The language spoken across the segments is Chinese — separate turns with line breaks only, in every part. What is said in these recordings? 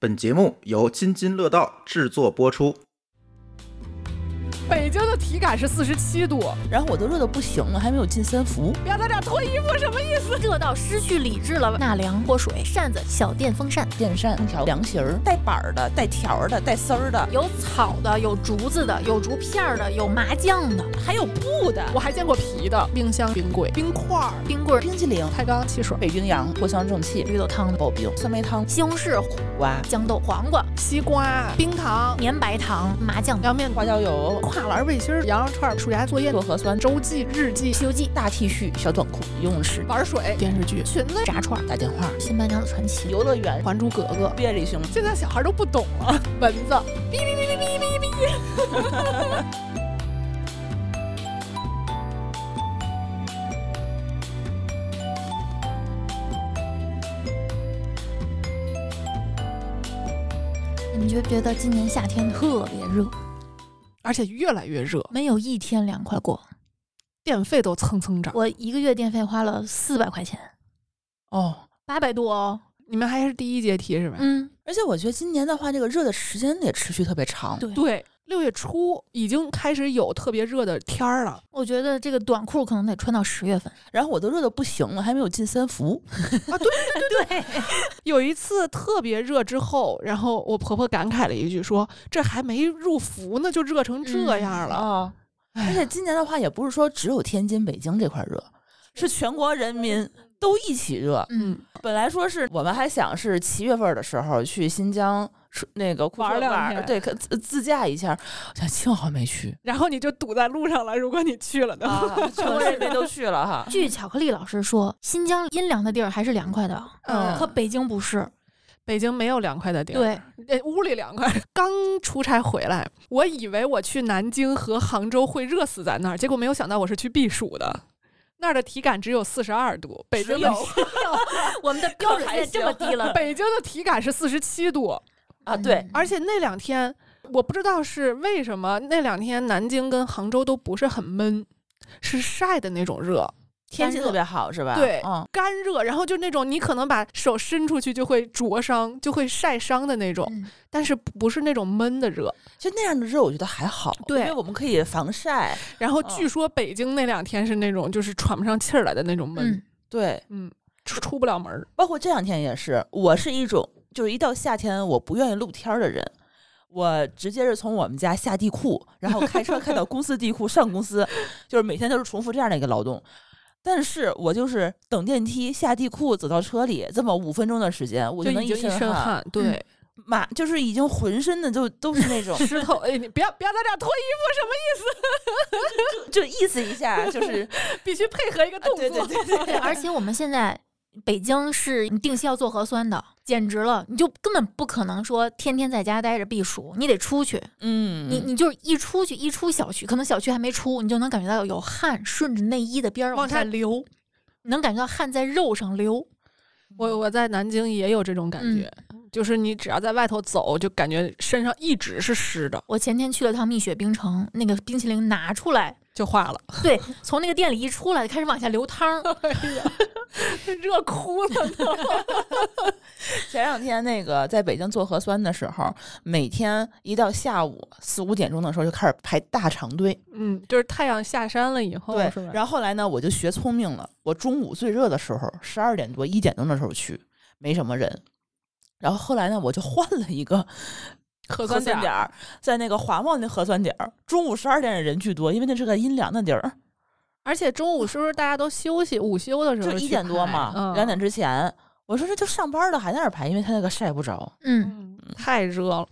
本节目由津津乐道制作播出。
北京的体感是四十七度，
然后我都热的不行了，还没有进三伏。
不要在这儿脱衣服，什么意思？
热到失去理智了，纳凉、泼水、扇子、小电风扇，
电扇、空调、凉席儿，带板儿的，带条儿的，带丝儿的，
有草的，有竹子的，有竹片儿的，有麻将的，
还有布的，
我还见过皮的，冰箱、冰柜、冰块儿、
冰棍儿、
冰激凌、
太钢汽水、
北冰洋、藿香正气、
绿豆汤、
刨冰、酸梅汤、
西红柿、
瓜、
豇豆、黄瓜、
西瓜、冰糖、
绵白糖、麻酱、
凉面、
花椒油、
跨栏背心儿、羊肉串儿、暑假作业、
做核酸、
周记、日记、
西游记、
大 T 恤、小短裤、游泳池、
玩水、电视剧、
裙子、炸串儿、
打电话、
新白娘子传奇、
游乐园、
还珠格格。
别离兄弟。
现在小孩都不懂了，蚊子，哔哔哔哔哔哔哔。
你觉不觉得今年夏天特别热，
而且越来越热，
没有一天凉快过。
电费都蹭蹭涨。
我一个月电费花了四百块钱，
哦，
八百多哦。
你们还是第一阶梯是吧？
嗯，
而且我觉得今年的话，这个热的时间也持续特别长。
对。
对，六月初已经开始有特别热的天儿了
我觉得这个短裤可能得穿到十月份。
然后我都热的不行了，还没有进三伏。
啊，对，
对，
有一次特别热之后，然后我婆婆感慨了一句说：“这还没入伏呢，就热成这样了。
啊。
哎
而
呀
且今年的话，也不是说只有天津、北京这块热，是全国人民都一起热。
嗯，
本来说是我们还想是七月份的时候去新疆是那个库
玩
车
两
玩儿，
天
对，可自自驾一下。我想幸好没去
然后你就堵在路上了。如果你去了呢？
啊，全国人民都去了哈。
据巧克力老师说，新疆阴凉的地儿还是凉快的，
嗯
可北京不是。
北京没有凉快的地儿，
对，
对，屋里凉快。 刚出差回来，我以为我去南京和杭州会热死在那儿，结果没有想到我是去避暑的。那儿的体感只有四十二度，北京的。
我们的标准现在这么低了
北京的体感是四十七度，
啊，
嗯
对，
而且那两天我不知道是为什么，那两天南京跟杭州都不是很闷，是晒的那种热，
天气
干
特
热
别好是吧？
对
嗯，
干热，然后就那种你可能把手伸出去就会灼伤，就会晒伤的那种，
嗯
但是不是那种闷的热。
其实那样的热我觉得还好，
对
因为我们可以防晒。
然后据说北京那两天是那种就是喘不上气儿来的那种闷，
嗯，
对，
嗯，出出不了门儿。
包括这两天也是，我是一种就是一到夏天我不愿意露天儿的人，我直接是从我们家下地库，然后开车开到公司地库上公司，就是每天都是重复这样的一个劳动。但是我就是等电梯下地库走到车里，这么五分钟的时间，我
就
能
已经一
身
身
汗，
汗，对，
马就是已经浑身的就都是那 种
湿透。哎，你不要不要在这儿脱衣
就意思一下 就是
服，必须配合一个
啊
动作。
对对对 对
对，而且我们现在北京是你定期要做核酸的，简直了！你就根本不可能说天天在家待着避暑，你得出去。
嗯，
你你就是一出去，一出小区，可能小区还没出，你就能感觉到有汗顺着内衣的边儿
往下
下，
流。
能感觉到汗在肉上流。
我我在南京也有这种感觉，就是你只要在外头走，就感觉身上一直是湿的，
我前天去了趟蜜雪冰城，那个冰淇淋拿出来，
就化了，
对，从那个店里一出来开始往下流 汤儿，
热哭 了都。
前两天那个在北京做核酸的时候，每天一到下午四五点钟的时候就开始排大长队。
嗯，就是太阳下山了以后，
对
哦是吧，？
然后后来呢，我就学聪明了，我中午最热的时候，十二点多一点钟的时候去，没什么人。然后后来呢，我就换了一个
核
核
酸
酸
点
点
儿
儿，在那个华贸那核酸点儿，中午十二点的人巨多，因为那是个阴凉的地儿，
而且中午是不是大家都休息？午休的时候
就一
去
点多
排
嘛，
嗯
两、点之前。我说这就上班了，还在那儿排，因为他那个晒不着。
嗯。
嗯，太热了。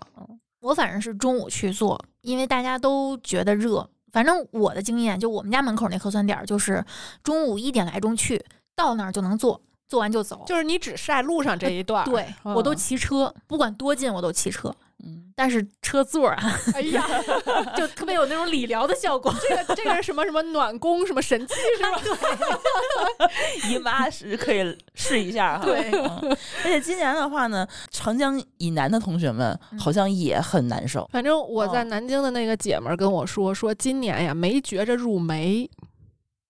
我反正是中午去做，因为大家都觉得热。反正我的经验，就我们家门口那核酸点儿，就是中午一点来钟去，到那儿就能做，做完就走。
就是你只晒路上这一 段儿，
对，
嗯
我都骑车，不管多近我都骑车，
嗯，
但是车座儿啊，
哎呀，
就特别有那种理疗的效 果。
这个这个是什么什么暖宫什么神器是吧？
姨妈是可以试一下 哈。
对
嗯而且今年的话呢，长江以南的同学们
嗯
好像也很难受。
反正我在
哦
南京的那个姐们儿跟我说，说今年呀没觉着入梅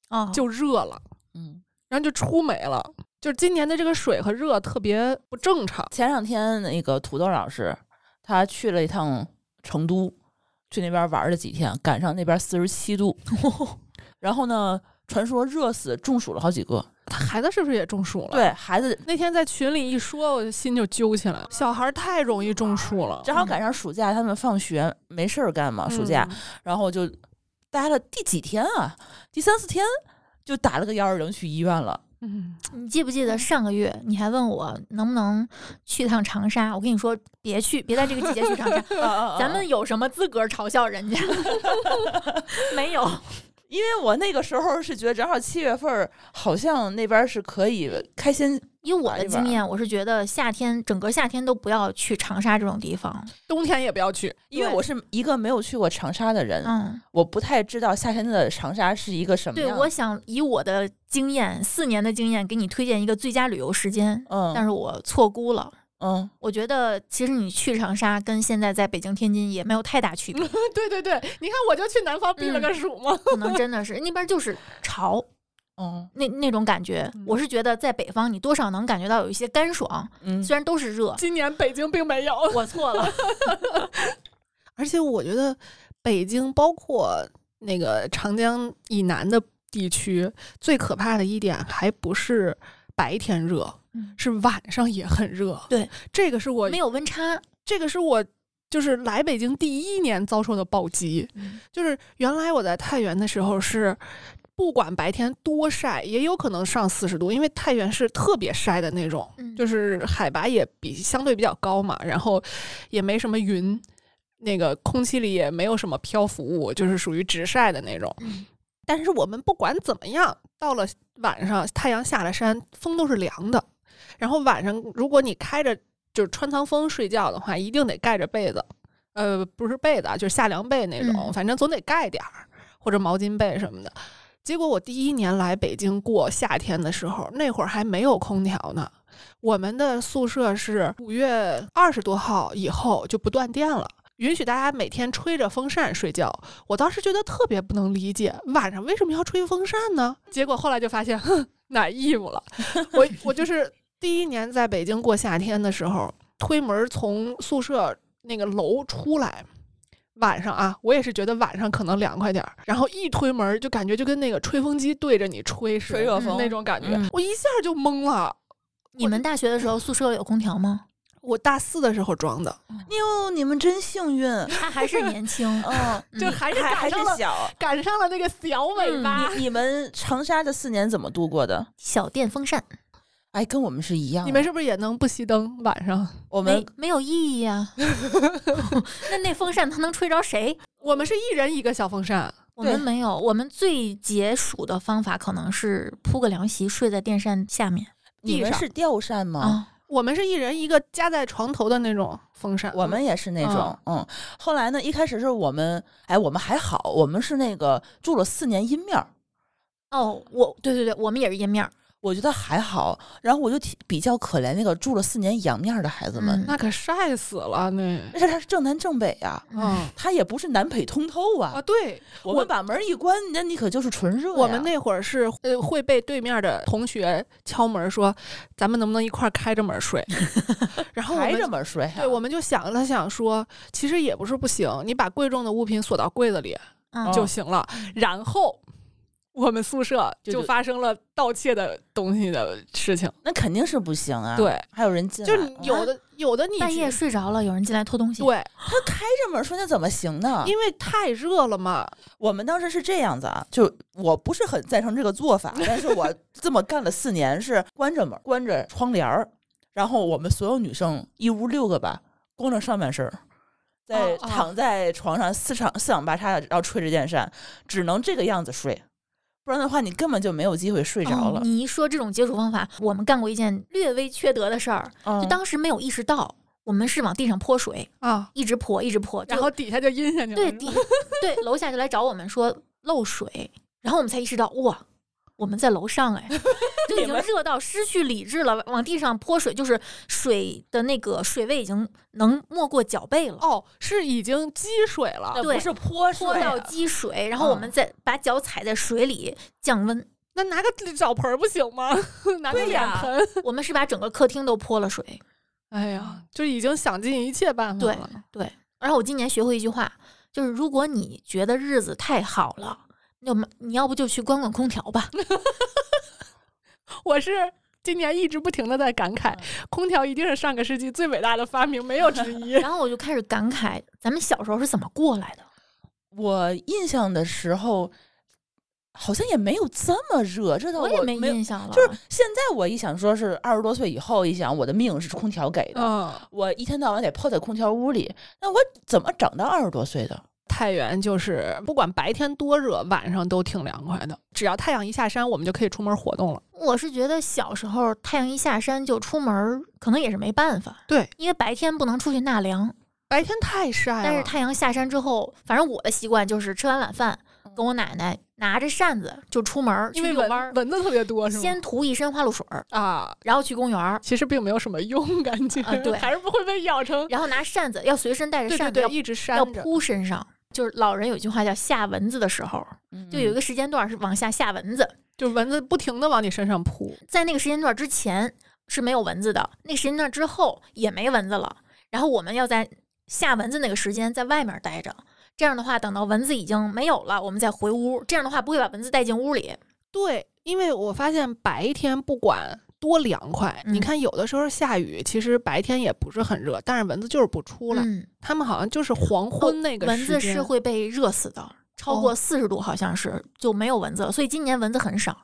啊，
哦就热了，
嗯，
然后就出梅了。就是今年的这个水和热特别不正常。
前两天那个土豆老师他去了一趟成都，去那边玩了几天，赶上那边四十七度，然后呢，传说热死中暑了好几个，
他孩子是不是也中暑了？，
对孩子。
那天在群里一说，我心就揪起来了。小孩太容易中暑了，
正好赶上暑假，他们放学没事儿干嘛，暑假，
嗯
然后就待了第几天啊，第三四天就打了个幺二零去医院了。
嗯，
你记不记得上个月你还问我能不能去趟长沙？我跟你说，别去，别在这个季节去长沙。
啊
咱们有什么资格嘲笑人家？没有，
因为我那个时候是觉得正好七月份儿，好像那边儿是可以开心，
以我
玩
的
一玩
经验，我是觉得夏天整个夏天都不要去长沙这种地方。
冬天也不要去。
因为
对
我是一个没有去过长沙的人，
嗯，
我不太知道夏天的长沙是一个什么
对，
样。
我想以我的经验，四年的经验，给你推荐一个最佳旅游时间，但
嗯
是我错估了。
嗯，
我觉得其实你去长沙跟现在在北京、天津也没有太大区别，
对对对，你看我就去南方避了个暑嘛。
可能真的是那边就是潮
嗯
那那种感觉。我是觉得在北方，你多少能感觉到有一些干爽，
嗯，
虽然都是热。
今年北京并没有，
我错了，
而且我觉得北京包括那个长江以南的地区，最可怕的一点还不是白天热，
嗯
是晚上也很热。
对，
这个是我
没有温差。
这个是我就是来北京第一年遭受的暴击，
嗯
就是原来我在太原的时候是。不管白天多晒，也有可能上四十度，因为太原是特别晒的那种，
嗯
就是海拔也比相对比较高嘛，然后也没什么云，那个空气里也没有什么漂浮物，就是属于直晒的那种。
嗯
但是我们不管怎么样，到了晚上太阳下了山，风都是凉的。然后晚上如果你开着就是穿堂风睡觉的话，一定得盖着被子，呃，不是被子啊，就是夏凉被那种，
嗯
反正总得盖点儿或者毛巾被什么的。结果我第一年来北京过夏天的时候，那会儿还没有空调呢。我们的宿舍是五月二十多号以后就不断电了，允许大家每天吹着风扇睡觉。我当时觉得特别不能理解，晚上为什么要吹风扇呢？结果后来就发现，哼，哪义务了。 我我就是第一年在北京过夏天的时候，推门从宿舍那个楼出来，晚上啊，我也是觉得晚上可能凉快点儿，然后一推门就感觉就跟那个吹风机对着你吹似的，
吹热风
那种感觉，
嗯
我一下就懵了。
你们大学的时候宿舍有空调吗？
我大四的时候装的，
哟，你们真幸运，
他还是年轻，
嗯，
就
嗯
还是
还还
赶
是
上了
小。嗯
赶上了那个小尾巴。
你你们长沙这四年怎么度过的？
小电风扇
哎，跟我们是一样的。
你们是不是也能不熄灯晚上？
我们
没没有意义呀、 那那风扇它能吹着谁？
我们是一人一个小风扇，
我们
对
没有，我们最解暑的方法可能是铺个凉席睡在电扇下面
你
地
们
上
是吊扇吗？
啊。
我们是一人一个夹在床头的那种风扇。
我们也是那种，嗯。后来呢，一开始是我们，哎，我们还好，我们是那个住了四年阴面儿，
哦，我对对对，我们也是阴面儿，
我觉得还好。然后我就挺比较可怜那个住了四年阳面儿的孩子们，
嗯
那可晒死了那。
而且他是正南正北啊，
嗯
他也不是南北通透啊。
啊，对，
我
我
们把门一关，那你可就是纯热呀、
我们那会儿是呃会被对面的同学敲门说，咱们能不能一块儿开着门 睡？然后我
还
们
这么睡、啊，
对，我们就想了想说，其实也不是不行，你把贵重的物品锁到柜子里
嗯，
就行了。然后我们宿舍
就
就发生了盗窃的东西的事情，
那肯定是不行啊。，
对，
还有人进来，啊
就你有的有的你
半
觉
夜睡着了，有人进来偷东西，
对，
他开着门说那怎么行
啊
呢？
因为太热了嘛，
我们当时是这样子啊，就我不是很赞成这个做法，但是 我这么干了四年，是关着门、关着窗帘儿，然后我们所有女生一屋六个吧，光着上半身儿，在
哦哦
躺在床上四长四仰八叉的，然后吹着电扇，只能这个样子睡，不然的话你根本就没有机会睡着
哦
了。
你一说这种解暑方法，我们干过一件略微缺德的事儿，
嗯
就当时没有意识到，我们是往地上泼水，
啊，
一直泼，一直泼，就
然后底下就阴下去了。
对
是吧
底 对楼下就来找我们说漏水，然后我们才意识到哇，我们在楼上 哎，就已经热到失去理智了，往地上泼水，就是水的那个水位已经能没过脚背了。
哦，是已经积水了
那。
对
不是泼水
泼
啊，
到积水，然后我们再把脚踩在水里降温，
那拿个澡盆儿不行吗？ 拿个
对
脸
呀
盆。
我们是把整个客厅都泼了水。
哎呀，就已经想尽一切办法
对
了。
对，然后我今年学会一句话，就是如果你觉得日子太好了，那么你要不就去关关空调 吧。
我是今年一直不停的在感慨，
嗯
空调一定是上个世纪最伟大的发明，没有之 一。
然后我就开始感慨，咱们小时候是怎么过来的？
我印象的时候，好像也没有这么热，这倒
我也
没
没
有
印象了。
就是现在我一想说是二十多岁以后一想，我的命是空调给的，
嗯，
我一天到晚得泡在空调屋里，那我怎么长到二十多岁的？
太原就是不管白天多热，晚上都挺凉快的。只要太阳一下山，我们就可以出门活动了。
我是觉得小时候太阳一下山就出门儿，可能也是没办法。
对，
因为白天不能出去纳凉，
白天太晒了，
但是太阳下山之后，反正我的习惯就是吃完晚饭，跟我奶奶拿着扇子就出门儿去
嗯因为
遛
蚊
弯儿，
蚊子特别多，是吗？
先涂一身花露水儿，
啊，
然后去公园 儿，
其实并没有什么用，感觉、
啊 对
还是不会被咬成。
然后拿扇子，要随身带着
对对
扇子，
对，一直
要要
扇着。
扑身上。就是老人有一句话叫下蚊子的时候，
嗯
就嗯有一
个
个时间段是往下下蚊子，
就蚊子不停的往你身上扑，
在那个时间段之前是没有蚊子的，那个时间段之后也没蚊子了。然后我们要在下蚊子那个时间在外面待着，这样的话，等到蚊子已经没有了，我们再回屋。这样的话不会把蚊子带进屋里。
对，因为我发现白天不管多凉快，你
嗯
看有的时候下雨，其实白天也不是很热，但是蚊子就是不出来。
嗯，
他们好像就是黄昏那个
蚊
时
子
间
是会被热死的，超
哦
过四十度好像是、就没有蚊子了。所以今年蚊子很少。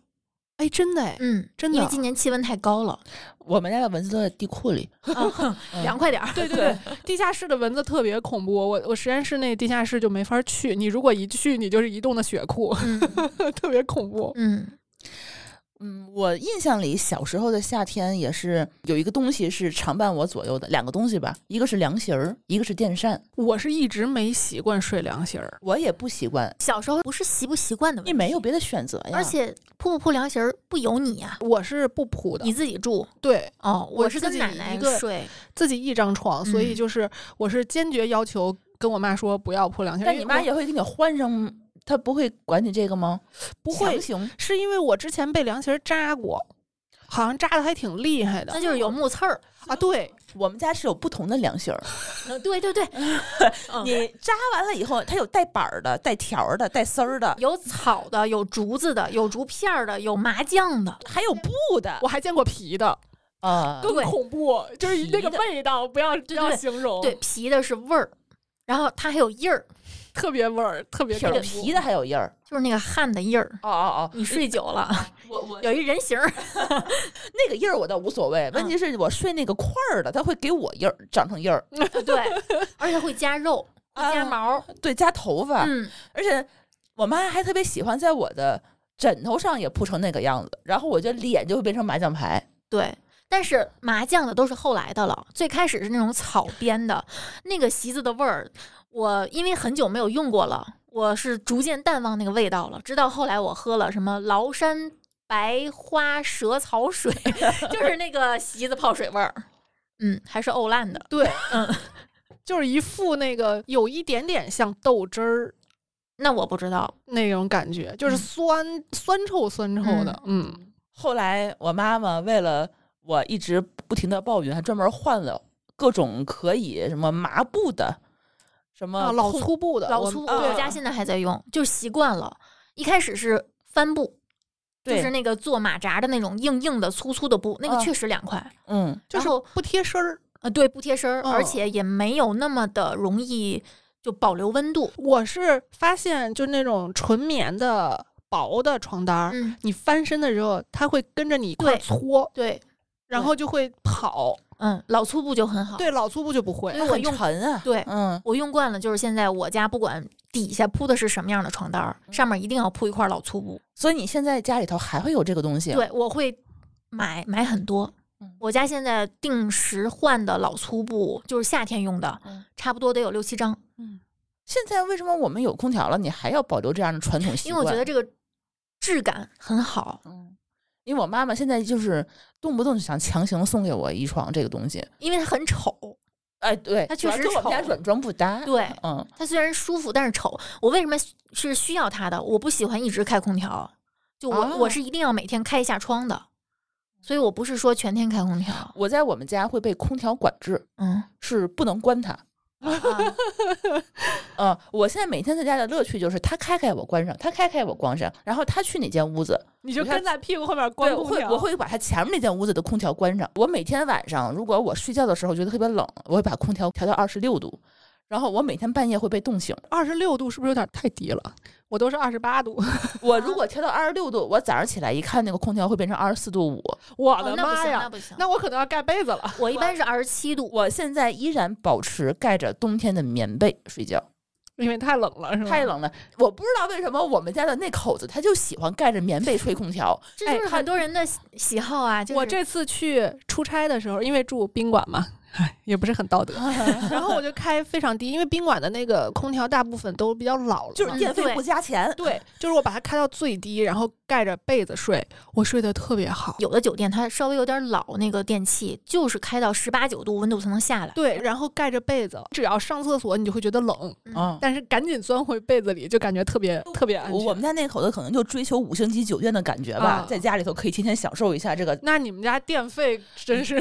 哎，真的哎，
嗯，
真
因
的
为今年气温太高了，
嗯我们家的蚊子都在地库里，
啊、凉快点儿。
对对对，地下室的蚊子特别恐怖。我我实验室那地下室就没法去，你如果一去，你就是一栋的血库，
嗯
特别恐怖。
嗯
嗯，我印象里小时候的夏天也是有一个东西是常伴我左右的，两个东西吧，一个是凉席儿，一个是电扇。
我是一直没习惯睡凉席儿，
我也不习惯，
小时候不是习不习惯的问
你
题，
没有别的选择呀。
而且铺不铺凉席儿不由你呀、
我是不铺的
你。自己住。
对
哦，
我
我
是自
是跟
己
奶
一
奶
个
睡，
自己一张床，所以
嗯
就是我是坚决要求跟我妈说不要铺凉席儿。
但
因
你
为
妈
我
也会给你换上，她不会管你这个吗？
不会
强，行
是因为我之前被凉席儿扎过，好像扎的还挺厉害的
那就是有木刺儿。
啊。对，
我们家是有不同的凉席儿，
嗯，对对对，嗯
你扎完了以后，它有带板儿的、带条儿的、带丝儿的，
有草的，有竹子的，有竹片儿的，有麻将的。
还有布的
我还见过皮的，
啊。
更
对
恐怖，就是那个
皮的
味道，不要不
对
要
对
形容，
对，，皮的是味儿，然后它还有印儿，
特别味儿，特别
皮儿
恐怖
皮的还有印儿，
就是那个汗的印儿。
哦哦哦，
你睡久 了，
我我
有一人形儿，
那个印儿我倒无所谓，问题是我睡那个块儿的，它会给我印儿长成印儿，
对，而且会加肉，会加
啊
毛儿。
对，夹头发，
嗯，
而且我妈还特别喜欢在我的枕头上也铺成那个样子，然后我就脸就会变成麻将牌，
对。但是麻将的都是后来的了，最开始是那种草编的，那个席子的味儿，我因为很久没有用过了，我是逐渐淡忘那个味道了。直到后来我喝了什么崂山白花蛇草水， 就是那个席子泡水味儿，嗯，还是欧烂的，
对，
嗯，
就是一副那个有一点点像豆汁儿
那我不知道，
那种感觉，就是
嗯
酸、酸臭酸臭的，嗯，
后来我妈妈为了我一直不停的抱怨，还专门换了各种可以什么麻布的，什么、
啊，老。粗布的，
老
我
粗，
啊
我家现在还在用，就习惯了。一开始是帆布，就
对
是那个做马扎的那种硬硬的、粗粗的布，那个
嗯
确实凉快。
嗯，
就是
然后
不贴身儿。
呃，对，不贴身儿，
哦
而
嗯
且也没有那么的容易就保留温度。
我是发现，就那种纯棉的薄的床单儿，
嗯，
你翻身的时候，它会跟着你一块儿
对
搓，
对，
然后就会跑。
嗯，老粗布就很好。
对，老粗布就不会
因。
它
为我
很
用
沉啊，
对
嗯，
我用惯了，就是现在我家不管底下铺的是什么样的床单
嗯
儿，上面一定要铺一块老粗布。
所以你现在家里头还会有这个东西？，啊
对，我会买买很多
嗯。
我家现在定时换的老粗布，就是夏天用的
嗯，
差不多得有六七张，
现在为什么我们有空调了，你还要保留这样的传统习
因
惯？
为我觉得这个质感很好。
嗯，因为我妈妈现在就是动不动就想强行送给我一床这个东西。
因为它很丑，
哎，对，
它
主要
确实
跟我们家
丑
软装不搭。
对
嗯，
它虽然舒服，但是丑。我为什么是需要它的？我不喜欢一直开空调，就我、
哦
我是一定要每天开一下窗的，所以我不是说全天开空调，
我在我们家会被空调管制，
嗯，
是不能关它。
啊
嗯，我现在每天在家的乐趣就是他开开我关上，他开开我关上，然后他去哪间屋子，
你就
你看
跟在屁股后面关
对，我
空
会
调。
我会把他前面那间屋子的空调关上。我每天晚上如果我睡觉的时候觉得特别冷，我会把空调调到二十六度，然后我每天半夜会被冻 醒。
二十六度是不是有点太低了？我都是二十八
哦
度，
我如果调到二十六度，我早上起来一看那个空调会变成二十四度五。
我
哦
的
那不
妈
行，
呀！
那不行，
那我可能要盖被子了。
我一般是二十七度，
我现在依然保持盖着冬天的棉被睡觉，
因为太冷了，是吗？
太冷了。我不知道为什么我们家的那口子他就喜欢盖着棉被吹空调，
这
哎
就是
他
很多人的喜喜好啊。就是、
我这次去出差的时候，因为住宾馆嘛，唉，也不是很 道德。然后我就开非常低，因为宾馆的那个空调大部分都比较老了，
就是
嗯
电费
对
不加钱。
对，就是我把它开到最低，然后盖着被子睡，我睡得特别好。
有的酒店它稍微有点老，那个电器就是开到十八九度，温度才能下来。
对，然后盖着被子，只要上厕所你就会觉得冷，
嗯，
但是赶紧钻回被子里，就感觉特别特别安
我我
全。
们家那口子可能就追求五星级酒店的感觉吧，
啊
在家里头可以天天享受一下这个。
那你们家电费真 是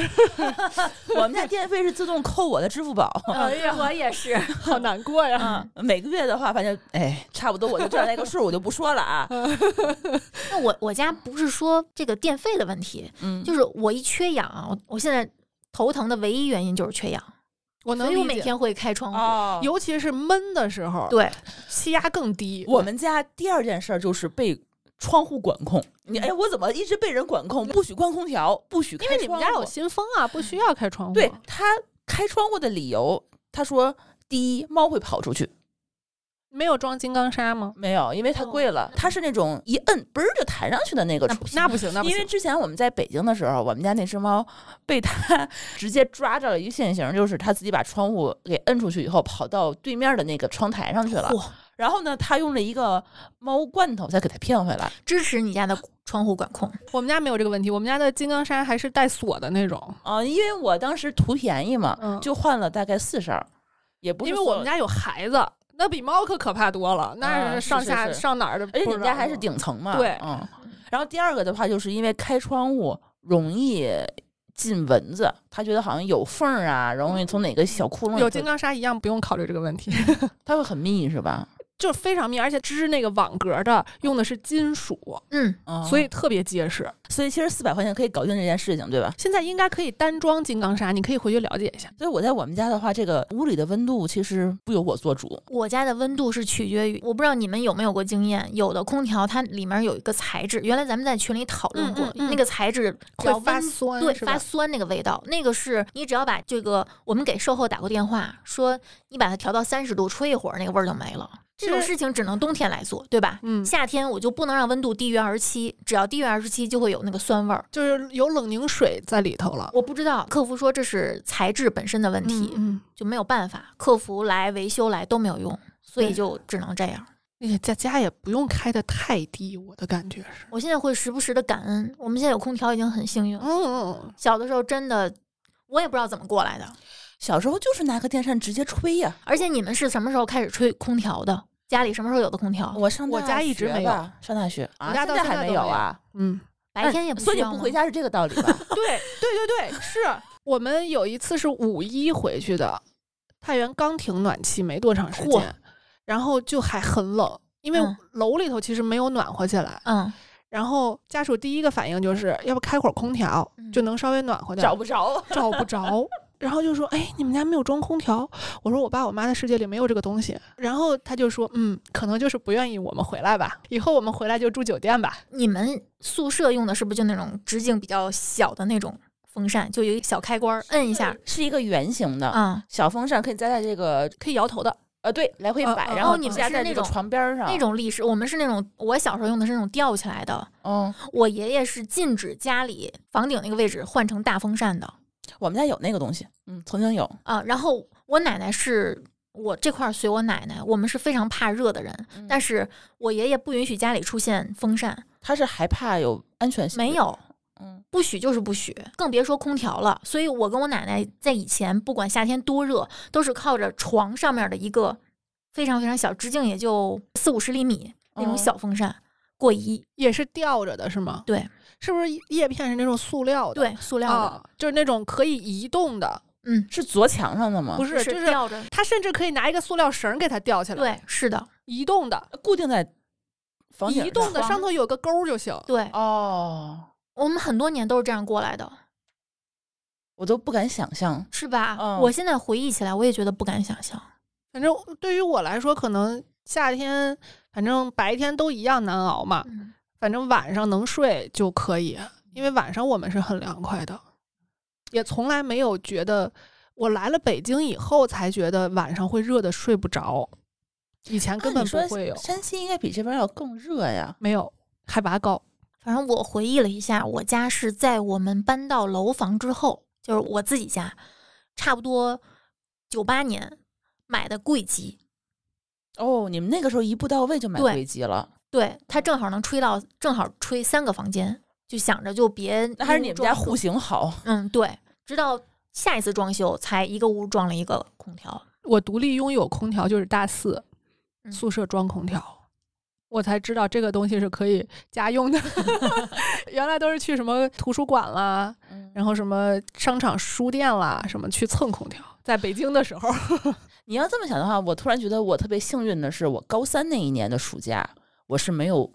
我们家电费是自动扣我的支付宝，
哎呀，我也是，
好难过呀！
嗯
每个月的话，反正哎，差不多我就赚那个数，我就不说了 啊。
嗯那我我家不是说这个电费的问题，
嗯，
就是我一缺氧啊，我我现在头疼的唯一原因就是缺氧，
我能
所以我
理
每
解，
天会开窗户。
哦有
尤其是闷的时候，
对，
气压更低。
我们家第二件事儿就是被窗户管控。你哎，我怎么一直被人管控？不许关空调，不许开
因为你们家
窗户
有新风啊，不需要开窗户。
对他开窗户的理由，他说第一，猫会跑出去。
没有装金刚砂吗？
没有，因为它
哦
贵了，它是那种一摁嘣儿就弹上去的那个厨
那不行，那不
因为
行。
之前我们在北京的时候，我们家那只猫 被它 直接抓着了一个现行，就是它自己把窗户给摁出去以后，跑到对面的那个窗台上去了。
嚯
然后呢，它用了一个猫罐头再给它骗回来。
支持你家的窗户管控。
我们家没有这个问题，我们家的金刚砂还是带锁的那种，
啊、因为我当时图便宜嘛，
嗯
就换了大概四扇儿，也不是
因为我们
家，
家有孩子，那比猫可可怕多了，那
啊
上
是
下
是是
上哪儿的不知
而且
道，
你们家还是顶层嘛，
对
嗯。然后第二个的话，就是因为开窗户容易。进蚊子，它觉得好像有缝儿啊，容易从哪个小窟窿里
有
头
金刚砂一样不用考虑这个问 题，
它会很密是吧？
就是非常密，而且织那个网格的用的是金属，
嗯，
嗯
所以特别结实。
所以其实四百块钱可以搞定这件事情，对吧？
现在应该可以单装金刚砂，你可以回去了解一下。
所以我在我们家的话，这个屋里的温度其实不由我做主。
我家的温度是取决于，我不知道你们有没有过经验，有的空调它里面有一个材质，原来咱们在群里讨论过，
嗯嗯嗯
那个材质只要
会发
温
酸
对，
是
发
吧
酸那个味道，那个是你只要把这个，我们给售后打过电话，说你把它调到三十度，吹一会儿，那个味儿就没了。这种
是
事情只能冬天来做，对吧？
嗯
夏天我就不能让温度低于二十七，只要低于二十七就会有那个酸味儿。
就是有冷凝水在里头了。
我不知道，客服说这是材质本身的问题，
嗯，
就没有办法，客服来维修来都没有用，所以就只能这样。
嗯哎呀，家家也不用开的太低，我的感觉是，
我现在会时不时的感恩，我们现在有空调已经很幸运了。
嗯嗯嗯，
小的时候真的，我也不知道怎么过来的。
小时候就是拿个电扇直接吹呀、
而且你们是什么时候开始吹空调的？家里什么时候有的空调？
我上
我
大
家一直
学
没有
吧，上大学啊，
我家到
现
现
还
在
没
都
有
没有
啊。
嗯，
白天也不
哎
需
所以你
要
不
吗
回家是这个道理吧？
对对对对，是我们有一次是五一回去的，太原刚停暖气没多长时
嚯
间，然后就还很冷，因为
嗯
楼里头其实没有暖和起来。
嗯，
然后家属第一个反应就是要不开会儿空调，
嗯
就能稍微暖和点儿。
找不着，啊
找不着。然后就说：“哎，你们家没有装空调？”我说：“我爸我妈的世界里没有这个东西。”然后他就说：“嗯，可能就是不愿意我们回来吧，以后我们回来就住酒店吧。
你们宿舍用的是不是就那种直径比较小的那种风扇，就有一个小开关儿，摁一下，
是一个圆形的、
嗯，
小风扇，可以栽在这个
可以摇头的，
呃对来回
嗯
摆，
嗯
然后
哦你们
夹
是
在
那
这个
种
床边儿上
那种立式。我们是那种，我小时候用的是那种吊起来的。
嗯，
我爷爷是禁止家里房顶那个位置换成大风扇的
我们家有那个东西，嗯，曾经有，
啊。然后我奶奶是。我这块儿随我奶奶，我们是非常怕热的人，
嗯
但是我爷爷不允许家里出现风扇，
他是害怕有安全性，
没，有，
嗯，
不许就是不许，更别说空调了。所以我跟我奶奶在以前，不管夏天多热，都是靠着床上面的一个非常非常小，直径也就四五十厘米那种
嗯
小风扇，过衣，
也是吊着的，是吗？
对，
是不是叶片是那种塑料的？
对，塑料的，
啊，就是那种可以移动的，
嗯，
是左墙上的吗？
不
是，
是，就是
吊着，
它甚至可以拿一个塑料绳儿给它吊起来，
对，，是的，
移动的，
固定在房顶
移动的，
上
上头有个钩儿就行。
对，
哦，
我们很多年都是这样过来的，
我都不敢想象。
是吧？
嗯
我现在回忆起来，我也觉得不敢想象。
反正对于我来说，可能夏天，反正白天都一样难熬嘛，
嗯，
反正晚上能睡就可以，因为晚上我们是很凉快的，也从来没有觉得我来了北京以后才觉得晚上会热的睡不着，以前根本
按理
不
啊说
会有，
山西应该比这边要更热呀。
没有海拔高，
反正我回忆了一下，我家是在我们搬到楼房之后，就是我自己家，差不多九八年买的柜机，
哦，你们那个时候一步到位就买
对
柜机了，
对，它正好能吹到，正好吹三个房间，就想着就别
那还是
一屋
你们
装
家
一个
户型好。
嗯，对，直到下一次装修才一个屋装了一个空调。
我独立拥有空调就是大四
嗯
宿舍装空调，我才知道这个东西是可以家用的。 原来都是去什么图书馆啦，然后什么商场、书店啦，什么去蹭空调。在北京的时候，
你要这么想的话，我突然觉得我特别幸运的是，我高三那一年的暑假，我是没有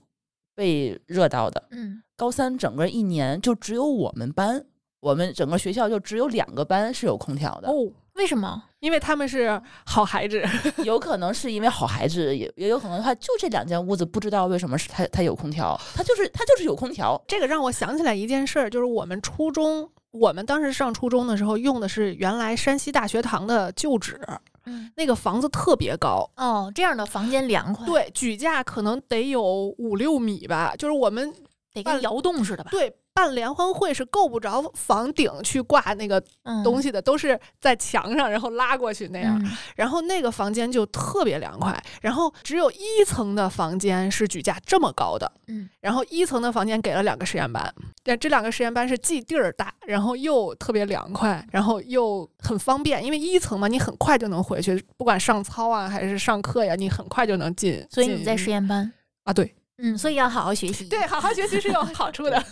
被热到的。
嗯，
高三整个一年就只有我们班，我们整个学校就只有两个班是有空调的。
哦，
为什么？
因为他们是好孩子，
有可能是因为好孩子，也也有可能他就这两间屋子不知道为什么是他他有空调，他就是他就是有空调。
这个让我想起来一件事儿，就是我们初中，我们当时上初中的时候用的是原来山西大学堂的旧址，
嗯，
那个房子特别高，
哦，这样的房间凉快，，
对，举架可能得有五六米吧，就是我们
得
办
跟窑洞似的吧？
对办联欢会是够不着房顶去挂那个
嗯，
东西的，都是在墙上然后拉过去那
那
样。然后那个房间就特别凉快，然后只有一层的房间是举架这么高的，
嗯，
然后一层的房间给了两个实验班，但这两个实验班是既地儿大，然后又特别凉快，然后又很方便，因为一层嘛，你很快就能回去，不管上操啊还是上课呀，你很快就能进。
所以你在
进
实验班，
啊？对，
嗯，所以要好好学习。
对，，好啊好学习是有好处的。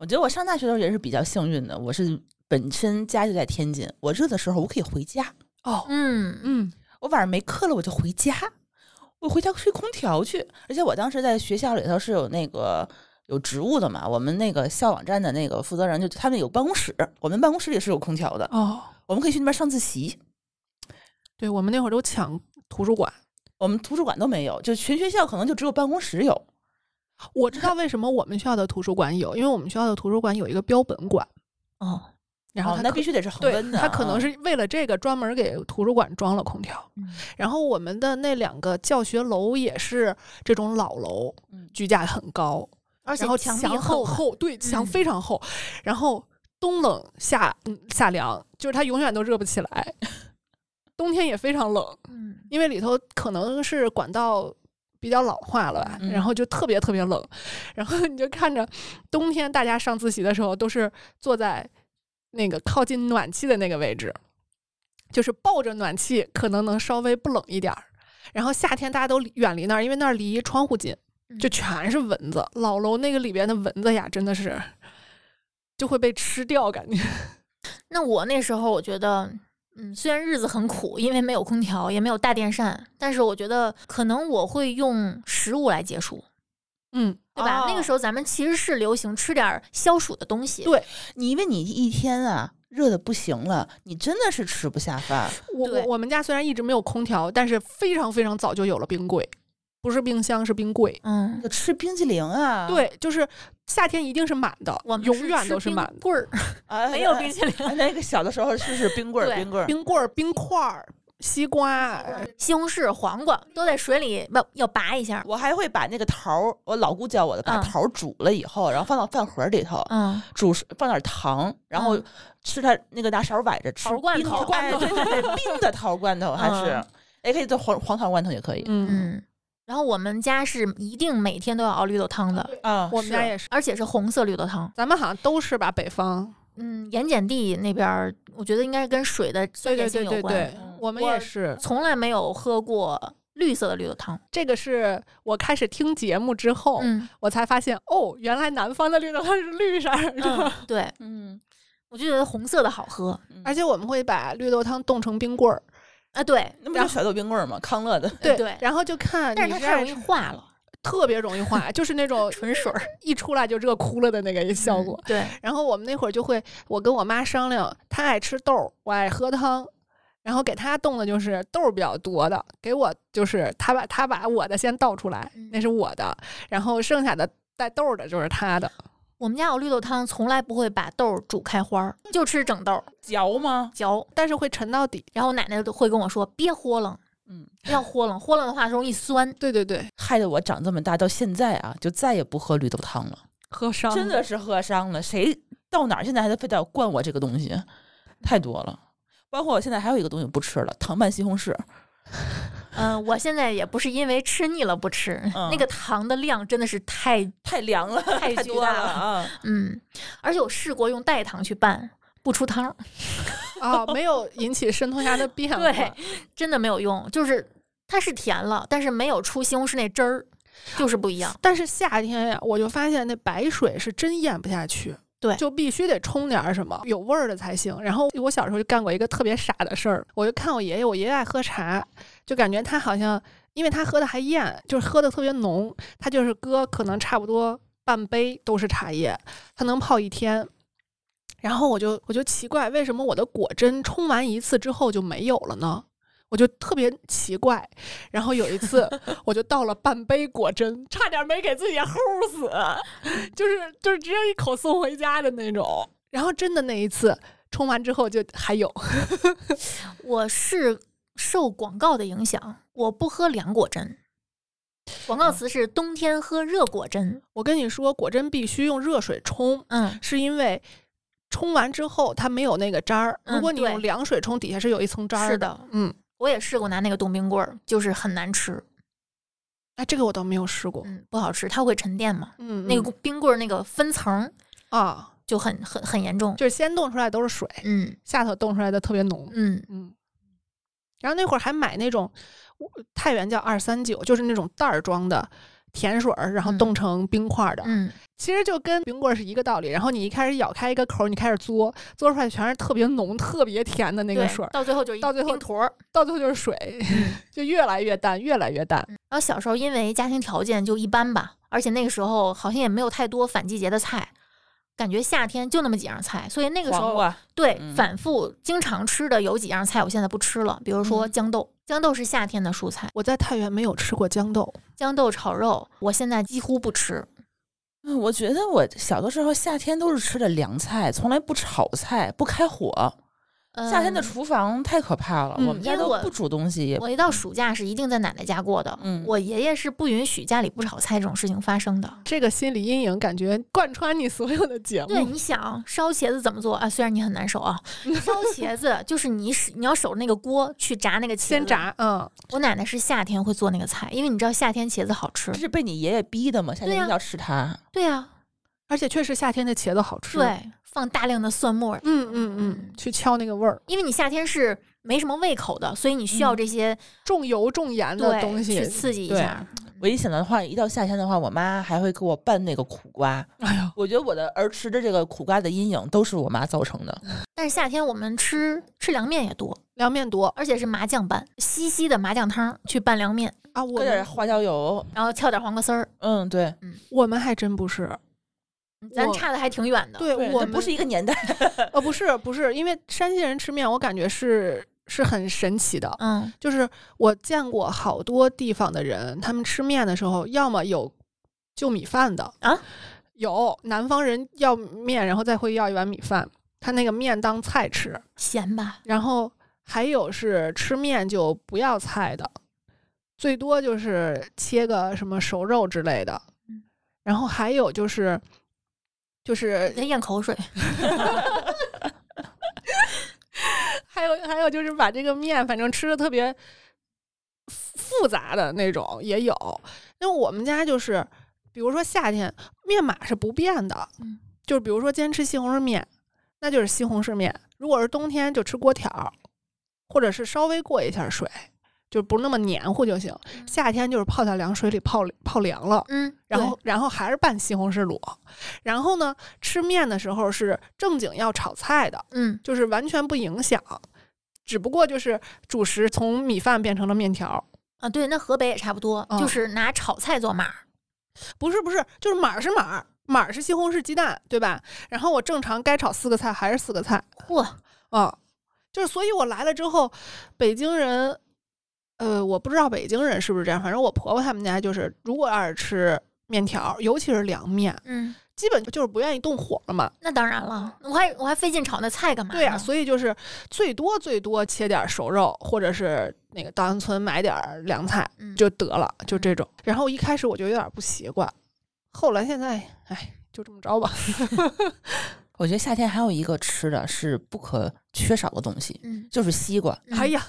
我觉得我上大学的时候也是比较幸运的，我是本身家就在天津，我热的时候我可以回家，
哦，
嗯，
嗯，
我晚上没课了我就回家，我回家吹空调去。而且我当时在学校里头是有那个有职务的嘛，我们那个校网站的那个负责人就他们有办公室，我们办公室里是有空调的，
哦，
我们可以去那边上自习。
对我们那会儿都抢图书馆。
我们图书馆都没有，就全学校可能就只有办公室有。
我知道为什么我们学校的图书馆有，因为我们学校的图书馆有一个标本馆，
哦，
然后
哦
它
那
可
必须得是恒
对
温的，
它可能
嗯
是为了这个专门给图书馆装了空调。
嗯
然后我们的那两个教学楼也是这种老楼
嗯，
居架很高，
而且
然后
墙壁
很
厚吧，
厚，对，墙
嗯
非常厚，然后冬冷夏嗯夏凉，就是它永远都热不起来， 冬天也非常冷。
嗯，
因为里头可能是管道比较老化了吧，
嗯
然后就特别特别冷，然后你就看着冬天大家上自习的时候都是坐在那个靠近暖气的那个位置，就是抱着暖气，可能能稍微不冷一点儿。然后夏天大家都离远离那儿，因为那儿离窗户近，
嗯
就全是蚊子。老楼那个里边的蚊子呀，真的是就会被吃掉，感觉。
那我那时候我觉得，嗯，虽然日子很苦，因为没有空调，也没有大电扇，但是我觉得可能我会用食物来结束，
嗯，
对吧？那
哦
个时候咱们其实是流行吃点儿消暑的东西，
对
你因为你一天啊热的不行了，你真的是吃不下饭。
我我
对
我们家虽然一直没有空调，但是非常非常早就有了冰柜，不是冰箱是冰柜。
嗯
就，吃冰激凌啊，
对，就是夏天一定是满的，
我们
永远都是
吃冰
满的。
棍 儿，
啊，
没有冰淇淋。
哎。那个小的时候是是冰棍儿，
对
冰棍儿。
冰棍儿、冰块儿、西瓜，
西红柿、黄瓜都在水里不要拔一下，
我还会把那个桃儿，我老姑教我的，把
嗯
桃儿煮了以后，然后放到饭盒里头，
嗯，
煮放点糖，然后
嗯
吃它那个拿勺崴着吃
桃儿罐
冰
头
桃
罐头
哎对对对，冰的桃儿罐头还是
嗯，
也可以做黄黄桃罐头也可以。
嗯，
嗯，然后我们家是一定每天都要熬绿豆汤的，
啊，
我们家
是
也是，
而且是红色绿豆汤。
咱们好像都是吧，北方。
嗯，盐碱地那边儿，我觉得应该是跟水的
对
酸
对
碱
对
性
对
有关，嗯
对，我们也是。
从来没有喝过绿色的绿豆汤。
这个是我开始听节目之后，
嗯
我才发现哦，原来南方的绿豆汤是绿色儿的。
嗯，对，
嗯，
我就觉得红色的好喝。
而且我们会把绿豆汤冻成冰棍儿，
啊，对，
那不就小豆冰棍儿吗？康乐的，
对，
嗯对
然后就看
但
你
是它
是
太容
爱
易
吃
化了，
特别容易化，就是那种
纯水儿
一出来就热哭了的那个效果。
嗯对，
然后我们那会儿就会，我跟我妈商量，她爱吃豆儿，我爱喝汤，然后给她冻的就是豆儿比较多的，给我就是她把她把我的先倒出来
嗯，
那是我的，然后剩下的带豆儿的就是她的。
我们家有绿豆汤，从来不会把豆儿煮开花儿，就吃整豆儿
嚼吗？
嚼。
但是会沉到底，
然后我奶奶都会跟我说：“别豁楞，
嗯，
不要豁楞，豁楞的话容易酸。
对对对，
害得我长这么大到现在啊，就再也不喝绿豆汤了。
喝伤
真的是喝伤了，谁到哪儿现在还得非得要灌我这个东西，太多了。包括我现在还有一个东西不吃了，糖拌西红柿。
嗯，我现在也不是因为吃腻了不吃，
嗯
那个糖的量真的是太……
太凉了，
太
太多
巨大了
啊！
嗯，而且我试过用代糖去拌，不出汤儿，
啊、没有引起渗透压的变化。
对真的没有用，就是它是甜了，但是没有出西红柿那汁儿，就是不一样。
但是夏天呀，我就发现那白水是真咽不下去，
对
就必须得冲点儿什么有味儿的才行。然后我小时候就干过一个特别傻的事儿，我就看我爷爷，我爷爷爱喝茶，就感觉他好像，因为他喝的还艳，就是喝的特别浓，他就是搁可能差不多半杯都是茶叶，他能泡一天。然后我就我 就奇怪，为什么我的果真冲完一次之后就没有了呢？我就特别奇怪。然后有一次，我就倒了半杯果真，差点没给自己齁死，就是就是直接一口送回家的那种。然后真的那一次冲完之后就还有，
我是受广告的影响，我不喝凉果针。广
哦
告词是冬天喝热果针。
我跟你说，果真必须用热水冲，
嗯，
是因为冲完之后它没有那个渣儿。如
嗯
果你
对
用凉水冲，底下是有一层渣儿
是
的。
的，
嗯，
我也试过拿那个冻冰棍儿，就是很难吃，
哎，这个我倒没有试过。
嗯，不好吃，它会沉淀嘛。
嗯，
那
嗯
个冰棍儿那个分层儿
啊，
就很很很严重。
就是先冻出来都是水，
嗯
下头冻出来的特别浓。
嗯
嗯，然后那会儿还买那种我太原叫二三九，就是那种袋儿装的甜水儿，然后
嗯
冻成冰块儿的，
嗯，
其实就跟冰棍儿是一个道理。然后你一开始咬开一个口儿，你开始嘬，嘬出来全是特别浓、特别甜的那个
对嗯
水儿，
到最后就是一
到最后
冰坨儿。
到最后就是水， 就越来越淡，越来越淡。
然后小时候因为家庭条件就一般吧，而且那个时候好像也没有太多反季节的菜，感觉夏天就那么几样菜，所以那个时
黄
候
瓜
对、
嗯
反复经常吃的有几样菜我现在不吃了，比如说
嗯
豇豆，豇豆是夏天的蔬菜，
我在太原没有吃过豇豆，
豇豆炒肉我现在几乎不吃，
嗯我觉得我小的时候夏天都是吃的凉菜，从来不炒菜，不开火。夏天的
嗯
厨房太可怕了，
嗯
我们家
因为
都
我
不煮东西。
我一到暑假是一定在奶奶家过的。
嗯哦
我爷爷是不允许家里不炒菜这种事情发生的。
这个心理阴影感觉贯穿你所有的节
嗯对，
目。
你想烧茄子怎么做啊？虽然你很难 手啊，烧茄子就是你使你要守着那个锅去炸那个茄子。
先。炸，嗯，
我奶奶是夏天会做那个菜，因为你知道夏天茄子好吃
这。是被你爷爷逼的吗？夏天
对
一
呀
定要吃它。
对啊，
而且确实夏天的茄子好吃。，
对，放大量的蒜末儿，
嗯嗯嗯，去敲那个味儿，
因为你夏天是没什么胃口的，所以你需要这些、
重油重盐的嗯
对
东西
去刺激一
对
下。
我一想到的话，一到夏天的话，我妈还会给我拌那个苦瓜。
哎呀，
我觉得我的儿时的这个苦瓜的阴影都是我妈造成的。
但是夏天我们吃吃凉面也多，
凉面多
而且是麻酱拌，稀稀的麻酱汤去拌凉面，
啊！我
搁点
们
花椒油，
然后翘点黄瓜丝儿，
嗯，对，
我们还真不是，
咱
我
差的还挺远的。
对
对，
我
这
们
不是一个年代。
呃，不是不是，因为山西人吃面，我感觉是是很神奇的，
嗯，
就是我见过好多地方的人，他们吃面的时候，要么有就米饭的
啊，
有南方人要面，然后再会要一碗米饭，他那个面当菜吃，
咸吧，
然后还有是吃面就不要菜的，最多就是切个什么熟肉之类的
嗯，
然后还有就是就是
得咽口水。
还有还有就是把这个面，反正吃的特别复复杂的那种也有。那我们家就是，比如说夏天面码是不变的，
嗯
就是比如说今天吃西红柿面，那就是西红柿面；如果是冬天就吃锅条儿，或者是稍微过一下水。就不那么黏糊就行。
嗯
夏天就是泡在凉水里泡泡凉了，
嗯，
然后然后还是拌西红柿卤，然后呢吃面的时候是正经要炒菜的，
对嗯
就是完全不影响，只不过就是主食从米饭变成了面条，
啊，对，那河北也差不多，
嗯
就是拿炒菜做码。
不是不是，就是码儿是码儿，码儿是西红柿鸡蛋，对吧？然后我正常该炒四个菜还是四个菜，
嚯，
啊，就是所以我来了之后，北京人，呃，我不知道北京人是不是这样，反正我婆婆他们家就是，如果要是吃面条，尤其是凉面，
嗯，
基本就是不愿意动火了嘛。
那当然了，我还我还费劲炒那菜干嘛呢？
对呀、所以就是最多最多切点儿熟肉，或者是那个稻香村买点儿凉菜
嗯
就得了，就这种。然后一开始我就有点不习惯，后来现在，哎，就这么着吧。
我觉得夏天还有一个吃的是不可缺少的东西，
嗯，
就是西瓜。
嗯
哎，呀，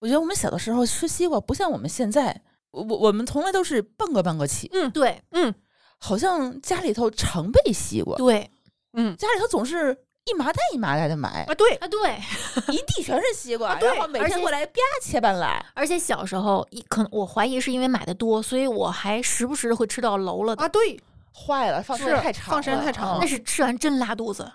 我觉得我们小的时候吃西瓜，不像我们现在，我我我们从来都是半个半个起，
对
嗯
好像家里头常备西瓜，
对
嗯
家里头总是一麻袋一麻袋的买，
啊，对，
啊对，
一地全是西瓜，
啊对
然后每
而且
天过来啪切半来。
而且小时候一可能我怀疑是因为买的多，所以我还时不时的会吃到馊了的，
啊对，
坏了，放时
是
间太长了，
放时间太长了
但是吃完真拉肚子。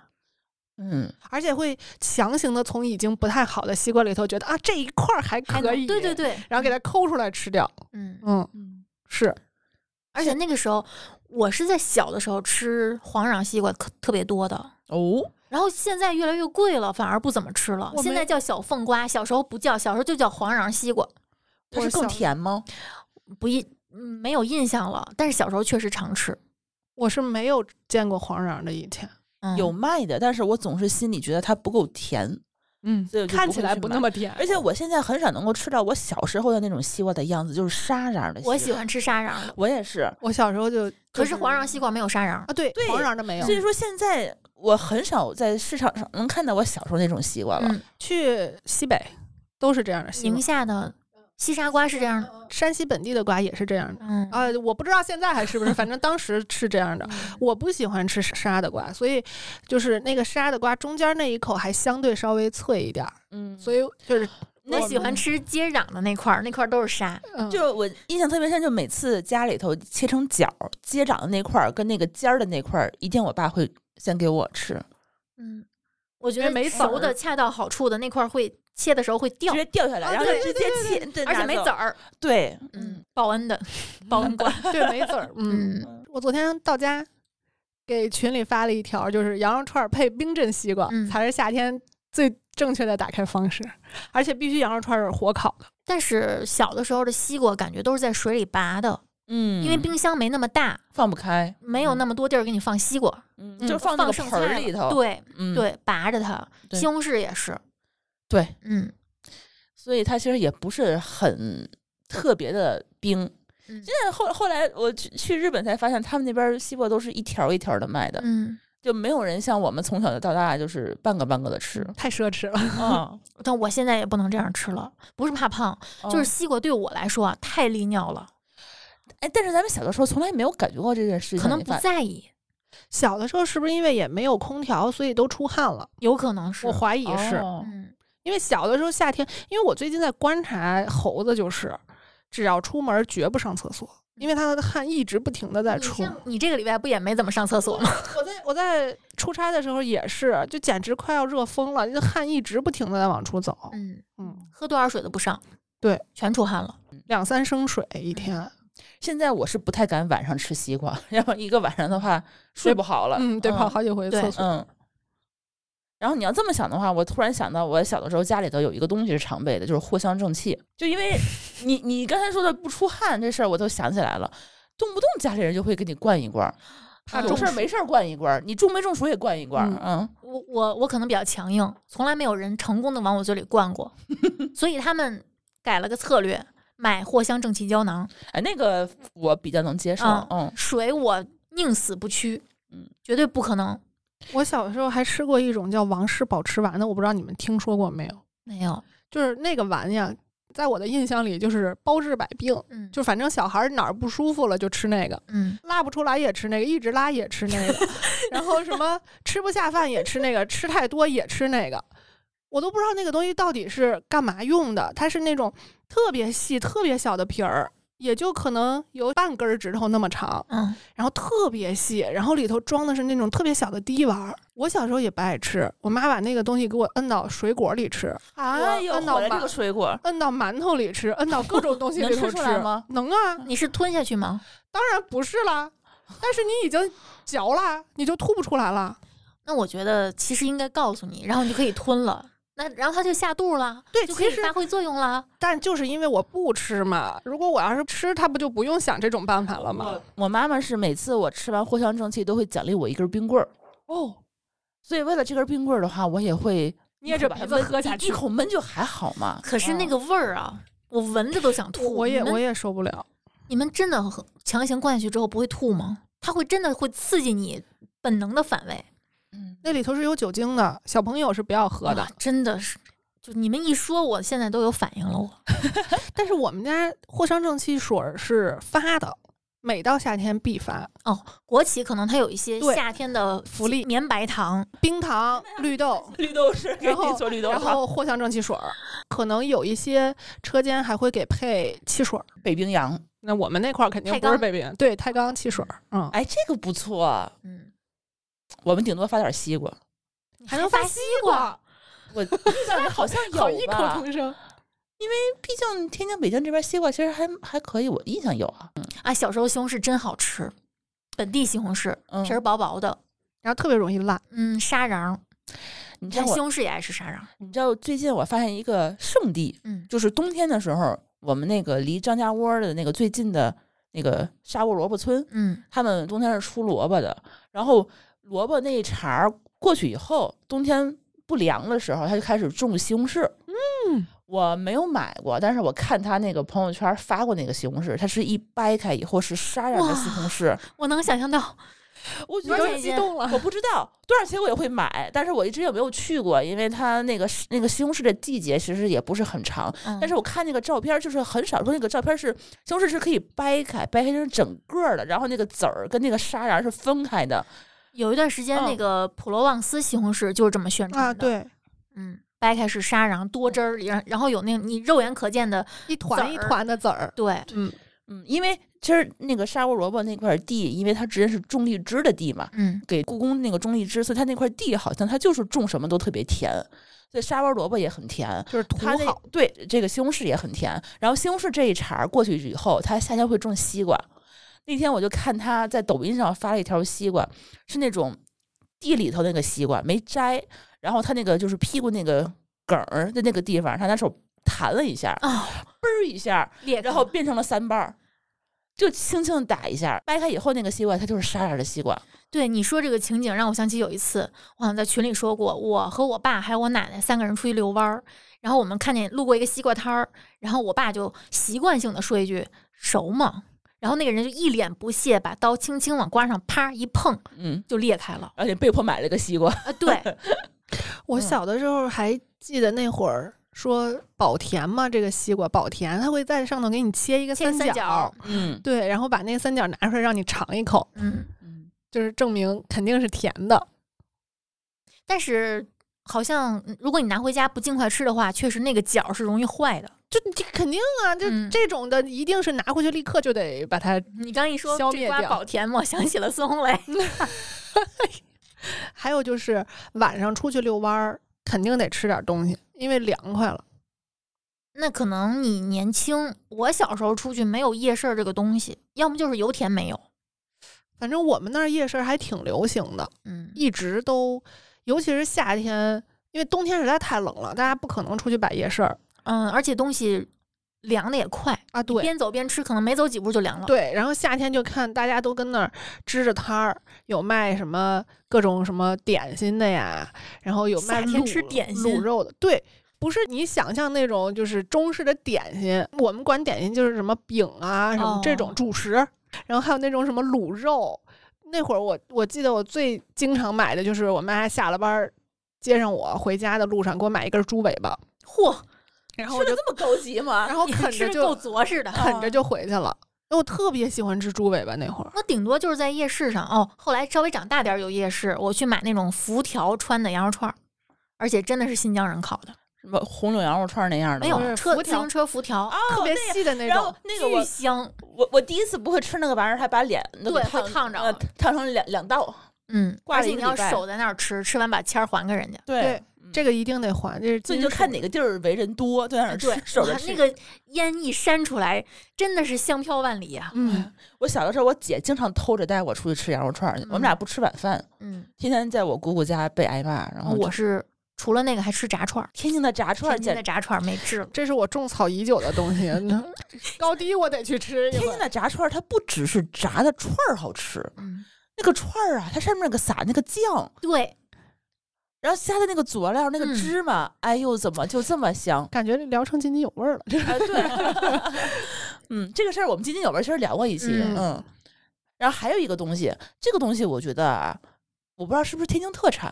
嗯，
而且会强行的从已经不太好的西瓜里头觉得啊这一块儿还
还
可
能
以，
对对，对，
然后给它抠出来吃掉。
嗯，
嗯，
嗯
是，
而且那个时候我是在小的时候吃黄瓤西瓜可特别多的，
哦，
然后现在越来越贵了，反而不怎么吃了。
我
现
没
在叫小凤瓜，小时候不叫，小时候就叫黄瓤西瓜，
它
我
是更
小
甜吗？
不一嗯没有印象了。但是小时候确实常吃，
我是没有见过黄瓤的，以前，
嗯、
有卖的，但是我总是心里觉得它不够甜，
嗯
所以我就
看
不
起
会
来
去
不
买
那么甜，
而且我现在很少能够吃到我小时候的那种西瓜的样子，就是沙瓤的。
我喜，欢吃沙瓤的，
我也是。
我小时候就
可是黄瓤西瓜没有沙瓤。
啊，对
对
黄瓤的没有
所。以说现在我很少在市场上能看到我小时候那种西瓜了。
嗯，
去西北都是这样的西瓜
宁，夏的西沙瓜是这样的，
山西本地的瓜也是这样的。
嗯
啊，我不知道现在还是不是，反正当时是这样的。 我不喜欢吃沙的瓜，所以就是那个沙的瓜中间那一口还相对稍微脆一点儿，
嗯
所以就是
我喜欢吃接壤的那块儿，那块儿都是沙。
嗯
就我印象特别深，就每次家里头切成角儿，接长的那块儿跟那个尖儿的那块儿，一定我爸会先给我吃，
嗯，我觉
因为
得
没籽
熟
儿
的恰到好处的那块儿会切的时候会掉
直，接掉下
哦
来，然后
对
直接切，对
而且
拿
没
走
籽儿。
对，
嗯
嗯，，
报恩的，报恩 瓜。
对没籽儿，嗯。
嗯，
我昨天到家，给群里发了一条，就是羊肉串儿配冰镇西瓜、
嗯
才是夏天最正确的打开方式，而且必须羊肉串儿是火烤的。
但是小的时候的西瓜感觉都是在水里拔的，
嗯，
因为冰箱没那么大，
放不开，
没有那么多地儿给你放西瓜，
嗯，
嗯
就是放那
嗯放
个
剩
盆
菜
儿
了
里头，
对
嗯，
对，拔着它。
对
西红柿也是，
对，
嗯
所以它其实也不是很特别的冰。
嗯
现在后后来我去去日本才发现，他们那边儿西瓜都是一条儿一条儿的卖的，
嗯。
就没有人像我们从小到大就是半个半个的吃。
太奢侈了，
啊，
但我现在也不能这样吃了，不是怕胖，
嗯
嗯
就是西瓜对我来说啊太利尿了，
哎，但是咱们小的时候从来没有感觉过这件事情，
可能
你
不
发
在意，
小的时候是不是因为也没有空调，所以都出汗了？
有可能是
我，怀疑是、
哦
嗯
因为小的时候夏天，因为我最近在观察猴子，就是只要出门儿绝不上厕所，因为它的汗一直不停的在
你
出。
上你这个礼拜不也没怎么上厕所吗？
我在我在出差的时候也是，就简直快要热疯了，这汗一直不停的在往出走。
嗯，
嗯，
喝多少水都不上，
对，
全出汗了。
两三升水一天。
现在我是不太敢晚上吃西瓜，要不然一个晚上的话睡不好了。
嗯，对，跑好几回
对
厕所。
嗯。然后你要这么想的话，我突然想到，我小的时候家里头有一个东西是常备的，就是藿香正气。就因为你你刚才说的不出汗这事儿，我都想起来了，动不动家里人就会给你灌一罐儿，
怕
有
中
事儿没事儿灌一罐儿，你中没中暑也灌一罐儿。嗯
我我我可能比较强硬，从来没有人成功的往我嘴里 灌过，所以他们改了个策略，买藿香正气胶囊，
哎，那个我比较能接受。
嗯
嗯，
水我宁死不屈，
嗯，
绝对不可能
我小的时候还吃过一种叫王氏保吃丸的，我不知道你们听说过没有？
没有，
就是那个丸呀，在我的印象里就是包治百病，
嗯，
就反正小孩儿哪儿不舒服了就吃那个，
嗯，
拉不出来也吃那个，一直拉也 吃那个，然后什么吃不下饭也吃那个，吃太多也吃那个。我都不知道那个东西到底是干嘛用的。它是那种特别细、特别小的皮儿，也就可能有半根儿指头那么长，
嗯，
然后特别细，然后里头装的是那种特别小的滴丸儿。我小时候也不爱吃，我妈把那个东西给我摁到水果里吃，
啊，又
摁到
回来这
馒
个水果，
摁到馒头里吃，摁到各种东西
能
里头
吃出来吗？
能啊，
你是吞下去吗？
当然不是啦。但是你已经嚼啦，你就吐不出来了。
那我觉得其实应该告诉你，然后你就可以吞了。那然后它就下肚了，
对
就可以
其实嗯
发挥作用了。
但就是因为我不吃嘛，如果我要是吃，他不就不用想这种办法了吗？
我妈妈是每次我吃完藿香正气都会奖励我一根冰棍儿，
哦，
所以为了这根冰棍儿的话，我也会
捏着
把它
鼻子
闷
喝下
一
去
一口闷就还好嘛。嗯
可是那个味儿啊，我闻着都想吐。
我也
你
我
们
也受不了。
你们真的很强行灌下去之后不会吐吗？它会真的会刺激你本能的反胃。
嗯，
那里头是有酒精的，小朋友是不要喝的。
啊真的是，就你们一说，我现在都有反应了。我
但是我们家藿香正气水儿是发的，每到夏天必发，
哦，国企可能它有一些
对
夏天的
福利
绵白糖，
冰糖、绿豆，
绿豆是给
然后
你做绿豆
然
汤，
后藿香正气水儿，可能有一些车间还会给配汽水儿。
北冰洋，
那我们那块儿肯定
太
不是
钢
北冰，对，太钢汽水儿，嗯，
哎，这个不错，
嗯，
我们顶多发点西瓜。
还能发西瓜，
我印象里好像有
好异口
吧，
同声。
毕竟天津、北京这边西瓜其实还还可以，我印象有啊。
啊，小时候西红柿真好吃，本地西红柿
嗯
皮儿薄薄的，
然后特别容易烂，
嗯，沙瓤儿，
你
你
知道
看
我
西，红柿也爱吃沙瓤儿，
你知道最近我发现一个圣地，
嗯，
就是冬天的时候，我们那个离张家窝的那个最近的那个沙窝萝卜村，
嗯，
他们冬天是出萝卜的，然后萝卜那一茬儿过去以后，冬天不凉的时候，他就开始种西红柿。
嗯，
我没有买过，但是我看他那个朋友圈发过那个西红柿，它是一掰开以后是沙瓤的西红柿，
我能想象到，
我觉
而
得
且。
都激动了。
我不知道多少钱我也会买，但是我一直也没有去过，因为它那个是那个西红柿的季节其实也不是很长。
嗯
但是我看那个照片，就是很少说那个照片是西红柿是可以掰开，掰开成整个儿的，然后那个籽儿跟那个沙瓤是分开的。
有一段时间
嗯
那个普罗旺斯西红柿就是这么宣传的，
啊，，对，
嗯，掰开是沙瓤多汁儿，然然后有那你肉眼可见的，
一团一
籽儿
团的籽儿，
对，
嗯，
嗯，因为其实那个沙窝萝卜那块地，因为它之前是种荔枝的地嘛，
嗯，
给故宫那个种荔枝，所以它那块地好像它就是种什么都特别甜，所以沙窝萝卜也很甜。
就是土
它那
好。
对这个西红柿也很甜，然后西红柿这一茬儿过去以后，它夏天会种西瓜。那天我就看他在抖音上发了一条西瓜，是那种地里头那个西瓜没摘，然后他那个就是屁股那个梗儿的那个地方，他拿手弹了一下，
啊、
嘣儿一下，
裂开
然后变成了三瓣儿，就轻轻地打一下，掰开以后那个西瓜它就是沙瓤的西瓜，
对你说这个情景，让我想起有一次，我好像在群里说过，我和我爸还有我奶奶三个人出去遛弯儿，然后我们看见路过一个西瓜摊儿，然后我爸就习惯性的说一句“熟吗”，然后那个人就一脸不屑，把刀轻轻往瓜上啪一碰，
嗯，
就裂开了。
而且被迫买了个西瓜，
啊，对，
我
嗯
小的时候还记得那会儿说保田嘛，这个西瓜保田，它会在上头给你切一个
切个
三
三角，
嗯
对，然后把那个三角拿出来让你尝一口，
嗯，
嗯，
就是证明肯定是甜的。
但是好像嗯如果你拿回家不尽快吃的话，确实那个角儿是容易坏的。
就这肯定啊，就
嗯
这种的一定是拿回去立刻就得把它，
你刚一说
消
这
灭
瓜
掉
保甜，我想起了孙红雷，
还有就是晚上出去遛弯儿，肯定得吃点东西，因为凉快了。
那可能你年轻，我小时候出去没有夜市儿这个东西，要么就是油田没有。
反正我们那儿夜市还挺流行的，
嗯，
一直都，尤其是夏天，因为冬天实在太冷了，大家不可能出去摆夜市儿
嗯，而且东西凉的也快，
啊。
你
对
边走边吃，可能没走几步就凉了。，
对，然后夏天就看大家都跟那儿支着摊儿，有卖什么各种什么点心的呀，然后有卖
夏天
卤
吃点
卤
心
肉的，对。不是你想象那种就是中式的点心，我们管点心就是什么饼啊，什么这
哦
种主食，然后还有那种什么卤肉。那会儿我我记得我最经常买的就是我妈下了班儿接上我回家的路上给我买一根猪尾巴，
嚯，
然后我
吃的
就
这么高级 吗？
然后
你
啃
吃
着
的
就
够着实的。
啃着就回去了。那我特别喜欢吃猪尾巴那会儿，
我顶多就是在夜市上哦，后来稍微长大点儿有夜市，我去买那种辐条穿的羊肉串儿，而且真的是新疆人烤的，
什么红柳羊肉串那样的
没
吗
是
有车
辐
自行
条
车辐条，啊
特别
那个
细的那
然
种
后，那个我
巨香，
我我第一次不会吃那个玩意儿，还把脸那个
对会烫着
呃烫成两两道。
嗯，
挂
而
了
且
一
你
个
要
礼拜
守在那儿吃，吃完把签儿还给人家。
对，这
个
个一定得还，这是
所以
金
就
属
看哪个地儿为人多，就在哪儿吃
对，
守着
哇
吃。
那个烟一扇出来，真的是香飘万里呀、
嗯，
我小的时候，我姐经常偷着带我出去吃羊肉串儿去，我们
嗯
俩不吃晚饭，
嗯，
天天在我姑姑家被挨骂。然后
哦我
就是
除了那个还吃炸串儿，
天津的炸串儿
天津
简
的
直，
炸串儿没治了。
这是我种草已久的东西，那高低我得去吃一
天
回
津。的炸串儿它不只是炸的串儿好吃，
嗯，
那个串儿啊，它上面那个撒那个酱，
对，
然后加的那个佐料，那个
嗯
芝麻，哎呦，怎么就这么香？
感觉聊成津津有味儿了，这
啊，对， 嗯，这个事儿我们津津有味儿，其实聊过一期，嗯
嗯
然后还有一个东西，这个东西我觉得啊，我不知道是不是天津特产，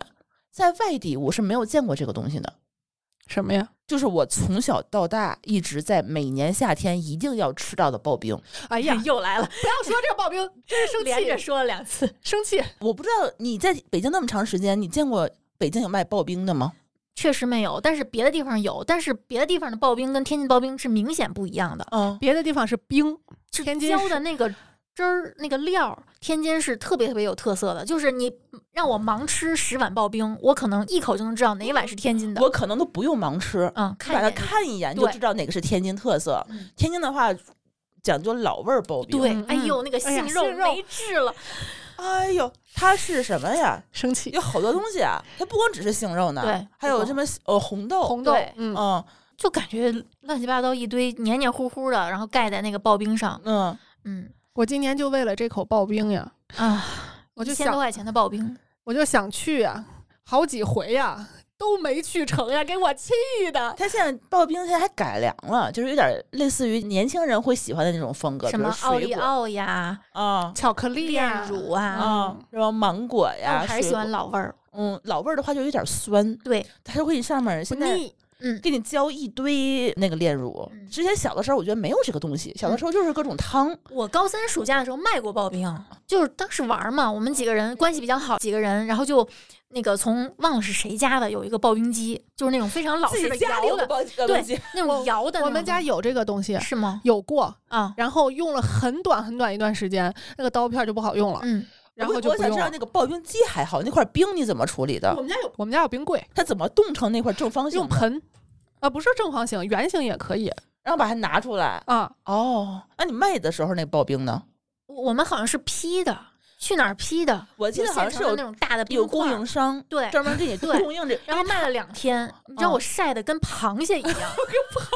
在外地我是没有见过这个东西的。
什么呀？
就是我从小到大一直在每年夏天一定要吃到的刨冰。
哎呀，
又来了，
不要说这个刨冰，真是生
连着
气，
说了两次。
生气。
我不知道你在北京那么长时间，你见过北京有卖刨冰的吗？
确实没有，但是别的地方有，但是别的地方的刨冰跟天津刨冰是明显不一样的，
嗯，
别的地方是冰，
是
天津
浇
是
的那个汁儿、那个料儿，天津是特别特别有特色的。就是你让我盲吃十碗刨冰，我可能一口就能知道哪一碗是天津的。
我可能都不用盲吃，
嗯，
你把它
看一眼
看一眼你就
对
知道哪个是天津特色。
嗯
天津的话讲究老味儿刨冰，
对
嗯，
哎呦，那个
哎呀
杏肉
杏肉
没治了，
哎呦，它是什么 呀？
生气。
有好多东西啊，它不光只是杏肉呢，
对
还有什么呃红豆，
红豆
对，
嗯，
嗯
就感觉乱七八糟一堆黏黏糊糊的，然后盖在那个刨冰上。
嗯，
嗯
我今年就为了这口刨冰呀，
啊，
我就
一千多
想，
块钱的刨冰，
我就想去呀，好几回呀都没去成呀，给我气的。
它现在刨冰现在还改良了，就是有点类似于年轻人会喜欢的那种风格，
什么
比如
奥
水
利
果
奥呀、
啊
巧克力呀
炼，乳啊，
啊
嗯，
然后芒果
但
呀，
我还是喜欢
水
老味儿。
果嗯老味儿的话就有点酸，
对，
它会上面
不
现在
腻。
嗯，
给你浇一堆那个炼乳
嗯。
之前小的时候我觉得没有这个东西，小的时候就是各种汤，
我高三暑假的时候卖过刨冰，就是当时玩儿嘛，我们几个人关系比较好，几个人，然后就那个从忘了是谁家的有一个刨冰机，就是那种非常老式的摇
有
的，
包
对
机，
那种摇的那种。
我们家有这个东西，
是吗？
有过，
啊，
然后用了很短很短一段时间，那个刀片就不好用了，
嗯，
然后就
我
不
想
用
知道
了。
那个刨冰机还好，那块冰你怎么处理的？
们家有，我们家有冰柜，
它怎么冻成那块正方形
用
的？
盆，啊，不是正方形，圆形也可以
然后把它拿出来。
啊。
哦，那你卖的时候那刨冰呢？
我我们好像是批的，去哪儿批的？
我记得
有
好像
现
是
成的
有
那种大的冰
有供
块儿
应商
对
专门嗯给你
对
供应这，
然后卖了两天，你知道我晒的跟螃蟹 一样，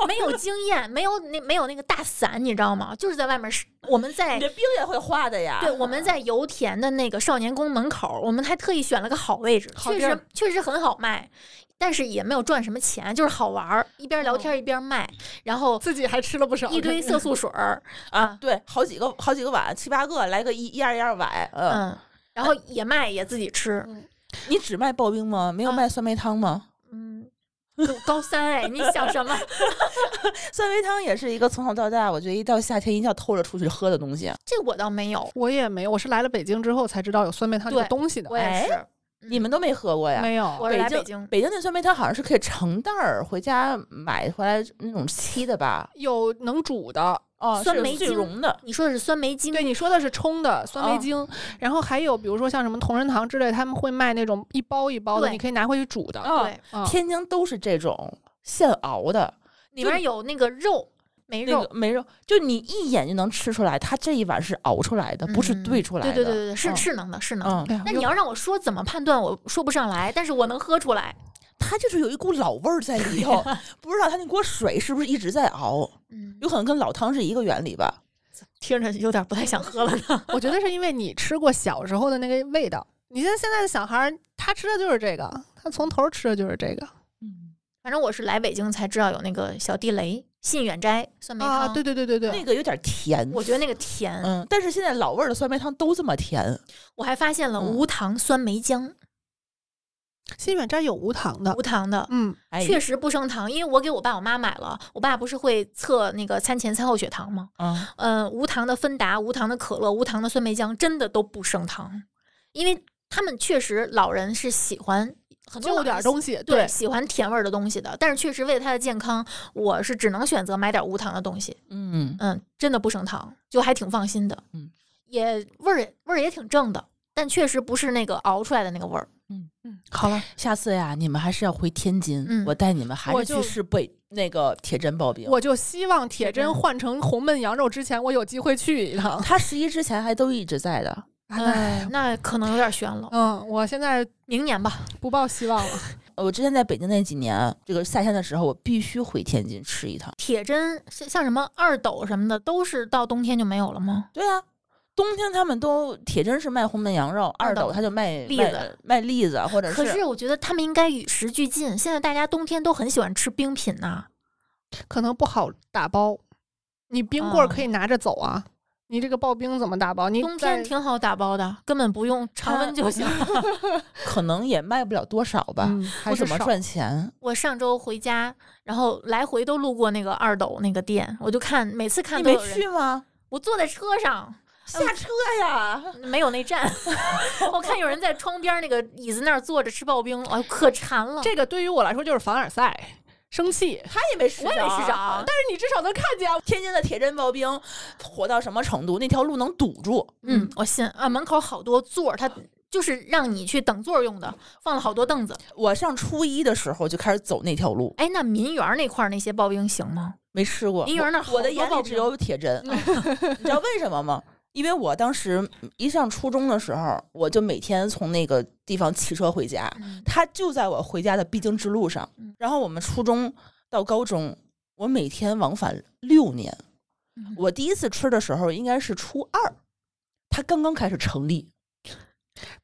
没有经验，没有那没有那个大伞，你知道吗？就是在外面是，我们在
你这冰也会化的呀。
对我们在油田的那个少年宫门口，我们还特意选了个好位置，
好
确
地儿
实确实很好卖，但是也没有赚什么钱，就是好玩儿，一边聊天一边卖，然后
自己还吃了不少，
一堆色素水儿，
啊， 对，好几个好几个碗，七八个，来个一一二一二碗。嗯，
嗯，然后也卖也自己吃，
你只卖刨冰吗？没有
啊
卖酸梅汤吗？
嗯，就高三哎，你想什么？
酸梅汤也是一个从小到大，我觉得一到夏天一定要偷着出去喝的东西。啊
这我倒没有，
我也没有，我是来了北京之后才知道有酸梅汤这个
对
东西的
我，也是，
你们都没喝过呀？
没有
嗯我是来
北
北
京
京，
北京那酸梅汤好像是可以成袋儿回家买回来那种沏的吧？
有能煮的。
哦，
酸
是
梅
最
精
溶的。
你说的是酸梅精，
对，你说的是冲的酸梅精，嗯啊然后还有比如说像什么同仁堂之类，他们会卖那种一包一包的，
对
你可以拿回去煮的。
哦
对，
啊
天津都是这种现熬的，
里面有那个肉梅
那
肉
个。梅肉，就你一眼就能吃出来，它这一碗是熬出来的，不是
嗯
兑出来的。
对对对对对，是
嗯
是能的，是能的。
嗯，
哎呀
那你要让我说怎么判断，我说不上来，但是我能喝出来。
它就是有一股老味儿在里头，不知道它那锅水是不是一直在熬，
嗯
有可能跟老汤是一个原理吧。
听着有点不太想喝了呢。
我觉得是因为你吃过小时候的那个味道。你现在现在的小孩儿，他吃的就是这个，他从头儿吃的就是这个
嗯，
反正我是来北京才知道有那个小地雷、信远斋酸梅汤。
啊！对，对对对对，
那个有点甜，
我觉得那个甜。
嗯，但是现在老味儿的酸梅汤都这么甜，
我还发现了
嗯
无糖酸梅姜，
新远斋有无糖的
无，糖的。
嗯，
哎，
确实不升糖，因为我给我爸我妈买了，我爸不是会测那个餐前餐后血糖吗？
啊，
嗯，无糖的芬达、无糖的可乐、无糖的酸梅酱真的都不升糖，因为他们确实老人是喜欢很多
就点
东西。
东西，
对
对，
喜欢甜味儿的东西的，但是确实为了他的健康，我是只能选择买点无糖的东西。
嗯，
嗯，真的不升糖，就还挺放心的。
嗯，
也味儿也味儿也挺正的，但确实不是那个熬出来的那个味儿。
嗯，好了，
下次呀，你们还是要回天津，
嗯
我带你们还
我
是去
就
试北那个铁针刨冰。
我就希望铁
铁针
针换成红焖羊肉之前，我有机会去一 趟。
他十一之前还都一直在的，
哎，那可能有点悬了，
嗯，我现在
明年吧。
不抱希望了。
呃我之前在北京那几年，啊这个夏天的时候，我必须回天津吃一趟。
铁针像像什么二斗什么的，都是到冬天就没有了吗？
对啊，冬天他们都铁针是卖红焖羊肉，
二
二
斗
斗他就卖
栗子
卖卖栗子，或者
可是我觉得他们应该与时俱进，现在大家冬天都很喜欢吃冰品呐、
可能不好打包。你冰棍儿可以拿着走啊，你这个刨冰怎么打包？你
冬
在嗯
天挺好打包的，根本不用常温就 行。
可能也卖不了多少吧，
嗯，
不
还是
怎么
少
赚钱。
我上周回家，然后来回都路过那个二斗那个店，我就看每次看
你
都
没
有人
去，吗？嗯
我坐在车上。
下
嗯
车呀！
没有 那站，我看有人在窗边那个椅子那儿坐着吃刨冰，哎呦，可馋了。
这个对于我来说就是凡尔赛，生气。
他也没吃
我也没吃着
但，是你至少能看见啊，
天津的铁针刨冰火到什么程度？那条路能堵住，
嗯，我信啊。门口好多座儿，它就是让你去等座儿用的，放了好多凳子。
我上初一的时候就开始走那条路，
哎，那民园儿那块儿那些刨冰行吗？
没吃过。
银元那儿
我我的
好多
眼
刨
里只
冰
有铁针， 你知道为什么吗？因为我当时一上初中的时候，我就每天从那个地方骑车回家，
嗯
它就在我回家的必经之路上
嗯。
然后我们初中到高中，我每天往返六年。
嗯
我第一次吃的时候应该是初二，它刚刚开始成立，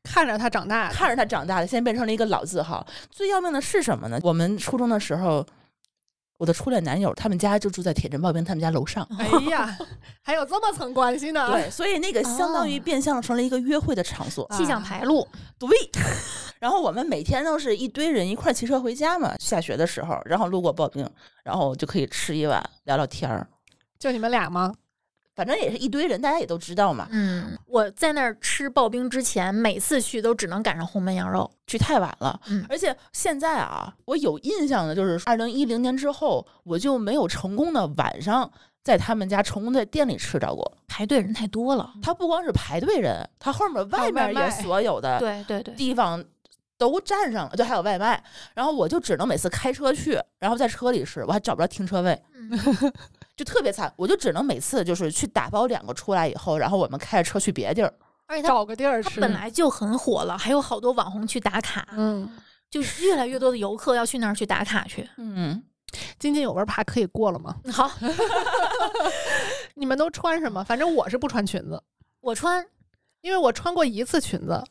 看着他长大的，
看着它长大的，现在变成了一个老字号。最要命的是什么呢？我们初中的时候，我的初恋男友他们家就住在铁镇刨冰他们家楼上。
哎呀，还有这么层关系
啊
呢？
对，所以那个相当于
哦
变相成了一个约会的场所。
气象牌路，
对， 然后我们每天都是一堆人一块儿骑车回家嘛，下学的时候，然后路过刨冰，然后就可以吃一碗，聊聊天儿。
就你们俩吗？
反正也是一堆人，大家也都知道嘛。
嗯，我在那儿吃刨冰之前，每次去都只能赶上红焖羊肉。
去太晚了，
嗯
而且现在啊，我有印象的就是二零一零年之后，我就没有成功的晚上在他们家成功在店里吃着过。
排队人太多了。
他不光是排队人，他后面
嗯还
外
有外
面也
卖
所有的
对对对，
地方都占上了，对，还有外卖。然后我就只能每次开车去，然后在车里吃，我还找不着停车位，
嗯
就特别惨。我就只能每次就是去打包两个出来以后，然后我们开着车去别地儿。
而且它
找个地儿
它
吃。
本来就很火了，还有好多网红去打卡，
嗯，
就越来越多的游客要去那儿去打卡去。
嗯，
津津有味儿爬可以过了吗？
好，
你们都穿什么？反正我是不穿裙子，
我穿
因为我穿过一次裙子，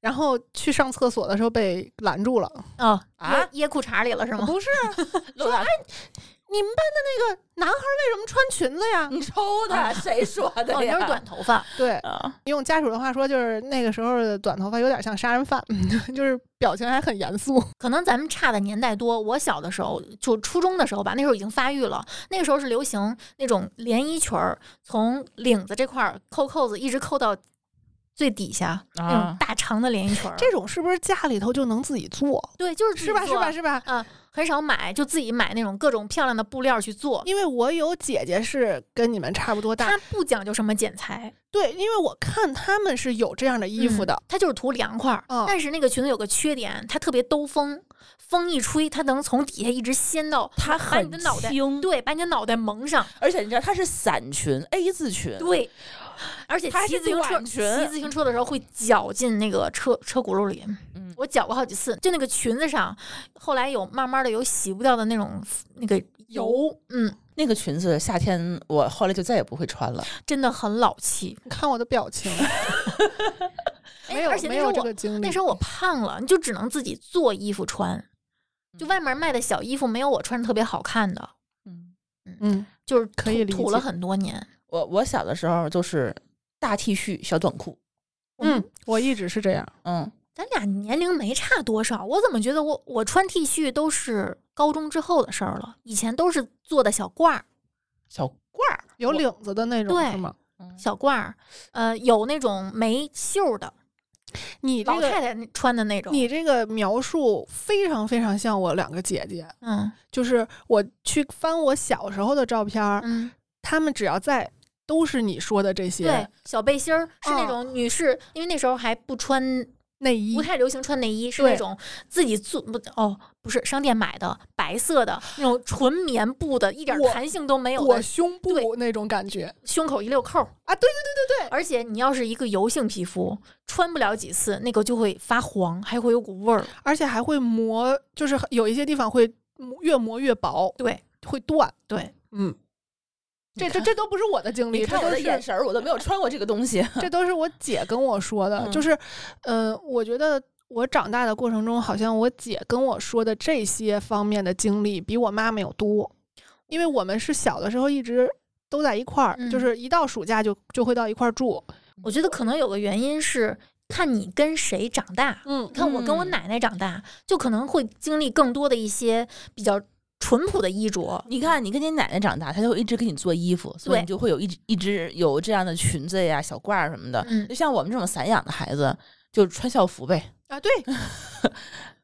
然后去上厕所的时候被拦住了。
哦
啊
掖掖裤衩里了是吗？
不是，
露嗯大
你们班的那个男孩儿为什么穿裙子呀？
你抽他，谁说的 呀？
哦，你那是短头发，
对，
啊，
用家属的话说，就是那个时候的短头发有点像杀人犯， 就是表情还很严肃。
可能咱们差的年代多。我小的时候，就初中的时候吧，那时候已经发育了。那个时候是流行那种连衣裙儿，从领子这块儿扣扣子，一直扣到最底下，那种
啊
大长的连衣裙儿。
这种是不是家里头就能自己做？
对，就是自己
是吧？是
做
吧？？是吧？
啊，很少买，就自己买那种各种漂亮的布料去做。
因为我有姐姐是跟你们差不多大
它，不讲究什么剪裁，嗯
对，因为我看他们是有这样的衣服的，
它就是图凉快儿。
嗯
但是那个裙子有个缺点，它特别兜风，风一吹，它能从底下一直掀到，
它
把你
很
的脑袋
轻，
对，把你的脑袋蒙上，
而且你知道它是伞裙 A 字裙，
对。而且
它还
骑
是
自行车，
短
骑
裙
自行车的时候会绞进那个车车轱辘里。
嗯
我绞过好几次，就那个裙子上，后来有慢慢的有洗不掉的那种那个油，嗯，
那个裙子夏天我后来就再也不会穿了。
真的很老气。
你看我的表 情，
哎
没有
而且那
没
时候
有这
我
个经历。
那时候我胖了，你就只能自己做衣服穿，
嗯
就外面卖的小衣服没有我穿的特别好看的，
嗯，
嗯，
就是
可以
土
理
土了
解
很多年。
我我小的时候就是大 T 恤、小短裤，
嗯，我一直是这样。
嗯，
咱俩年龄没差多少，我怎么觉得我我穿 T 恤都是高中之后的事儿了？以前都是做的小褂儿，
小褂儿，
有领子的那种
对
嗯
是吗？
小褂儿，呃，有那种没袖儿的，
你这
老
个
太太那穿的那种。
你这个描述非常非常像我两个姐姐，
嗯
就是我去翻我小时候的照片儿，
嗯，
她们只要在，都是你说的这
对
些，
小背心儿是那
嗯
种女士，因为那时候还不穿，
内衣
不。太流行穿内衣，是那
对
种自己做不哦，不是商店买的白色的那种纯棉布的，一点
我
弹性都没有
裹
的，
胸部
对
那种感觉，
胸口一溜扣
啊对
对对对对对，而且你要是一个油性皮肤，穿不了几次，那个就会发黄，还会有股味儿。
而且还会磨，就是有一些地方会磨越磨越薄，
对
会断。
对，
嗯，这
你
这
看
这都不是我的经历，
你
这
看
都
我的
是
眼神儿，我都没有穿过这个东 西。
这都是我姐跟我说的，
嗯
就是，呃，我觉得我长大的过程中，好像我姐跟我说的这些方面的经历比我妈妈有多，因为我们是小的时候一直都在一块儿，
嗯
就是一到暑假就就会到一块儿住。
我觉得可能有个原因是看你跟谁长大。
嗯
你看我跟我
嗯
奶奶长大，就可能会经历更多的一些比较淳朴的衣着。
你看，你跟你奶奶长大，她就会一直给你做衣服，所以
对
你就会有一一只有这样的裙子呀、小褂儿什么的。
嗯
就像我们这种散养的孩子，就穿校服呗。
啊， 对，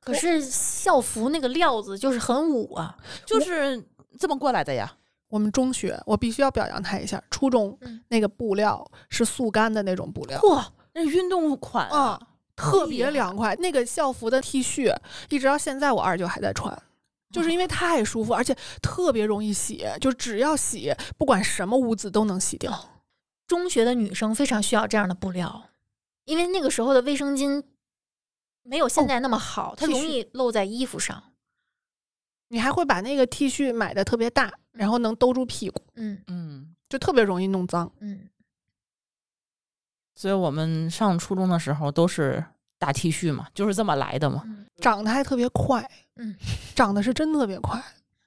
可是校服那个料子就是很捂啊，
就是这么过来的呀。
我们中学我必须要表扬她一下，初中
嗯
那个布料是速干的那种布料，
嚯，
那运动款
啊，特
厉
别
害
凉快。那个校服的 T 恤，一直到现在我二舅还在穿，就是因为太舒服，而且特别容易洗，就只要洗，不管什么污渍都能洗掉。
中学的女生非常需要这样的布料，因为那个时候的卫生巾没有
哦
现在那么好，它
剃
容
须
易露在衣服上。
你还会把那个 T 恤买的特别大，然后能兜住屁股，
嗯
嗯，
就特别容易弄脏。
嗯，
所以我们上初中的时候都是大 T 恤嘛，就是这么来的嘛。
嗯
长得还特别快，
嗯，
长得是真特别快，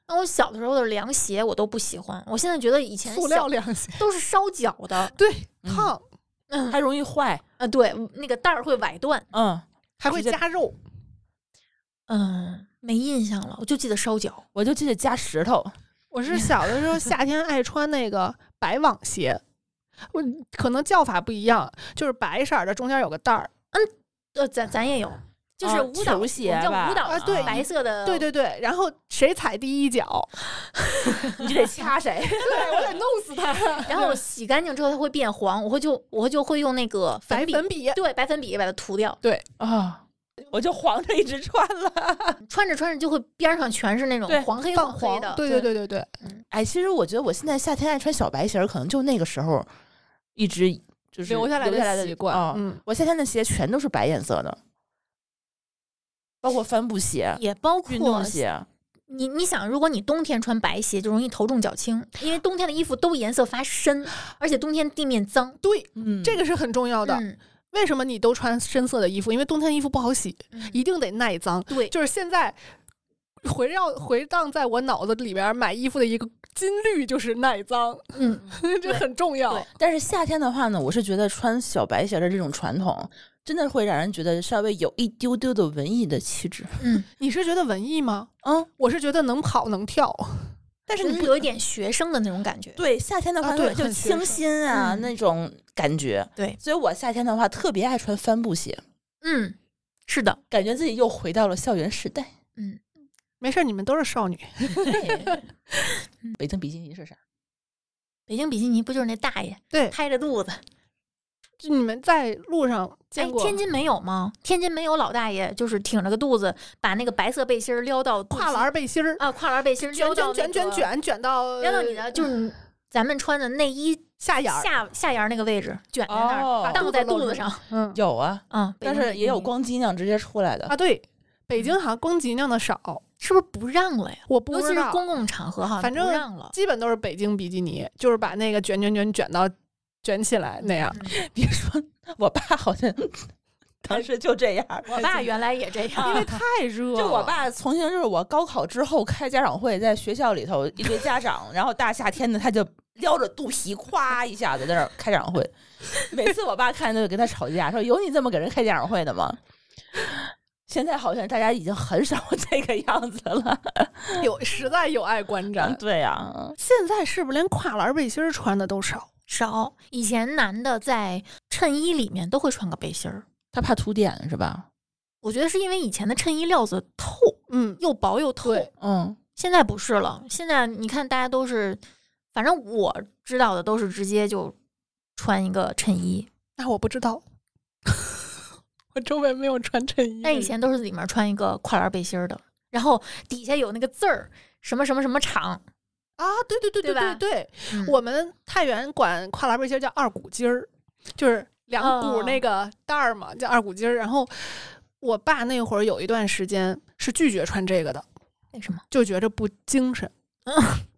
那我小的时候的凉鞋我都不喜欢，我现在觉得以前
塑料
小
凉鞋，
都是烧脚的，
对，
嗯
烫，
还容易坏，
啊，对，那个带儿会崴断，
嗯，
还会
直接
加肉。
嗯，没印象了，我就记得烧脚，
我就记得加石头，
我是小的时候夏天爱穿那个白网鞋，我可能叫法不一样，就是白色儿的，中间有个带儿。
呃，咱咱也有，就是
啊
舞蹈、
球
我
鞋
们叫
吧
舞蹈
啊
鞋
对
白色的，
对对对，然后谁踩第一脚，
你 就得掐谁。
对我得弄死他。
然后洗干净之后它会变黄，我会就我就会用那个
白
粉笔，
粉笔，
对，白粉笔把它涂掉，
啊，我就黄着一直穿了。
穿着穿着就会边上全是那种
对
黄黑
泛
黑
黄
的，，
对对对对对，
哎，其实我觉得我现在夏天爱穿小白鞋儿，可能就那个时候一直就是留下来的
习惯
啊，
嗯，
我夏天的鞋全都是白颜色的，包括帆布鞋、
也包
运
括
动鞋。
你你想，如果你冬天穿白鞋，就容易头重脚轻，因为冬天的衣服都颜色发深，而且冬天地面脏。
对，
嗯
这个是很重要的。
嗯，
为什么你都穿深色的衣服？因为冬天衣服不好洗，
嗯
一定得耐脏。
对
就是现在回绕回荡在我脑子里边儿，买衣服的一个金律就是耐脏，
嗯，
这
对
很重要
对。
但是夏天的话呢，我是觉得穿小白鞋的这种传统，真的会让人觉得稍微有一丢丢的文艺的气质。
嗯，
你是觉得文艺吗？
嗯，
我是觉得能跑能跳，
但
就是有一点学生的那种感觉。
对夏天的
啊
话，
对
就
很学
清
生
新啊、
嗯
那种感觉。
对
所以我夏天的话特别爱穿帆布鞋，
嗯，是的，
感觉自己又回到了校园时代。
嗯，
没事儿，你们都是少女。
北京比基尼是啥？
北京比基尼不就是那大爷
对，
拍着肚子？
就你们在路上
哎
见，过？
天津没有吗？天津没有老大爷，就是挺着个肚子，把那个白色背心儿撩到肚
跨
脐
栏背心儿，
啊，跨栏背心儿
卷
撩
卷
到
卷
那
卷
个，
卷卷 到呃
撩到你的就是你咱们穿的内衣
下沿儿，
下下沿儿那个位置，卷在那
哦
儿，荡在
肚子
肚
露
子
出
上。
嗯
有啊，
嗯，北
但
京
是
比
也
基
有
尼
光脊那样直接出来的
啊，。对，北京好像光脊梁的少，
是不是不让了呀？
我不
嗯尤其
知
是
道，
公共场合哈，
反正
不让了。
基本都是北京比基尼，就是把那个卷卷卷卷到卷起来那样。
嗯
别说，我爸好 像当时就这样。
嗯我爸原来也这样，
哎因 为太热了，
就我爸曾经就是我高考之后开家长会，在学校里头一堆家长，然后大夏天的他就撩着肚皮咵一下子在那儿开家长会，每次我爸看都得跟他吵架，说有你这么给人开家长会的吗？现在好像大家已经很少 这个样子了。
有实在有碍观
嗯
瞻。
对啊呀、
现在是不是连跨栏背心儿穿的都少？
少。以前男的在衬衣里面都会穿个背心儿，
他怕凸点是吧？
我觉得是因为以前的衬衣料子透，
嗯，
又薄又透，
对
嗯，
现在不是了。现在你看，大家都是，反正我知道的都是直接就穿一个衬衣，
那我不知 道，我周围没有穿衬衣的
但
人。
以前都是里面穿一个跨栏背心儿的，然后底下有那个字儿，什么什么什么厂。
啊，对对对
对
对
吧
对，
嗯
我们太原管跨栏背心儿叫二股筋儿，就是两股
哦
那个带儿嘛，叫二股筋儿。然后我爸那会儿有一段时间是拒绝穿这个的，
为什么？
就觉着不精神，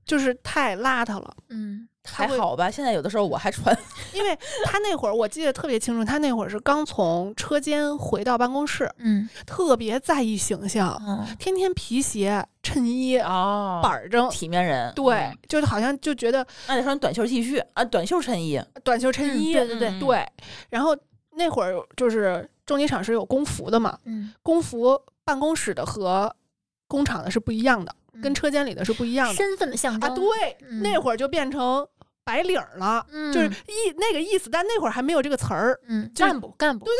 就是太邋 遢了。
嗯，
嗯还
会
好吧。现在有的时候我还穿，
因为他那会儿我记得特别清楚，他那会儿是刚从车间回到办公室，
嗯
特别在意形象，
嗯，
天天皮鞋、衬衣、
哦
板儿正。
体面人，
对
嗯，
就是好像就觉得
那得穿短袖 T 恤啊，短袖衬衣，
短袖衬衣，
对对对，
嗯
对，然后那会儿就是重机厂是有工服的嘛，
嗯，
工服办公室的和工厂的是不一样的，跟
嗯
车间里的是不一样的
身份的象
啊。
征。，
对，
嗯
那会儿就变成白领儿了，
嗯，
就是意那个意思，但那会儿还没有这个词儿。
嗯，
就是
干部干部，
对，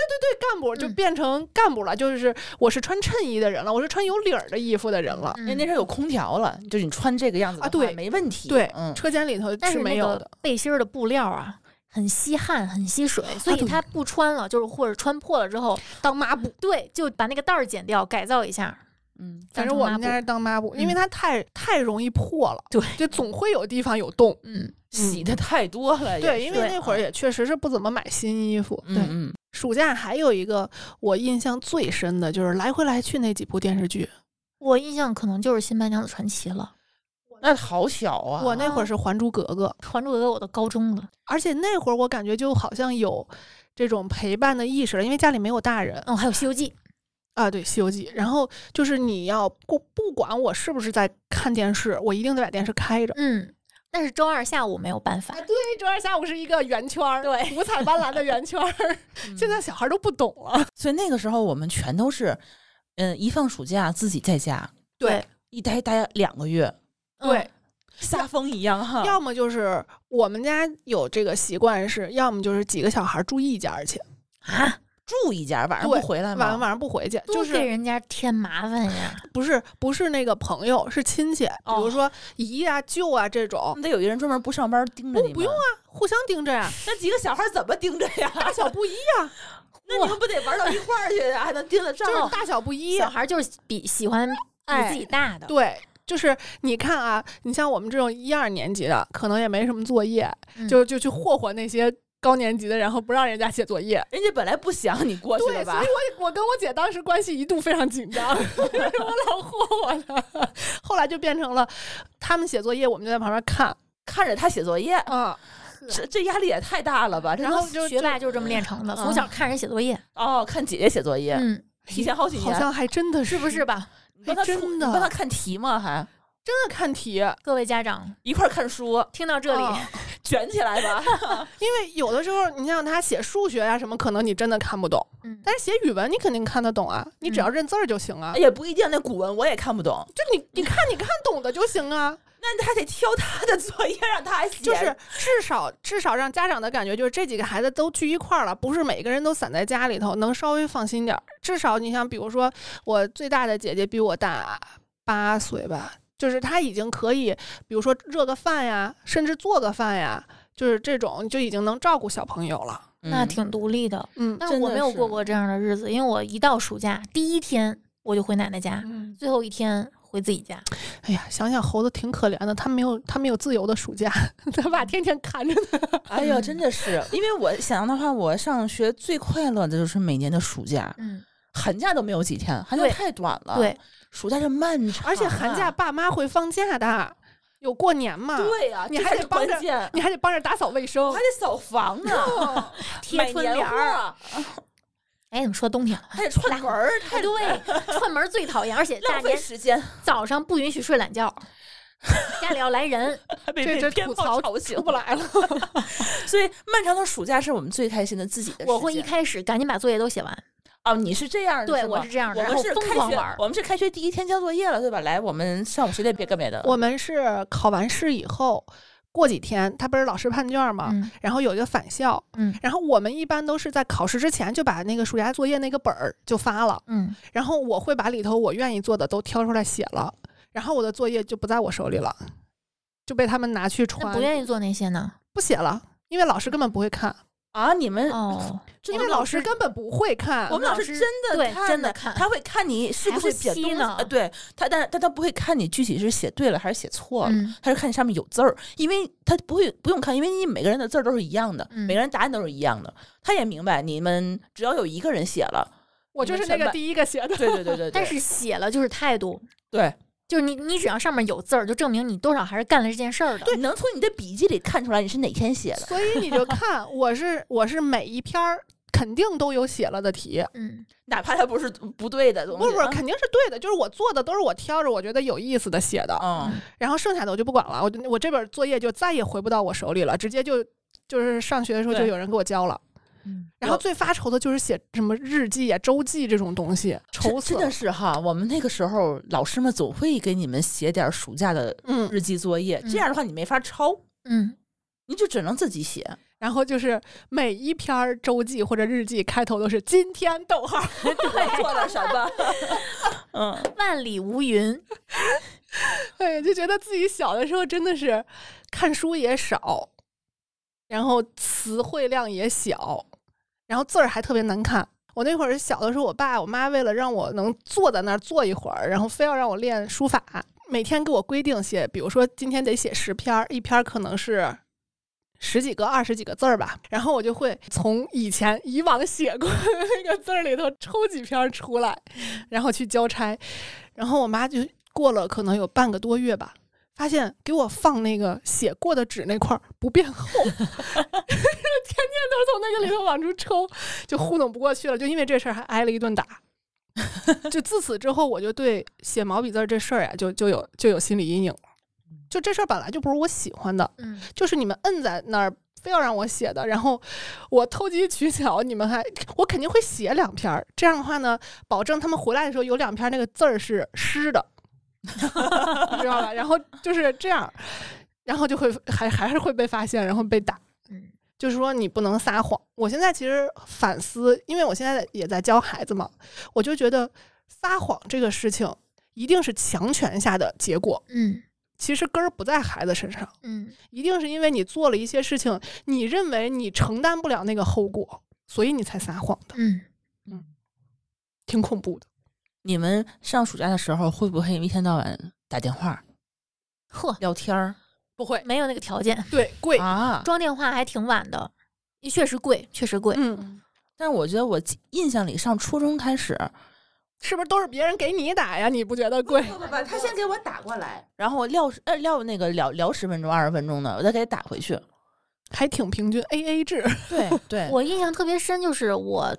干部就
嗯
变成干部了，就是我是穿衬衣的人了，我是穿有领儿的衣服的人了。
嗯
因为那时候有空调了，就是你穿这个样子的
啊
话
对
没问题，
对，
嗯，
车间里头
但是
没
那
有
个
的。
背心儿的布料啊，很吸汗，很吸水，所以
啊对
它不穿了，就是或者穿破了之后，
当抹布，
对，就把那个带儿剪掉，改造一下。
嗯，
反
当
正
成
我
抹
们家
布
是当抹布，因为
嗯
它太太容易破了，
对，
就总会有地方有洞。
嗯，
洗的太多了也是，
对，因为那会儿
嗯
也确实是不怎么买新衣服。
嗯嗯，
暑假还有一个我印象最深的就是来回来去那几部电视剧。
我印象可能就是《新白娘子传奇》了，
那好小啊，
我那会儿是《还珠格格》，
《还珠格格》我都高中了，
而且那会儿我感觉就好像有这种陪伴的意识了，因为家里没有大人
嗯
哦，还有《西游记》，
啊。对，《西游记》，然后就是你要不不管我是不是在看电视，我一定得把电视开着。
嗯，但是周二下午没有办法
啊，，对，周二下午是一个圆圈儿，
对
五彩斑斓的圆圈儿。
嗯
现在小孩都不懂了，
所以那个时候我们全都是，嗯，一放暑假自己在家
对
一待待两个月，
对，
嗯
下风一样哈，
要么就是我们家有这个习惯是，要么就是几个小孩住一家去，
啊，
住一家，晚上不
对
回来
晚
吗？
晚上不回去，就
多给
是
人家添麻烦呀，
不是不是那个朋友，是亲戚，比如
哦嗯
说姨啊、舅啊这种，
那得有一个人专门不上班盯着
不
你
哦不用
啊，
互相盯着呀，
那几个小孩怎么盯着呀？
大小不一呀，
那你们不得玩到一块儿去呀？还能盯得上？
就是大小不一
小，孩儿就是比喜欢比
哎
自己大的，
对。就是你看啊，你像我们这种一二年级的，可能也没什么作业，
嗯
就就去霍霍那些高年级的，然后不让人家写作业。
人家本来不想你过去
对，
了
所
吧
以？我我跟我姐当时关系一度非常紧张， 因为我老霍霍她，后来就变成了他们写作业，我们就在旁边看
看着他写作业，
啊，
这这压力也太大了吧？这
然
都
后就嗯
学霸就是这么练成的，从小看人写作业，
哦，看姐姐写作业，
嗯，
提前哎好几
好
年，
像还真的是
是不是
真
吧？
你帮他
哎真
出
的
你帮他看题吗？还
的看题
各位家长
一块儿看书，
听到这里，
啊
卷起来 吧。
因为有的时候你像他写数学啊什么，可能你真的看不懂，
嗯，
但是写语文你肯定看得懂啊，你只要认字儿就行啊，
也不一定，那古文我也看不懂，
就你你看你看懂的就行 啊，
那他得挑他的作业让他写。
就是至少至少让家长的感觉就是这几个孩子都聚一块儿了，不是每个人都散在家里头，能稍微放心点儿。至少你像比如说我最大的姐姐比我大八岁吧，就是她已经可以，比如说热个饭呀，甚至做个饭呀，就是这种就已经能照顾小朋友了。
那挺独立的。
嗯
但
真
我
的
没有
是
过过这样的日子，因为我一到暑假第一天我就回奶奶家，
嗯，
最后一天回自己家。
哎呀，想想猴子挺可怜的，他没有他没有自由的暑假， 咱爸天天看着他。
哎呀，真的是， 因为我想的话，我上学最快乐的就是每年的暑假，
嗯，
寒假都没有几天，寒假
对
太短了。
对，，
暑假是漫长啊，
而且寒假爸妈会放假的，有过年嘛。
对呀，
啊你
啊
还
这才
得
是
帮
关
着
键
你还得帮着打扫卫生
我还，得扫房啊呢，
哦
哦
贴春联儿。
儿，
哎，怎么说冬天 了？
啊还得串门儿，太
哎，对，串门儿最讨厌，而且大
浪费
年
时间，
早上不允许睡 懒觉，家里要来人。
还被
这
被
这
鞭
吐
炮
槽
吵
出
醒
不。来了。
所以漫长的暑假是我们最开心的自己的时间。
我会一开始赶紧把作业都写完，
哦，你是这样的，
对
是吗
我是这样的
我
然
们
后
是
疯
开
狂
学
玩儿，
我们是开学第一天交作业了，对吧？来，我们上午谁也别干别的。
我们是考完试以后，过几天他不是老师判卷嘛，
嗯
然后有一个返校，
嗯
然后我们一般都是在考试之前就把那个暑假作业那个本儿就发了，
嗯，
然后我会把里头我愿意做的都挑出来写了，然后我的作业就不在我手里了，就被他们拿去
那
传，
不愿意做那些呢？
不写了，因为老师根本不会看，
啊，你们
哦，
因为老师根本不会看
我。们老
老
师
师
真的
对
看
真的
呢
看
他会看你是不
还
是
会
写
吸
东西
呢
呃对他，但是但他不会看你具体是写对了还是写错了，
嗯
他是看你上面有字儿，因为他不会不用看，因为你每个人的字儿都是一样的，
嗯
每个人答案都是一样的，他也明白你们只要有一个人写了，
我就是那个第一个写的，
对对对对对，
但是写了就是态度，
对
就是你你只要上面有字儿，就证明你多少还是干了这件事儿的。
对，能从你的笔记里看出来你是哪天写的，
所以你就看我是我是每一篇儿肯定都有写了的题，
嗯，
哪怕它不是不对的东
不
西，
是不是
啊
肯定是对的，就是我做的都是我挑着我觉得有意思的写的，
嗯，
然后剩下的我就不管了，我就我这本作业就再也回不到我手里了，直接就就是上学的时候就
对
有人给我交了。然后
有
最发愁的就是写什么日记呀、周记这种东西，愁死
真
了
的。是哈，我们那个时候老师们总会给你们写点儿暑假的
嗯，
日记作业，
嗯
这样的话你没法抄，
嗯，
你就只能自己写。
然后就是每一篇儿周记或者日记开头都是今天逗号，
做了什么？嗯，
万里无云，
对，就觉得自己小的时候真的是看书也少，然后词汇量也小，然后字儿还特别难看。我那会儿小的时候，我爸我妈为了让我能坐在那儿坐一会儿，然后非要让我练书法，每天给我规定写，比如说今天得写十篇儿，一篇儿可能是。十几个、二十几个字儿吧，然后我就会从以前以往写过的那个字儿里头抽几篇儿出来，然后去交差。然后我妈就过了可能有半个多月吧，发现给我放那个写过的纸那块儿不变厚，天天都是从那个里头往出抽，就糊弄不过去了。就因为这事儿还挨了一顿打。就自此之后，我就对写毛笔字儿这事儿呀，就就有就有心理阴影了。就这事儿本来就不是我喜欢的，
嗯，
就是你们摁在那儿非要让我写的，然后我投机取巧，你们还我肯定会写两篇儿，这样的话呢，保证他们回来的时候有两篇儿那个字儿是湿的， 你知道吧？然后就是这样，然后就会还还是会被发现，然后被打。
嗯，
就是说你不能撒谎。我现在其实反思，因为我现在也在教孩子嘛，我就觉得撒谎这个事情一定是强权下的结果，
嗯
其实根儿不在孩子身上。
嗯
一定是因为你做了一些事情，你认为你承担不了那个后果，所以你才撒谎的，
嗯，
挺恐怖的。
你们上暑假的时候会不会一天到晚打电话
呵，
聊天儿
不会，
没有那个条件，
对，贵，
啊？
装电话还挺晚的，确实贵，确实贵。
嗯，
但是我觉得我记印象里上初中开始，
是不是都是别人给你打呀？你不觉得贵？
不不，他先给我打过来，然后我撂呃撂那个聊聊十分钟二十分钟的，我再给他打回去。
还挺平均，A A 制。
对对
我印象特别深，就是我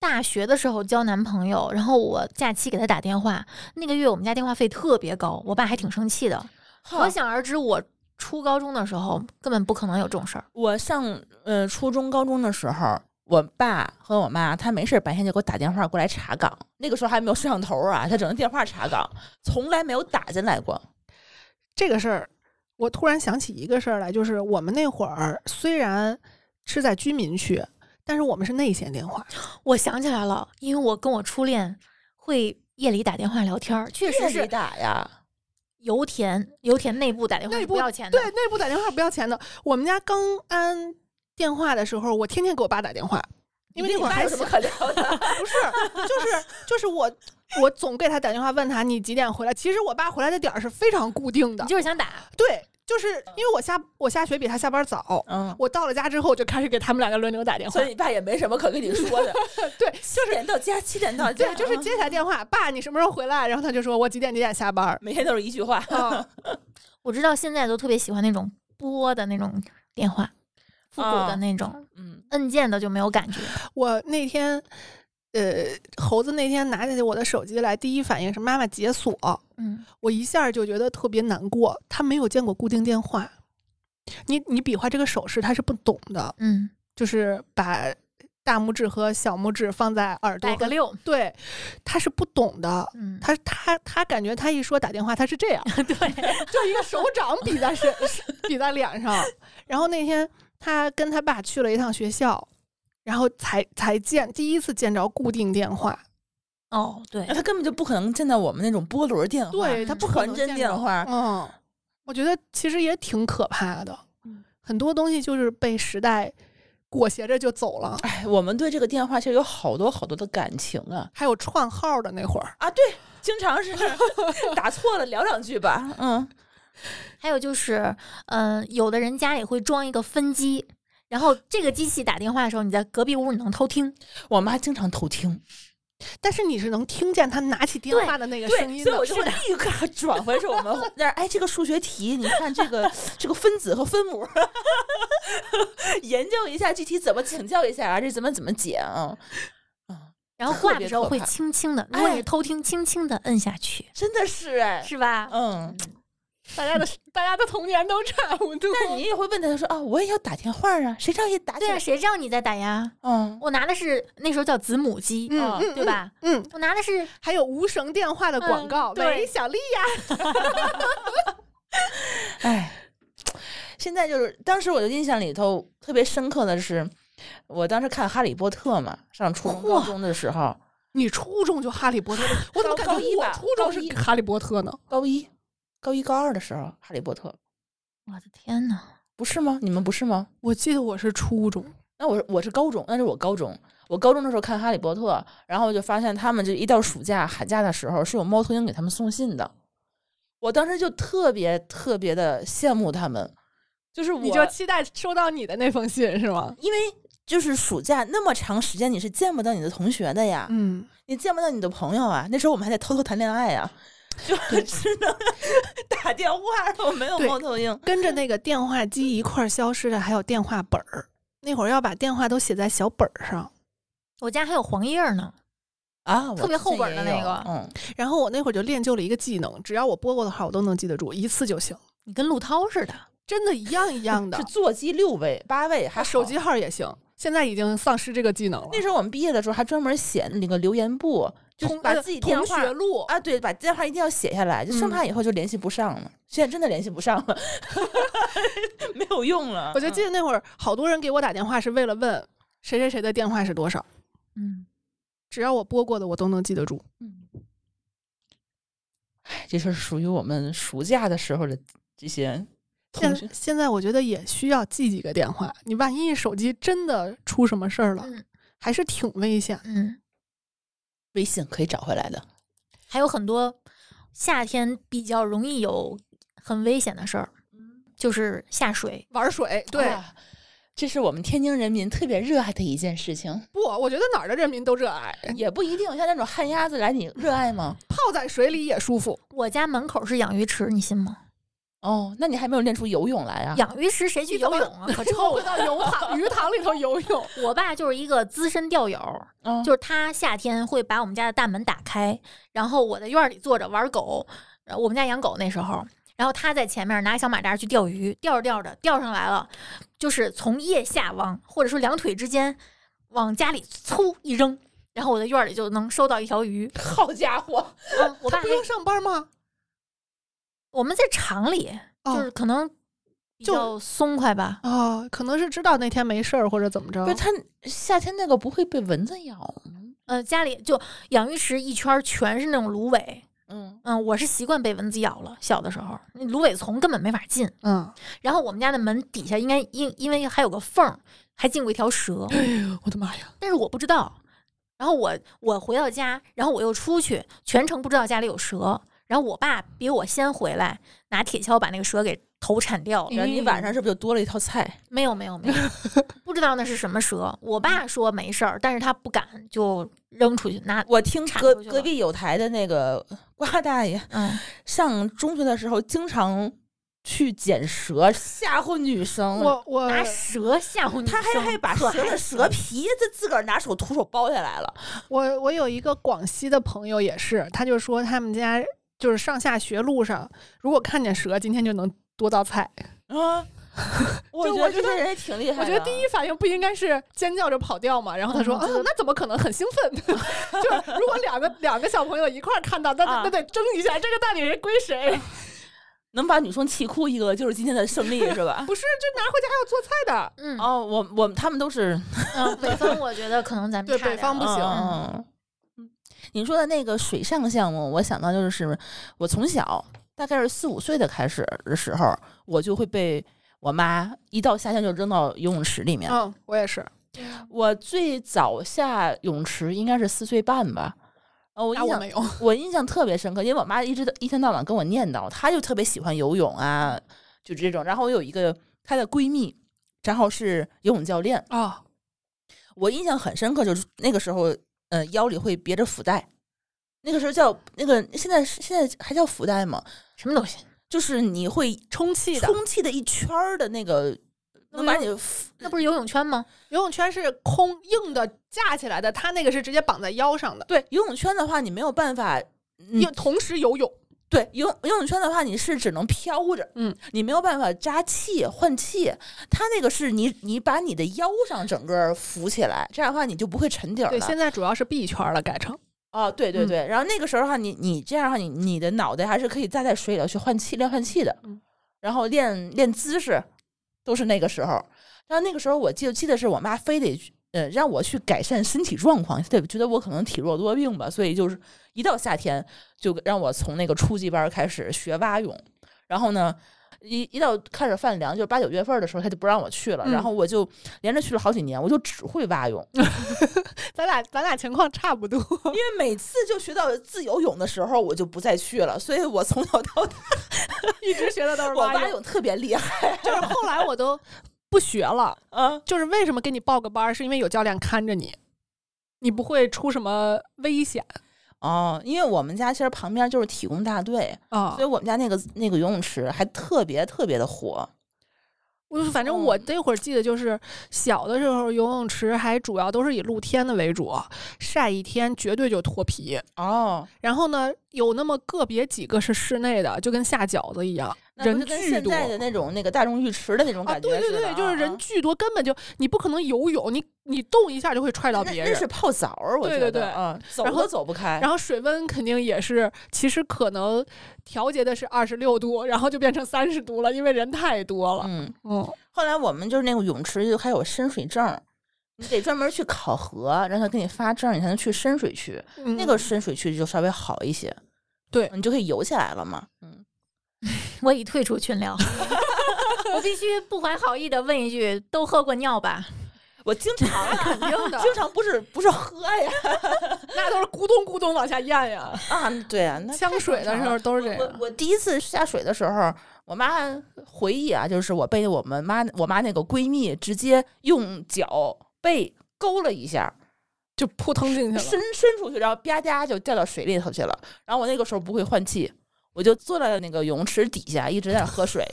大学的时候交男朋友，然后我假期给他打电话，那个月我们家电话费特别高，我爸还挺生气的。
哦
可想而知，我初高中的时候根本不可能有这种事儿。
我上呃初中、高中的时候，我爸和我妈他没事儿白天就给我打电话过来查岗，那个时候还没有摄像头啊，他只能电话查岗，从来没有打进来过。
这个事儿，我突然想起一个事儿来，就是我们那会儿虽然是在居民区，但是我们是内线电话，
我想起来了，因为我跟我初恋会夜里打电话聊天儿，确实
夜里
是
打呀，
油田油田内部打电话
内
是
部
不要钱的
对，，内部打电话不要钱的。我们家刚安电话的时候，我天天给我爸打电话，因为那会儿
你爸
还
有什
小
么。可聊 的？
不是，就是就是我，我总给他打电话问他你几点回来。其实我爸回来的点儿是非常固定的
你，就是想打，
对，就是因为我下我下学比他下班早，
嗯，
我到了家之后我就开始给他们两个轮流打 电话
所。以你爸也没什么可跟你说的，
对，
七点到家，七点到家，嗯
对，就是接起来电话，爸，你什么时候回来？然后他就说我几点几点下班儿。
每天都是一句话。
啊，
我直到现在都特别喜欢那种拨的那种电话，复古
哦
的那种，
嗯，
摁键的就没有感觉。
我那天，呃，猴子那天拿起我的手机来，第一反应是妈妈解锁，
嗯，
我一下就觉得特别难过。他没有见过固定电话，你你比划这个手势他是不懂的，
嗯
就是把大拇指和小拇指放在耳朵
带个
和，
六，
对，他是不懂的。
嗯，
他他他感觉他一说打电话，他是这样，
对，
就一个手掌比在身，是比在脸上。然后那天他跟他爸去了一趟学校，然后才才见第一次见着固定电话，
哦，对
哎，他根本就不可能见到我们那种波轮电话，
对他不可
传
能
真
见
电
着
啊
话
嗯，我觉得其实也挺可怕的
嗯，
很多东西就是被时代裹挟着就走
啊
了。
哎，我们对这个电话其实有好多好多的感情啊
还有串号的那会儿，
啊，对，经常是打错了聊两句吧， 嗯，
还有就是，嗯、有的人家里会装一个分机，然后这个机器打电话的时候，你在隔壁屋你能偷听。
我妈经常偷听，
但是你是能听见他拿起电
对
话的那个声
对，
音
所以我
的。
就会立 刻转回去我们那儿，哎，这个数学题，你看这个这个分子和分母， 研究一下具体怎么请教一下啊，这怎么怎么解啊？
然后
特
挂
别
的时候
可
会
怕
轻轻的，如果你
哎
是偷听，轻轻的摁下去，
真的是哎，
是吧？
嗯，
大家的大家的童年都差不多。
但是你也会问他说啊，我也要打电话啊，谁知道也打起
对啊，
来，
谁知道你在打呀？
嗯，
我拿的是那时候叫子母机，
嗯
啊
嗯，
对吧？
嗯？嗯，
我拿的是
还有无绳电话的广
嗯
告，
对
喂，小丽呀、
哎，现在就是当时我的印象里头特别深刻的是，我当时看《哈利波特》嘛，上初中、高
嚯
中的时候，
你初中就哈利波特 了，我怎么
高
感觉
高一
我
吧
初中
高一
是哈利波特呢？
高一、高一、高二的时候，《哈利波特》
我的天呐，
不是吗？你们不是吗？
我记得我是初中，
那我我是高中，那是我高中。我高中的时候看《哈利波特》，然后我就发现他们这一到暑假、寒假的时候，是有猫头鹰给他们送信的。我当时就特别特别的羡慕他们，就是我
你就期待收到你的那封信是吗？
因为就是暑假那么长时间，你是见不到你的同学的呀。
嗯，
你见不到你的朋友啊，那时候我们还在偷偷谈恋爱呀、就 只能打电话，我没有
对
猫头鹰。
跟着那个电话机一块儿消失的还有电话本儿，那会儿要把电话都写在小本儿上。
我家还有黄页呢，
啊，我
特别厚
之前
本的
也
那
有
个
嗯，
然后我那会儿就练就了一个技能，只要我播过的话，我都能记得住，一次就行。
你跟陆涛似的。
真的，一样一样 的
是，座机六位、八位，还好
手机。号也行。现在已经丧失这个技能了。
那时候我们毕业的时候还专门写那个留言簿，就是
同
把
呃
自己电
同
话
学录，嗯
啊，对，把电话一定要写下来，就生怕以后就联系不上了。现在真的联系不上了， 没有用了。
我就记
嗯
得那会儿好多人给我打电话是为了问谁谁谁的电话是多少，
嗯，
只要我拨过的我都能记得住。
嗯这是属于我们暑假的时候的这些同学
现。现在我觉得也需要记几个电话，你万一手机真的出什么事儿了，
嗯
还是挺危险。
嗯，
微信可以找回来的。
还有很多夏天比较容易有很危险的事儿，就是下水。
玩水，对，
啊这是我们天津人民特别热爱的一件事情，
不，我觉得哪儿的人民都热爱，
也不一定像那种旱鸭子来，你热爱吗？
泡在水里也舒服。
我家门口是养鱼池，你信吗？
哦，那你还没有练出游泳来啊？
养鱼池谁去游泳啊？可臭
我
了！
到 游塘鱼塘里头游泳，
我爸就是一个资深钓友，
嗯
就是他夏天会把我们家的大门打开，然后我在院儿里坐着玩狗，呃我们家养狗那时候，然后他在前面拿小马扎去钓鱼，钓着钓着钓上来了，就是从腋下往或者说两腿之间往家里嗖一扔，然后我在院儿里就能收到一 条鱼。
好家伙，
嗯，我爸
他 不
还
用上班吗？
我们在厂里，
哦
就是可能比
就
较松快吧。
哦，可能是知道那天没事儿或者怎么着
不是。他夏天那个不会被蚊子咬吗？
嗯
呃，家里就养鱼池一圈儿全是那种芦苇。
嗯，
嗯，我是习惯被蚊子咬了，小的时候那芦苇丛根本没法进。
嗯，
然后我们家的门底下应该因因为还有个缝儿，还进过一条蛇，
我的妈呀！
但是我不知道。然后我我回到家，然后我又出去，全程不知道家里有蛇。然后我爸比我先回来，拿铁锹把那个蛇给头铲掉了。
然后你晚上是不是就多了一套菜？
没有没 有没有，不知道那是什么蛇。我爸说没事儿，但是他不敢就扔出去拿。
我听
铲
隔
出去了
隔壁有台的那个瓜大爷
嗯，
上中学的时候，经常去捡蛇吓唬女生。
我我
拿蛇吓唬女
他还
生
还把
可
蛇的
还
蛇皮自自个儿拿手徒手剥下来了。
我我有一个广西的朋友也是，他就说他们家就是上下学路上，如果看见蛇，今天就能多道菜。
啊， 我
就
觉
我
得
觉
这些
得
人也挺厉害啊
我觉得第一反应不应该是尖叫着跑掉嘛，然后他说：“
嗯
啊
这个，
那怎么可能很兴奋？ 就是如果两个两个小朋友一块儿看到，那
啊
那
嗯
那得争一下，这个到底是归谁？
能把女生气哭一个，就是今天的胜利，是 吧？
不是，这拿回家还有做菜的。
嗯
哦，我我们他们都是
嗯，北方我觉得可能咱们
对
差
北
点
方
儿
不行
嗯嗯嗯你说的那个水上项目，我想到就是我从小大概是四五岁的开始的时候，我就会被我妈一到夏天就扔到游泳池里面。
嗯，我也是。
我最早下泳池应该是四岁半吧。呃，我
那
印
啊我
象
没有。
我印象特别深刻，因为我妈一直一天到晚跟我念叨，她就特别喜欢游泳啊，就这种。然后我有一个她的闺蜜，正好是游泳教练，
啊，
我印象很深刻，就是那个时候，呃，腰里会别着腹带，那个时候叫那个现在是现在还叫腹带吗？
什么东西？
就是你会
充气的
充气的一圈儿的那个，能把你
那不是游泳圈吗？
游泳圈是空硬的架起来的，它那个是直接绑在腰上的，
对游泳圈的话，你没有办法。嗯
又同时游泳。
对游游泳圈的话，你是只能飘着，
嗯，
你没有办法扎气换气。它那个是你你把你的腰上整个浮起来，这样的话你就不会沉底儿
对，
了。
现在主要是 B 圈了，改成
哦，对对
嗯
对，然后那个时候的话，你你这样的话，你你的脑袋还是可以扎在水里头去换气、练换气的，
嗯
然后练练姿势，都是那个时候。然后那个时候我记得记得是我妈非得去呃让我去改善身体状况，对，觉得我可能体弱多病吧，所以就是一到夏天就让我从那个初级班儿开始学蛙泳，然后呢。一一到开始泛凉，就是八九月份儿的时候，他就不让我去了。然
嗯
后我就连着去了好几年，我就只会蛙泳，
咱俩咱俩情况差不多。
因为每次就学到自由泳的时候，我就不再去了，所以我从小到大 一直学的都
是
我
蛙
蛙
泳
泳特别厉害
就是后来我都不学了，
啊。
就是为什么给你报个班儿，是因为有教练看着你，你不会出什么危险
哦，因为我们家其实旁边就是体工大队，
啊
所以。我们家那个那个游泳池还特别特别的火。
我就反正
嗯
我那会儿记得，就是小的时候游泳池还主要都是以露天的为主，晒一天绝对就脱皮。
哦，
然后呢，有那么个别几个是室内的，就跟下饺子一样，
人
人
跟
巨
现
多。
在的那种那个大众浴池的那种
啊，
感觉
对对
似的
对，就是人
啊
巨多，根本就你不可能游泳，你你动一下就会踹到
那
别
那是
人。
泡澡儿，我
对
觉
对
得
对
啊，走
然
都
后
走不开。
然后水温肯定也是，其实可能调节的是二十六度，然后就变成三十度了，因为人太多了。
嗯，
嗯，
后来我们就是那个泳池就还有深水证儿，你得专门去考核，让他给你发证儿，你才能去深水区。那
嗯
个深水区就稍微好一些，
对
你就可以游起来了嘛。嗯，
我已退出群聊。 我必须不怀好意的问一句：都喝过尿吧？
我经常 啊，
肯定的，
经常不是不是喝呀
那都是咕咚咕咚往下咽呀。
啊，对啊，那啊
呛水的时候都是这
我
样。
我第一次下水的时候，我妈回忆啊，就是我被我们妈我妈那个闺蜜直接用脚被勾了一下，
就扑腾进去
伸
了。
伸出去，然后吧嗒就掉到水里头去了。然后我那个时候不会换气。我就坐在那个泳池底下，一直在那喝 水。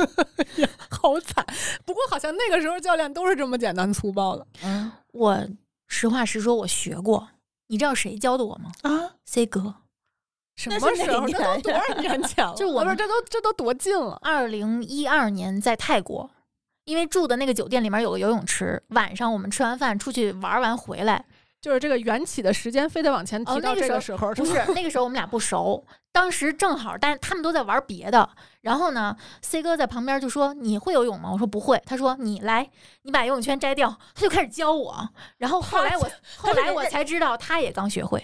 好惨。不过好像那个时候教练都是这么简单粗暴的。
嗯
我实话实说，我学过。你知道谁教的我吗
啊，
？C 哥，
什
那
么
是
时
哪
候？这都
年
多少年前了？
就我
不是
们
这都这都多近了。
二零一二年在泰国，因为住的那个酒店里面有个游泳池，晚上我们吃完饭出去玩完回来，
就是这个缘起的时间非得往前提
哦
到
那个
这个
时
时候，
不是
吧
那个时候我们俩不熟，当时正好，但是他们都在玩别的。然后呢，C 哥在旁边就说：“你会游泳吗？”我说：“不会。”他说：“你来，你把游泳圈摘掉。”他就开始教我。然后后来我后来我才知道，他也刚学会。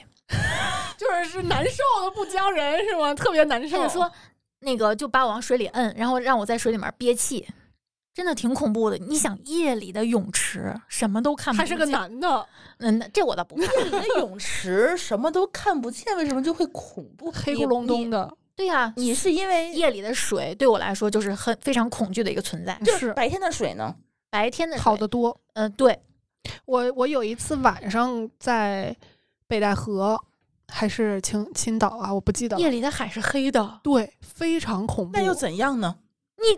就是是难受的不教人是吗？特别难
他
受。
就说：“那个就把我往水里摁，然后让我在水里面憋气。”真的挺恐怖的。你想夜里的泳池什么都看不
还
见，
是个男的，
嗯，那这我倒不怕。
你的泳池什么都看不见，为什么就会恐怖？
黑
你
咕隆
你
咚的，
对呀、
你是因为
夜里的水对我来说就是很非常恐惧的一个存在。
就是
是
白天的水呢？
白天的水
好的，多。
嗯、对，
我我有一次晚上在北戴河还是青青岛啊，我不记得了
夜。里的海是黑的，
对，非常恐怖。
那又怎样呢？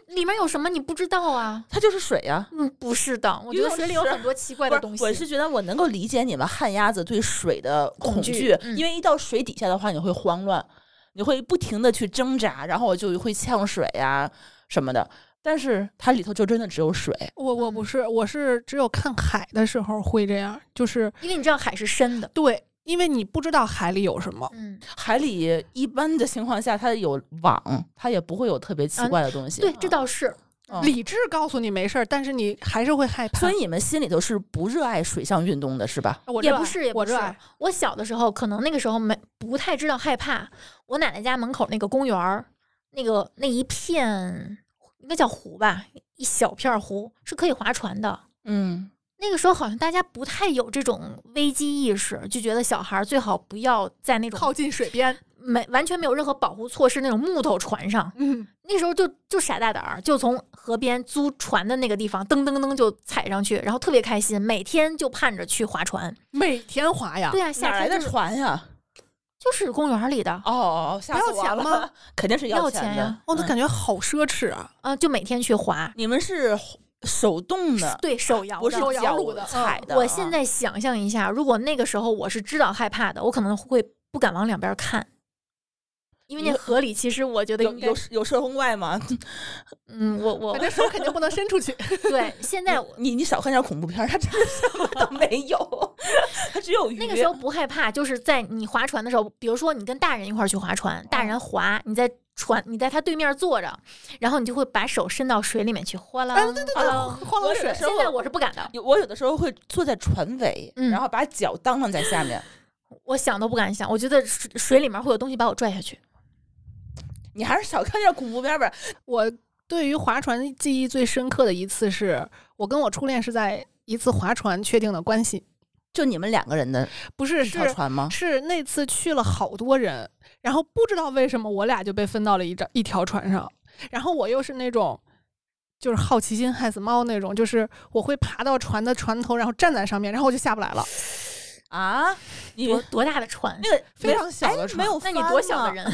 你里面有什么你不知道啊？
它就是水呀、
嗯，不是的，我觉
游
得
泳
水里有
池
很多奇怪
不
的
是
东西。
我是觉得我能够理解你们旱鸭子对水的恐
恐
惧，
惧嗯
因为一到水底下的话，你会啊慌乱，你会不停的去挣扎，然后我就会呛水呀、什么的。但是它里头就真的只有水。
我我不是，我是只有看海的时候会这样，就是
因为你知道海是深的，
对，因为你不知道海里有什么。
嗯，
海里一般的情况下，它有网，它也不会有特别奇
啊
怪的东西。
对，这倒是，
嗯
理智告诉你没事儿，但是你还是会害怕。
所以你们心里头是不热爱水上运动的，是吧？
我
也
热
不
爱
是，也
我
不是
热爱。
我小的时候，可能那个时候没不太知道害怕。我奶奶家门口那个公园儿，那个那一片应该叫湖吧，一小片儿湖是可以划船的。
嗯，
那个时候好像大家不太有这种危机意识，就觉得小孩儿最好不要在那种
靠近水边，
没完全没有任何保护措施那种木头船上。
嗯，
那时候就就傻大胆儿，就从河边租船的那个地方噔噔噔就踩上去，然后特别开心，每天就盼着去划船。
每天滑呀。
对啊，
哪
夏
来
天
的
就是
船呀？
就是公园儿里的啊、
哦哦，哦，吓
不要
死我
钱
了
吗？
肯定是
要
钱
钱
的
呀
哦，那
嗯
感觉好奢侈啊！
呃就每天去划，
你们是手动的，啊
对手摇
不是
的。嗯
手摇
脚
乳的
踩的啊。
我现在想象一下，如果那个时候我是知道害怕的，我可能会不敢往两边看，因为那
有
河里其实我觉得
有
应该
有，有射红外吗？
嗯，我我
反正手肯定不能伸出去。
对，现在我
你你少看点恐怖片儿，它真的什么都没有， 它只有鱼。
那个时候不害怕，就是在你划船的时候，比如说你跟大人一块儿去划船，大
嗯
人划，你在船，你在他对面坐着，然后你就会把手伸到水里面去，哗
哎
啦，哗啦。
花
我
落
有的
水
时
现
候
在嗯我是不敢的，
有我有的时候会坐在船尾，
嗯
然后把脚当啷在下面。
我想都不敢想，我觉得水水里面会有东西把我拽下去。
你还是少看点恐怖片儿吧。
我对于划船记忆最深刻的一次是，我跟我初恋是在一次划船确定的关系，
就你们两个人的
不是
一条
是
船吗？
是那次去了好多人，然后不知道为什么我俩就被分到了一张一条船上，然后我又是那种。就是好奇心害死猫那种，就是我会爬到船的船头，然后站在上面，然后我就下不来了。
啊，你
多多大的船？
那个
非常小的
哎
船
没有
那
翻
你
吗，
多小的人？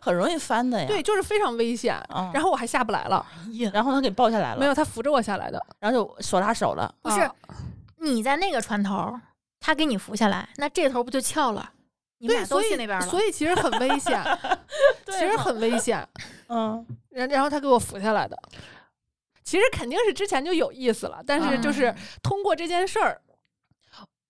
很容易翻的呀。
啊
对，就是非常危险。
嗯，
然后我还下不来了，
然后他给你抱下来了，
没有他扶着我下来的，
然后就手拉手了。
不是
啊
你在那个船头，他给你扶下来，那这头不就翘了？你们
对，
俩都
所以
去那边了。
所以其实很危险， 其实很危险。
嗯，
然然后他给我扶下来的，其实肯定是之前就有意思了，但是
啊
就是通过这件事儿，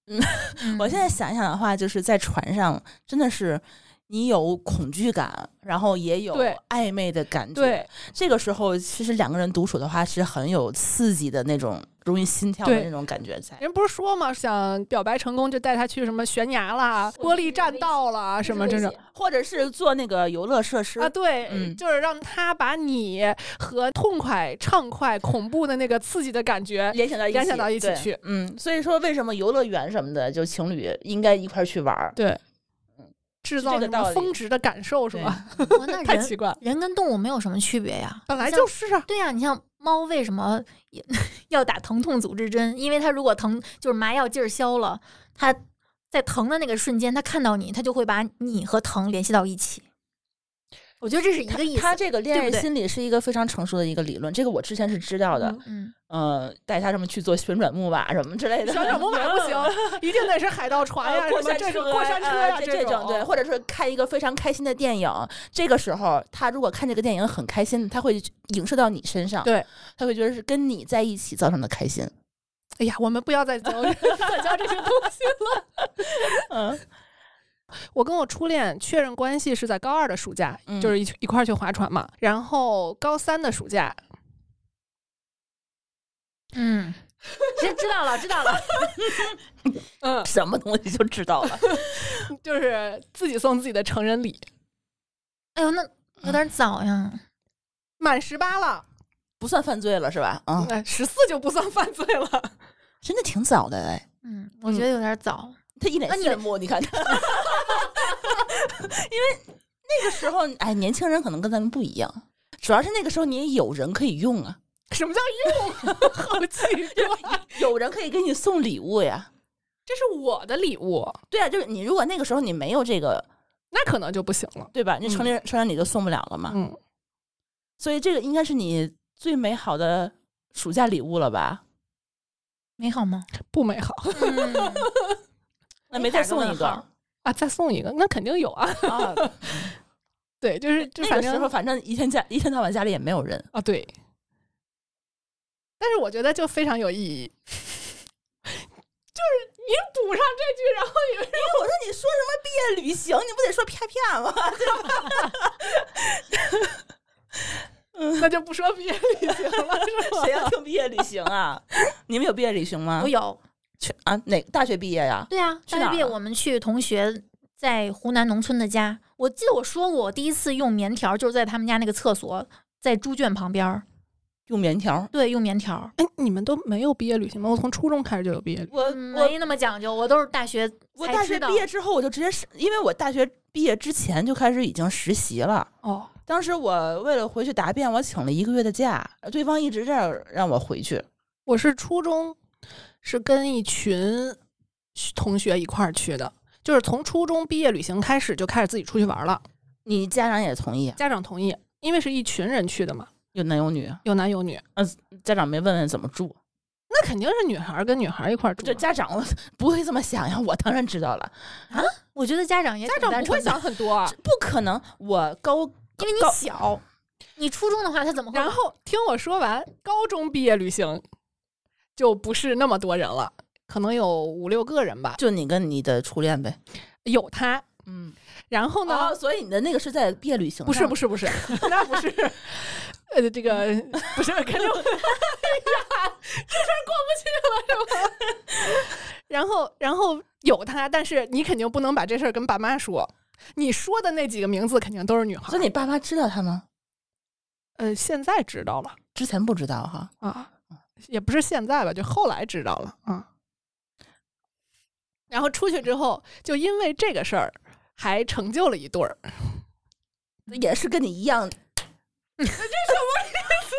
嗯
我现在想一想的话，就是在船上真的是。你有恐惧感，然后也有
对
暧昧的感觉。，
对
这个时候其实两个人独处的话是很有刺激的那种，容易心跳的
对
那种感觉在。
人不是说嘛，想表白成功就带他去什么悬崖啦、玻璃栈道啦什么这种
或者是做那个游乐设施
啊，对，
嗯
就是让他把你和痛快、畅快、恐怖的那个刺激的感觉，
联想到一起，
联想到一起
对
去。
嗯，所以说为什么游乐园什么的，就情侣应该一块儿去玩儿，
对，制
这
造
个
什么
道理
峰值的感受是
对
吧？
我那
太
人
奇怪了，
人跟动物没有什么区别呀，
本来
像
就是啊，
对呀、你像猫为什么也 要打疼痛阻滞针？因为它如果疼，就是麻药劲儿消了，它在疼的那个瞬间，它看到你，它就会把你和疼联系到一起。我觉得这是一个意思。
他这个恋
对
爱
不对
心理是一个非常成熟的一个理论，这个我之前是知道的。
嗯
嗯，
呃，带他什么去做旋转木马什么之类的，
旋转 木马不行，一定得是海盗船呀、
呃，
什
过
么
山
这种
车
过山车
啊
呀、
这这
种
种对，或者是看一个非常开心的电影，这个时候他如果看这个电影很开心，他会影射到你身上，
对，
他会觉得是跟你在一起造成的开 心。
哎呀，我们不要再教 再教这些东西了。
嗯，
我跟我初恋确认关系是在高二的暑假，
嗯
就是一一块儿去划船嘛。然后高三的暑假，
嗯， 知知道了，知道了。
嗯，
什么东西就知道了。
就是自己送自己的成人礼，
哎呦，那有点早呀。
满十八了，哎
不算犯罪了是吧？啊、
十四就不算犯罪了。
真的挺早的哎，
嗯，我觉得有点早。
他一脸
那你
羡慕，你 看他，因为那个时候，哎，年轻人可能跟咱们不一样，主要是那个时候你也有人可以用啊，
什么叫用？ 好奇 怪，
有人可以给你送礼物呀。
这是我的礼物，
对啊，就是你如果那个时候你没有这个，
那可能就不行了。
对吧？你成年人成人礼就送不了了嘛。
嗯，
所以这个应该是你最美好的暑假礼物了吧？
美好吗？
不美好
嗯，
那没再
打个
送一
问
个
号
啊！再送一个，那肯定有啊。
啊？
对，就是就
那
反
个时
正
候反正一天家一天到晚家里也没有人，
啊，对，但是我觉得就非常有意义。 就是你补上这句，然后你们
我说你说什么毕业旅行，你不得说啪啪吗？
那就不说毕业旅行了，是吧？
谁要听毕业旅行啊？ 你们有毕业旅行吗
我？有，
去啊，哪大学毕业呀、
对啊，
去
大
哪
学
儿
毕业
啊
我们去同学在湖南农村的家，我记得我说过，我第一次用棉条就是在他们家那个厕所，在猪圈旁边儿，
用棉条。
对，用棉条。
哎，你们都没有毕业旅行吗？我从初中开始就有毕业旅行。
我我
嗯没那么讲究，我都是大学
我
才
大
知
学
道
毕业之后，我就直接是因为我大学毕业之前就开始已经实习了。
哦，
当时我为了回去答辩，我请了一个月的假，对方一直在让我回去。
我是初中是跟一群同学一块儿去的，就是从初中毕业旅行开始就开始自己出去玩了，
你家长也同意，
家长同意，因为是一群人去的嘛，
有男有女，
有男有女，
家长没问问怎么住，
那肯定是女孩儿跟女孩儿一块儿住
这
嘛。
家长 不会这么想呀，我当然知道了，
我觉得家长也
家
挺
长
单
不会
纯的
想很多啊，
不可能，我高
因为你
高
小，你初中的话，他怎么会？
然后听我说完，高中毕业旅行就不是那么多人了，可能有五六个人吧，
就你跟你的初恋呗，
有他。
嗯，
然后呢，
哦，所以你的那个是在毕业旅行上，
不是不是不是， 那不是，呃，这个 哎不是肯定，哎呀，这事儿 过不去了是吧？ 然后然后有他，但是你肯定不能把这事儿跟爸妈说。你说的那几个名字肯定都是女孩
所
儿，
以你爸妈知道他吗？
呃，现在知道了
之前不知道哈，
啊，也不是现在吧，就后来知道了啊。然后出去之后，就因为这个事儿，还成就了一对儿。
也是跟你一 样。这什么意思？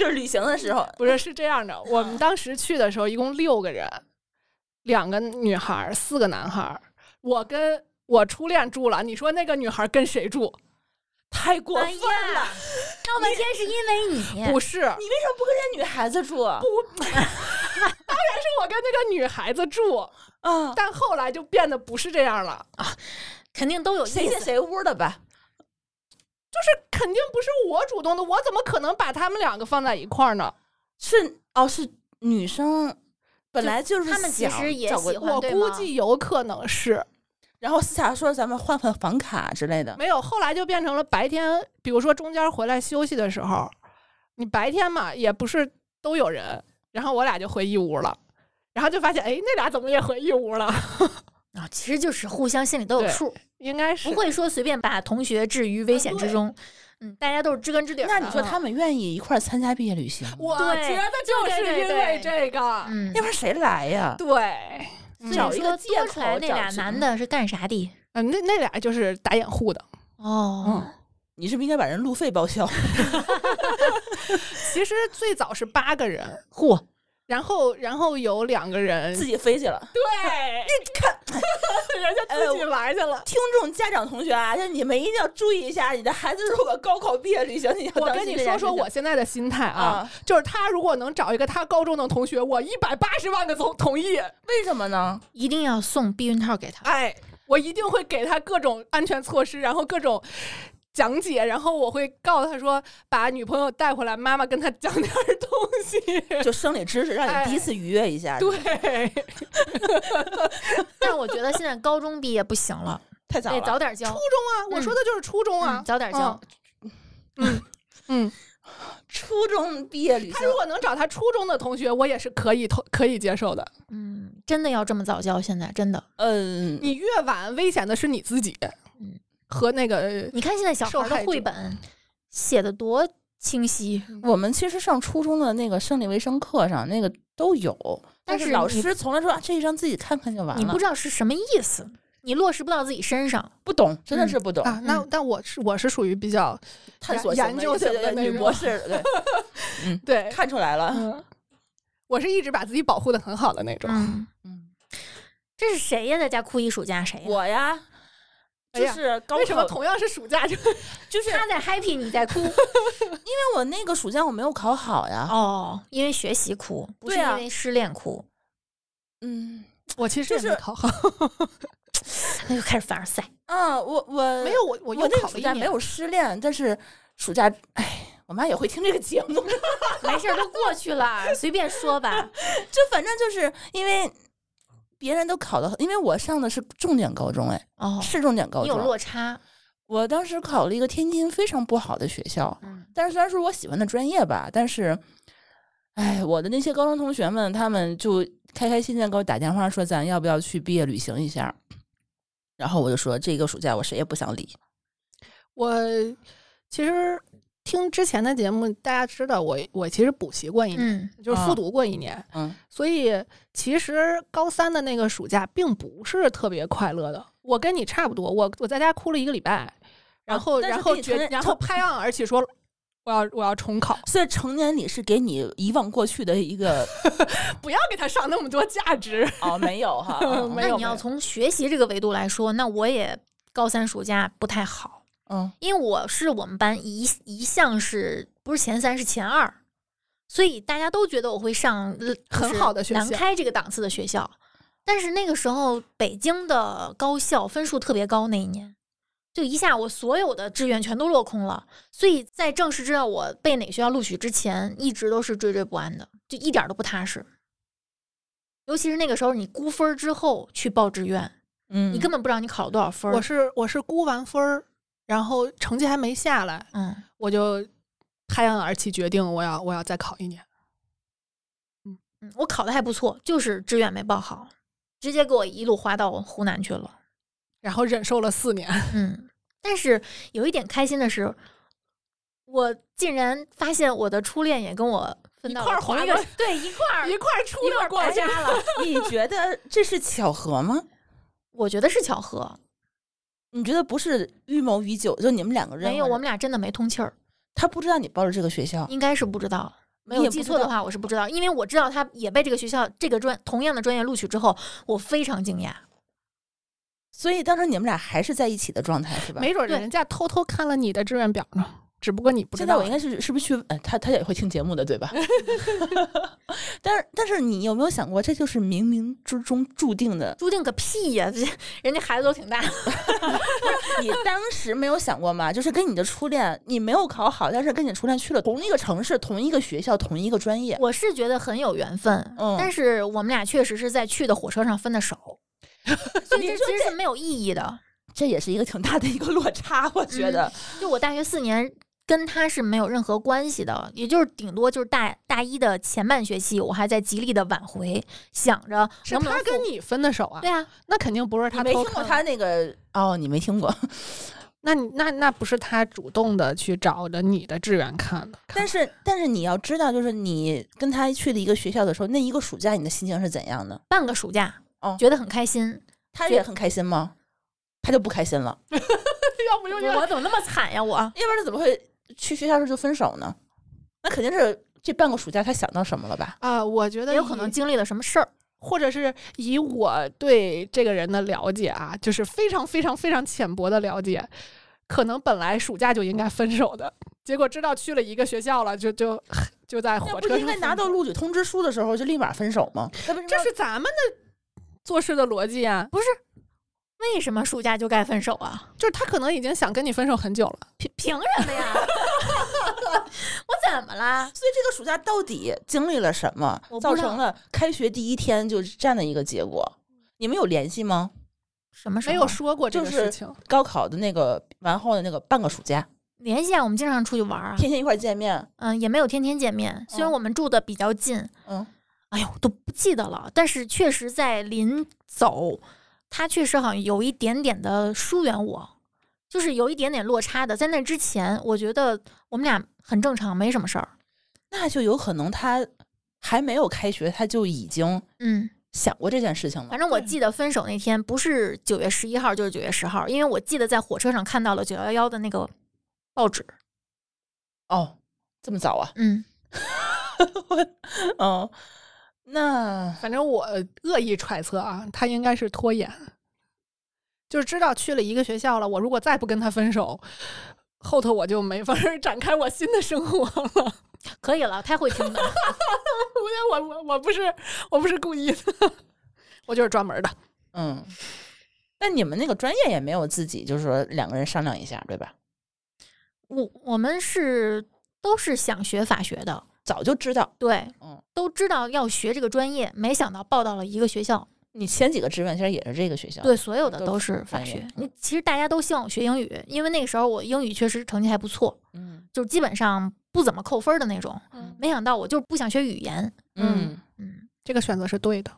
就是旅行的时候，
不是，是这样的，我们当时去的时候一共六个人，两个女孩儿，四个男孩儿。我跟我初恋住了，你说那个女孩儿跟谁住？
太过
哎呀，闹半天是因为你，
不是，
你为什么不跟这女孩子
是
住？
我跟那个女孩子住，
啊，
但后来就变得不是这样了，
肯定都有意
谁进
思。
谁屋的吧？
就是肯定不是我主动的，我怎么可能把他们两个放在一块儿呢？
是哦，是女生，本来就是
他们其
想
实也
找个
喜欢
我
对
估
吗
计有可能是
然后私下说咱们换换房卡之类的。
没有，后来就变成了白天，比如说中间回来休息的时候，你白天嘛也不是都有人，然后我俩就回一屋了，然后就发现哎，那俩怎么也回一屋了？
啊，其实就是互相心里都有
对
数，
应该是
不会说随便把同学置于危险之中。嗯，大家都是知根知底儿的。啊
那你说他们愿意一块儿参加毕业旅行吗？
嗯我
对
觉得就是
对对
因
对
为这个，
嗯
要，不然谁来呀？
对，
所以
找
你
一
说
个借
多
口
出来那
找
俩
什么
男的是干啥的？
嗯，那那俩就是打掩护的，
哦
嗯，，
你是不是应该把人路费 报销？
其实最早是八个人，
嚯，
然后然后有两个人
自己飞去了。
对， 人家
呃
自己玩去了。
听众家长同学啊，就是你们一定要注意一下，你的孩子如果高考毕业旅行，你要
我
当
跟
心
你
这件
说说
事情
我现在的心态啊，
啊，
就是他如果能找一个他高中的同学，我一百八十万个同同意，
为什么呢？
一定要送避孕套给
啊
他。
哎，我一定会给他各种安全措施，然后各种讲解，然后我会告诉他说，把女朋友带回来，妈妈跟他讲点儿东西。
就生理知识，让
哎
你第一次愉悦一下，
对，啊
但是我觉得现在高中毕业不行了，
太 早
得
了。
早点交，
啊，我说的就是初中啊
嗯，早点交。
嗯。嗯，嗯
初中毕业旅
他
行
如，果能找他初中的同学，我也是可以同可以接受的。
嗯，真的要这么早交，现在真的。
嗯，
你越晚，危险的是你自己
嗯，
和那个
你看现在小
受
孩
害
的绘
者
本写的多清晰，
我们其实上初中的那个生理卫生课上那个都有，但
是
老
你
师从来说啊，这一张自己看看就完
你
了，
不知道是什么意思，你落实不到自己身上。
不懂，真的是不懂，
啊，那但我是我是属于比较
探索
研
型的
究
对
型的
对对
那
女
种
博 士，对，
对，
看出来了，
嗯，我是一直把自己保护的很好的那种。
嗯，
嗯，
这是谁呀？在家哭一暑假谁呀？
我呀，
哎
就
呀
是高
为什么
考，
同样是暑假就
就是因
他在 happy，你在哭
为我那个暑假我没有考好呀，
哦，因为学习哭，不是
对啊
因为失恋哭，
嗯
我其实
就
也没
是
考好，
那就开始凡尔赛。
啊，我我
没有我我
我
又
那个
考了
暑
一
假
年，
没有失恋，但是暑假，哎，我妈也会听这个节目，
没事儿都过去了，随便说吧。
就反正就是因为别人都考的，因为我上的是重点高中，哎，
哦
是重点高
你有
中。
落差，
我当时考了一个天津非常不好的学校，
嗯，
但是虽然是我喜欢的专业吧，但是，哎，我的那些高中同学们，他们就开开心心地给我打电话说，咱要不要去毕业旅行一下？然后我就说，这个暑假我谁也不想理。
我其实听之前的节目，大家知道我我其实补习过一年，
嗯，
就是复
啊
读过一年，
嗯，
所以其实高三的那个暑假并不是特别快乐的。我跟你差不多，我我在家哭了一个礼拜，然后、
但是
然后
跟你
决
承认
然后拍案而起说我要我要重考，
所以成年礼是给你遗忘过去的一 个
不要给他上那么多价值。
哦，没有哈，嗯
没
那
有
你
没
要
有
从学习这个维度来说，那我也高三暑假不太好，
嗯，
因为我是我们班一一向是不是前三是前二，所以大家都觉得我会上呃
很
就是
好的学
南
校
开这个档次的学校。但是那个时候北京的高校分数特别高，那一年就一下我所有的志愿全都落空了，所以在正式知道我被哪个学校录取之前，一直都是惴惴不安的，就一点儿都不踏实。尤其是那个时候，你估分儿之后去报志愿，
嗯
你根本不知道你考了多少分儿。
我是我是估完分儿，然后成绩还没下来，
嗯，
我就拍案而起，决定我要我要再考一年。
嗯，我考的还不错，就是志愿没报好，直接给我一路滑到湖南去了。
然后忍受了四年，
嗯，但是有一点开心的是，我竟然发现我的初恋也跟我分
一
到
块
了
儿
同
滑
一个
过，
对，一块儿
一块儿出
一
了
块儿
国
白
家。
搭了。
嗯你觉得这是巧合吗？
我觉得是巧合，
你觉得不是预谋已久？就你们两个人
没有，我们俩真的没通气儿，
他不知道你报了这个学校，
应该是不知道。没
你
有
也
记
不知
错的
道
话，我是不知道，因为我知道他也被这个学校这个专同样的专业录取之后，我非常惊讶。
所以当时你们俩还是在一起的状态是吧？
没准
对
人家偷偷看了你的志愿表呢，只不过你不知
现在
道。
我应该是是不是去？呃、他他也会听节目的，对吧？ 但是但是你有没有想过，这就是冥冥之中注定的？
注定个屁呀、这人家孩子都挺大的，
你当时没有想过吗？就是跟你的初恋，你没有考好，但是跟你初恋去了同一个城市、同一个学校、同一个专业。
我是觉得很有缘分，
嗯
但是我们俩确实是在去的火车上分的手， 所以
你
这
说
其实是没有意义的。
这也是一个挺大的一个落差，我觉得。
就我大学四年跟他是没有任何关系的，也就是顶多就是大大一的前半学期，我还在极力的挽回，想着
是
能不能
他跟
复
你分的手啊？
对啊，
那肯定不是
你
他
没
偷
听过
看
他
的。
那个哦，你没听 过，
那你那那不是他主动的去找的你的志愿看的。
但是但是你要知道，就是你跟他去了一个学校的时候，那一个暑假你的心情是怎样的？
半个暑假，
哦
觉得很开心。
他
觉
也很开心吗？他就不开心了。
要不就
我怎么那么惨 呀？我
要不然他怎么会去学校时候就分手呢？那肯定是这半个暑假他想到什么了吧？
啊，我觉得
也有可
以
能经历了什么事儿。
或者是以我对这个人的了解啊，就是非常非常非常浅薄的了解，可能本来暑假就应该分手的，结果知道去了一个学校了，就就就在
那
火
不
车上
是应该
分
拿到
手，
录取通知书的时候就立马分手吗？那为什么
这是咱们的做事的逻辑啊，
为什么暑假就该分手啊？
就是他可能已经想跟你分手很久了，
凭凭什么呀？ 我怎么啦？
所以这个暑假到底经历了什么
我，不
造
知道
成了开学第一天就这样的一个结果？你们有联系吗？
什么时候啊
没有说过这
就
个
是
事情。
高考的那个完后的那个半个暑假，
联系啊？我们经常出去玩啊。
天天一块儿见面，
嗯，也没有天天见面，虽然
嗯
我们住的比较近，
嗯，
哎呦都不记得了，但是确实在临走，他确实好像有一点点的疏远我，就是有一点点落差的。在那之前，我觉得我们俩很正常，没什么事儿。
那就有可能他还没有开学，他就已经
嗯，
想过这件事情了
反。正我
对
记得分手那天不是九月十一号就是九月十号，因为我记得在火车上看到了九幺幺的那个报纸。
哦，这么早啊？
嗯，
哦，那
反正我恶意揣测啊，他应该是拖延，就是知道去了一个学校了，我如果再不跟他分手，后头我就没法儿展开我新的生活了。
可以了，他会听 的。
我我我我不是我不是故意的， 我就是专门儿的。
嗯，那你们那个专业也没有自己，就是说两个人商量一下，对吧？
我我们是都是想学法学的，
早就知道。
对，
嗯，
都知道要学这个专业，没想到报到了一个学校，
你前几个志愿其实也是这个学校。
对，，所有的
啊都
都
是
是法
专业
学
嗯。
你其实大家都希望我学英语，因为那个时候我英语确实成绩还不错，
嗯
就基本上不怎么扣分儿的那种。
嗯
没想到我就是不想学语言，
嗯，
嗯，
这个选择是对的。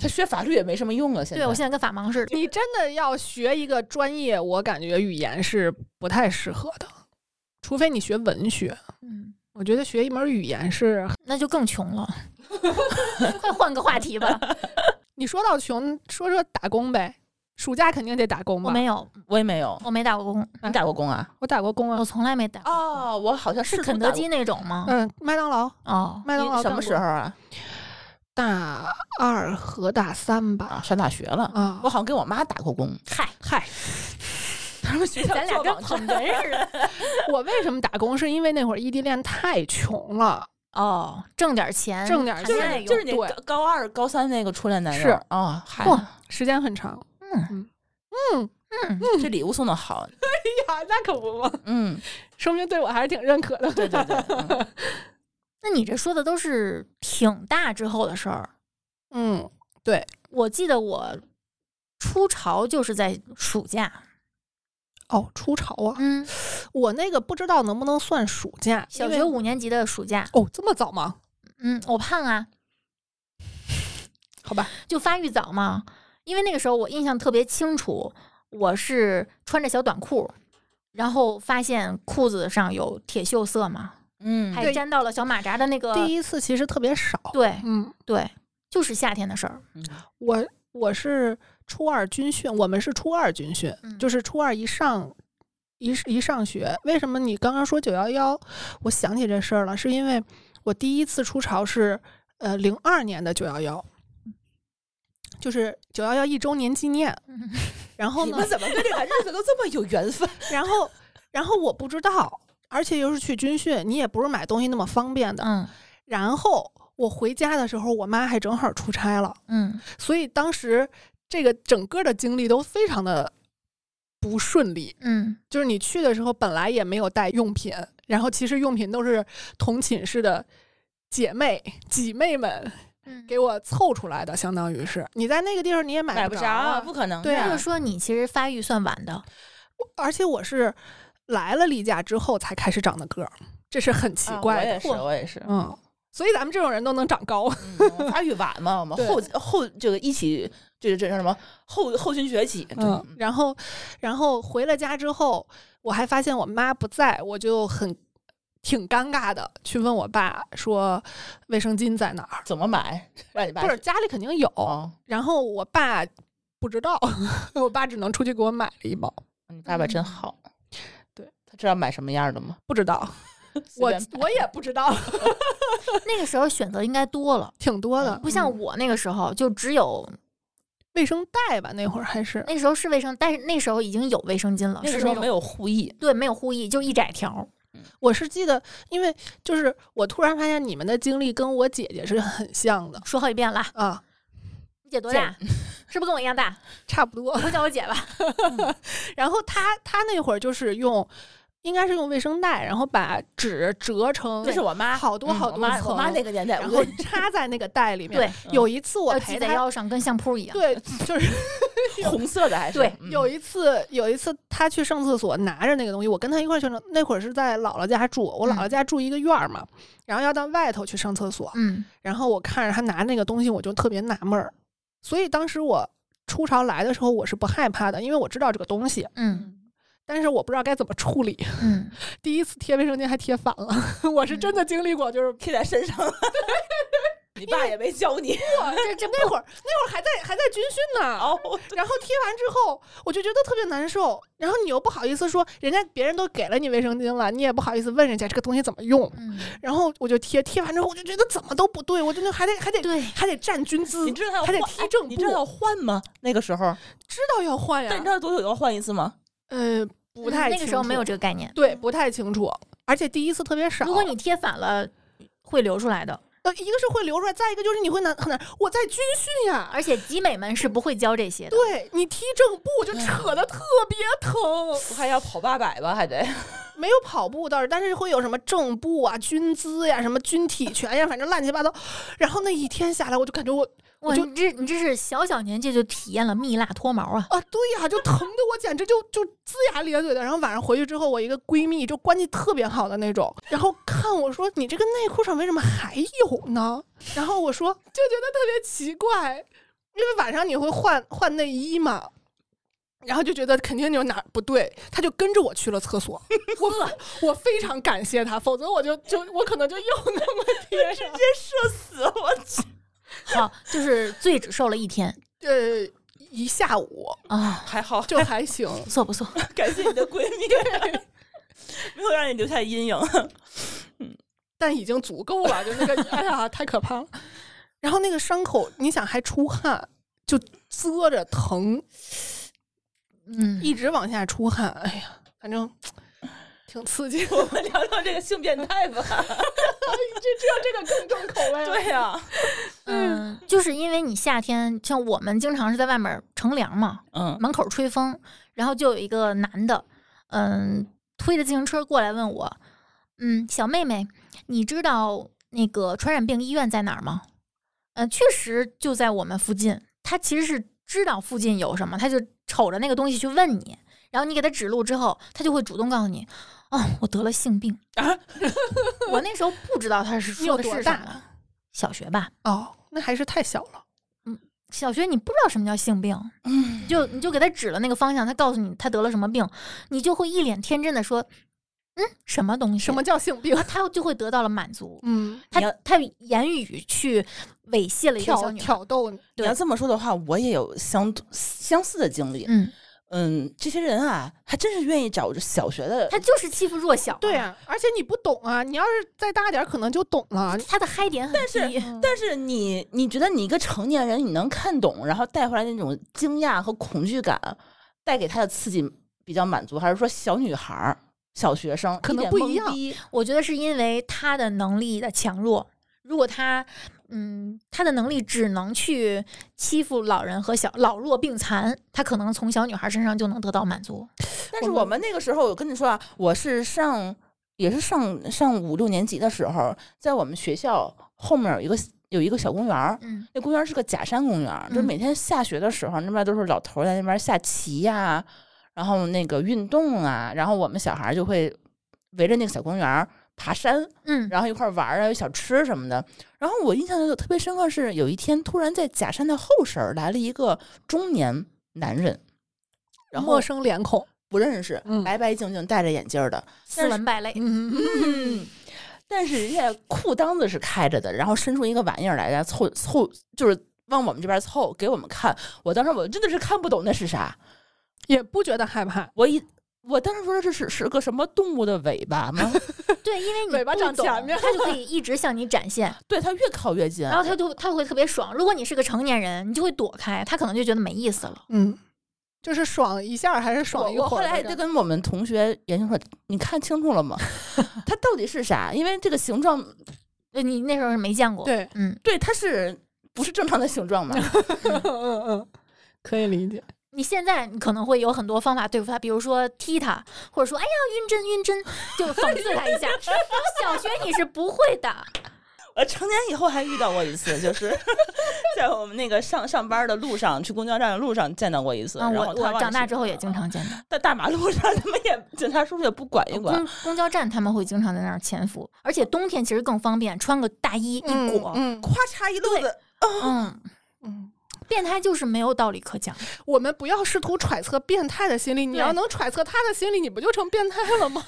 他学法律也没什么用了。啊现在
对我现在跟法盲似的，
你真的要学一个专业，我感觉语言是不太适合的，除非你学文学。
嗯，
我觉得学一门语言是，
那就更 穷了。快换个话题吧，
你说到穷，说说打工呗，暑假肯定得打工吧？
我没有，
我也没有，
我没打过工，
你打过工啊？
我打过工啊
我，从来没打过。
哦，我好像
是
试图
肯
打
德
过
基那种吗？
嗯，麦当劳，
哦，
麦当劳
你什
干
么
过
时候啊？
大二和大三吧。
啊，上大学了。
啊
我，好像跟我妈打过工，
嗨，
嗨，
他们学校
咱俩
做
跟
网
捧
站
哏 似的。
我为什么打工？是因为那会儿异地恋太穷 了，
哦，挣点钱，
挣点儿
谈
就
恋爱
是
用
就是你
对
高高二高三那个初恋男友
是
哦，嗨，
哇
时间很长。
嗯
这礼物送的好，
哎呀，那可不嘛，
嗯，
说明对我还是挺认可的。
对对对，嗯
那你这说的都是挺大之后的事儿。
嗯，
我记得我出潮就是在暑假，
哦，初潮啊，
嗯，
我那个不知道能不能算暑假，
小
因为
学五年级的暑假，
哦，这么早吗？
嗯，我胖啊，
好吧，
就发育早嘛。因为那个时候我印象特别清楚，我是穿着小短裤，然后发现裤子上有铁锈色嘛，
嗯，
还
对
沾到了小马扎的那个，
第一次其实特别少。
呃对
嗯，
对，就是夏天的事儿，
嗯
我我是初二军训，我们是初二军训，
嗯
就是初二一上一一上学。为什么你刚刚说九幺幺，我想起这事儿了，是因为我第一次出潮是呃零二年的九幺幺，就是九幺幺一周年纪念。
嗯
然后
你
呢
们，怎么跟这个日子都这么有缘 分？
然后然后我不知道，而且又是去军训，你也不是买东西那么方便的。
嗯
然后我回家的时候，我妈还正好出差了。
嗯，
所以当时这个整个的经历都非常的不顺利。
嗯，
就是你去的时候本来也没有带用品，然后其实用品都是同寝室的姐妹姐妹们
嗯
给我凑出来的，相当于是你在那个地方你也买
不
着啊、
哎不可能的。
对啊
就是说你其实发育算晚的，
而且我是来了例假之后才开始长的个儿，这是很奇
啊
怪
我
的。
也是，我也是。
嗯，所以咱们这种人都能长高。
嗯我发育晚嘛，我们
对
后后这个一起，这个这叫什么后后群崛起？对
嗯， 然后，然后回了家之后，我还发现我妈不在，我就很挺尴尬的，去问我爸说卫生巾在哪儿，
怎么买？让你爸
不是家里肯定有，
哦，
然后我爸不知道， 我爸只能出去给我买了一包，
你爸爸真好。
嗯对
他知道买什么样的吗？
不知道，
随
我
便买
我也不知 道，
那个时候选择应该多了，
挺多的，
不像
嗯
我那个时候就只有
卫生袋吧，那会儿还是
那时候是卫生，但是那时候已经有卫生巾了，
那个
是
时候
种
没有护翼，
对没有护翼，就一窄条，
我是记得，因为就是我突然发现你们的经历跟我姐姐是很像 的
说好几遍了，
啊，
你姐多大？是不是跟我一样大？
差不多。
不叫我姐 吧？
然后他他那会儿就是用，应该是用卫生带，然后把纸折成，
这是我妈
好多
嗯
好
我
多
妈我
层
妈那个年代，
然
我嗯
后插在那个袋里面。
对，嗯
有一次我
要
陪
系在
他，
腰上，跟相扑一样。
对，就是
红色的还是
对
嗯
有一次有一次他去上厕所拿着那个东西，我跟他一块儿去上，那会儿是在姥姥家住，我姥姥
嗯
家住一个院儿嘛，然后要到外头去上厕所，
嗯，
然后我看着他拿那个东西，我就特别纳闷儿，所以当时我。初潮来的时候，我是不害怕的，因为我知道这个东西，
嗯
但是我不知道该怎么处理。
嗯
第一次贴卫生巾还贴反了， 我是
嗯
真的经历过， 就是
贴在 身上了。你爸也没教你
我这这那会儿那会儿还在还在军训呢，
哦，
然后贴完之后我就觉得特别难受，然后你又不好意思说，人家别人都给了你卫生巾了，你也不好意思问人家这个东西怎么用，
嗯，
然后我就贴贴完之后我就觉得怎么都不对，我就那还得还得
对，
还得站军姿，
你知道
嗯
他要
还得
换哎
踢正步，
你知道要换吗？那个时候，
知道要换
但
呀
你知，道多久要换一次吗？
呃， 不太
那个时候
清
没有
楚
这个概念。
对，不太清楚，而且第一次特别少，
如果你贴反了，会流出来的。
呃一个是会流出来，再一个就是你会难很难，我在军训呀，
而且集美们是不会教这些的。
对你踢正步就扯的特别疼，
我还要跑八百吧，还得
没有跑步倒是，但是会有什么正步啊、军姿呀、什么军体拳呀，反正乱七八糟。然后那一天下来，我就感觉我
哇，
就
你这你这是小小年纪就体验了蜜蜡脱毛啊！
啊，对呀，就疼的我简直就就龇牙咧嘴的。然后晚上回去之后，我一个闺蜜就关系特别好的那种，然后看我说你这个内裤上为什么还有呢？然后我说就觉得特别奇怪，因为晚上你会换换内衣嘛。然后就觉得肯定有哪儿不对，她就跟着我去了厕所。我我非常感谢她，否则我就就我可能就又那么 贴上。
射死我去！
好，就是最只瘦了一天
呃，一下午
啊，
还好，
就还行。
不错不错。
感谢你的闺蜜， 没有让你留下阴影。
但已经足够了，就那个，哎呀，太可怕了。然后那个伤口，你想还出汗，就遮着疼，
嗯，
一直往下出汗，哎呀，反正挺刺激的。
我们聊聊这个性变态吧。
这这这个更重口味
对呀、
嗯，就是因为你夏天，像我们经常是在外面乘凉嘛，
嗯，
门口吹风，然后就有一个男的，嗯，推着自行车过来问我，嗯，小妹妹，你知道那个传染病医院在哪儿吗？呃，确实就在我们附近。他其实是知道附近有什么，他就瞅着那个东西去问你，然后你给他指路之后，他就会主动告诉你，哦，我得了性病。
啊
我那时候不知道他是
你有
说的
多
是什
大
么，？小学吧，
哦，那还是太小了。
小学你不知道什么叫性病，你就你就给他指了那个方向，他告诉你他得了什么病，你就会一脸天真的说，嗯，什么东西？
什么？叫性病
然？后他就会得到了满足，
嗯，
他
你要
他言语去猥亵了一个小
挑
女孩。
挑逗你，
你要这么说的话，我也有相相似的经历。
嗯，
嗯，这些人啊，还真是愿意找着小学的
他就是欺负弱小、
对，啊，而且你不懂啊，你要是再大点儿，可能就懂了。
他的嗨点很低。
是嗯但是你，你觉得你一个成年人，你能看懂，然后带回来那种惊讶和恐惧感，带给他的刺激比较满足，还是说小女孩儿、小学生
可能
脸
不一
懵
样
逼
我觉得是因为他的能力的强弱。如果他，嗯，他的能力只能去欺负老人和小老弱病残，他可能从小女孩身上就能得到满足。
但是
我们
我们那个时候，我跟你说啊，我是上也是上上五六年级的时候，在我们学校后面有一个有一个小公园儿，
嗯
那公园儿是个假山公园儿，就是
嗯
每天下学的时候，那边都是老头儿在那边下棋呀、然后那个运动啊，然后我们小孩儿就会围着那个小公园儿爬山，
嗯
然后一块儿玩儿啊，有小吃什么的。然后我印象就特别深刻是，有一天突然在假山的后身儿来了一个中年男人，然后
陌生脸孔，
不认识，
嗯
白白净净戴着眼镜儿的，
斯文败类。
嗯，
嗯， 但是人家裤裆子是开着的，然后伸出一个玩意儿来，然后凑凑就是往我们这边凑，给我们看。我当时我真的是看不懂那是啥，
也不觉得害怕。
我一我当时说这是是个什么动物的尾巴吗？
对，因为你
尾巴
不
长
懂
前面
他就可以一直向你展现，
对，它越靠越近
然。后他就他会特别爽。如果你是个成年人，你就会躲开，他可能就觉得没意思了。
嗯，就是爽一下还是
我
爽一
我后
会儿
来还
那
得
种。
跟我们同学研究说，你看清楚了吗？ 它到底是啥？因为这个形状，
对你那时候是没见过。
对，
嗯，
对，它是不是正常的形状嘛？
嗯嗯嗯，可以理解。
你现在你可能会有很多方法对付他，比如说踢他，或者说哎呀晕针晕针，就讽刺他一 下。小学你是不会的，
我呃成年以后还遇到过一次，就是 在我们那个上上班的路上，去公交站的路上见到过一次。
啊，
然
我
后他忘
我
了
长大
是
之后也经常见到。
在大马路上，他们也警察叔叔也不管一管
公。公交站他们会经常在那儿潜伏，而且冬天其实更方便，穿个大衣一裹。
嗯
咵嚓一路子，
嗯，
嗯，
变态就是没有道理可讲。
我们不要试图揣测变态的心理，你
对
要能揣测他的心理，你不就成变态了 吗？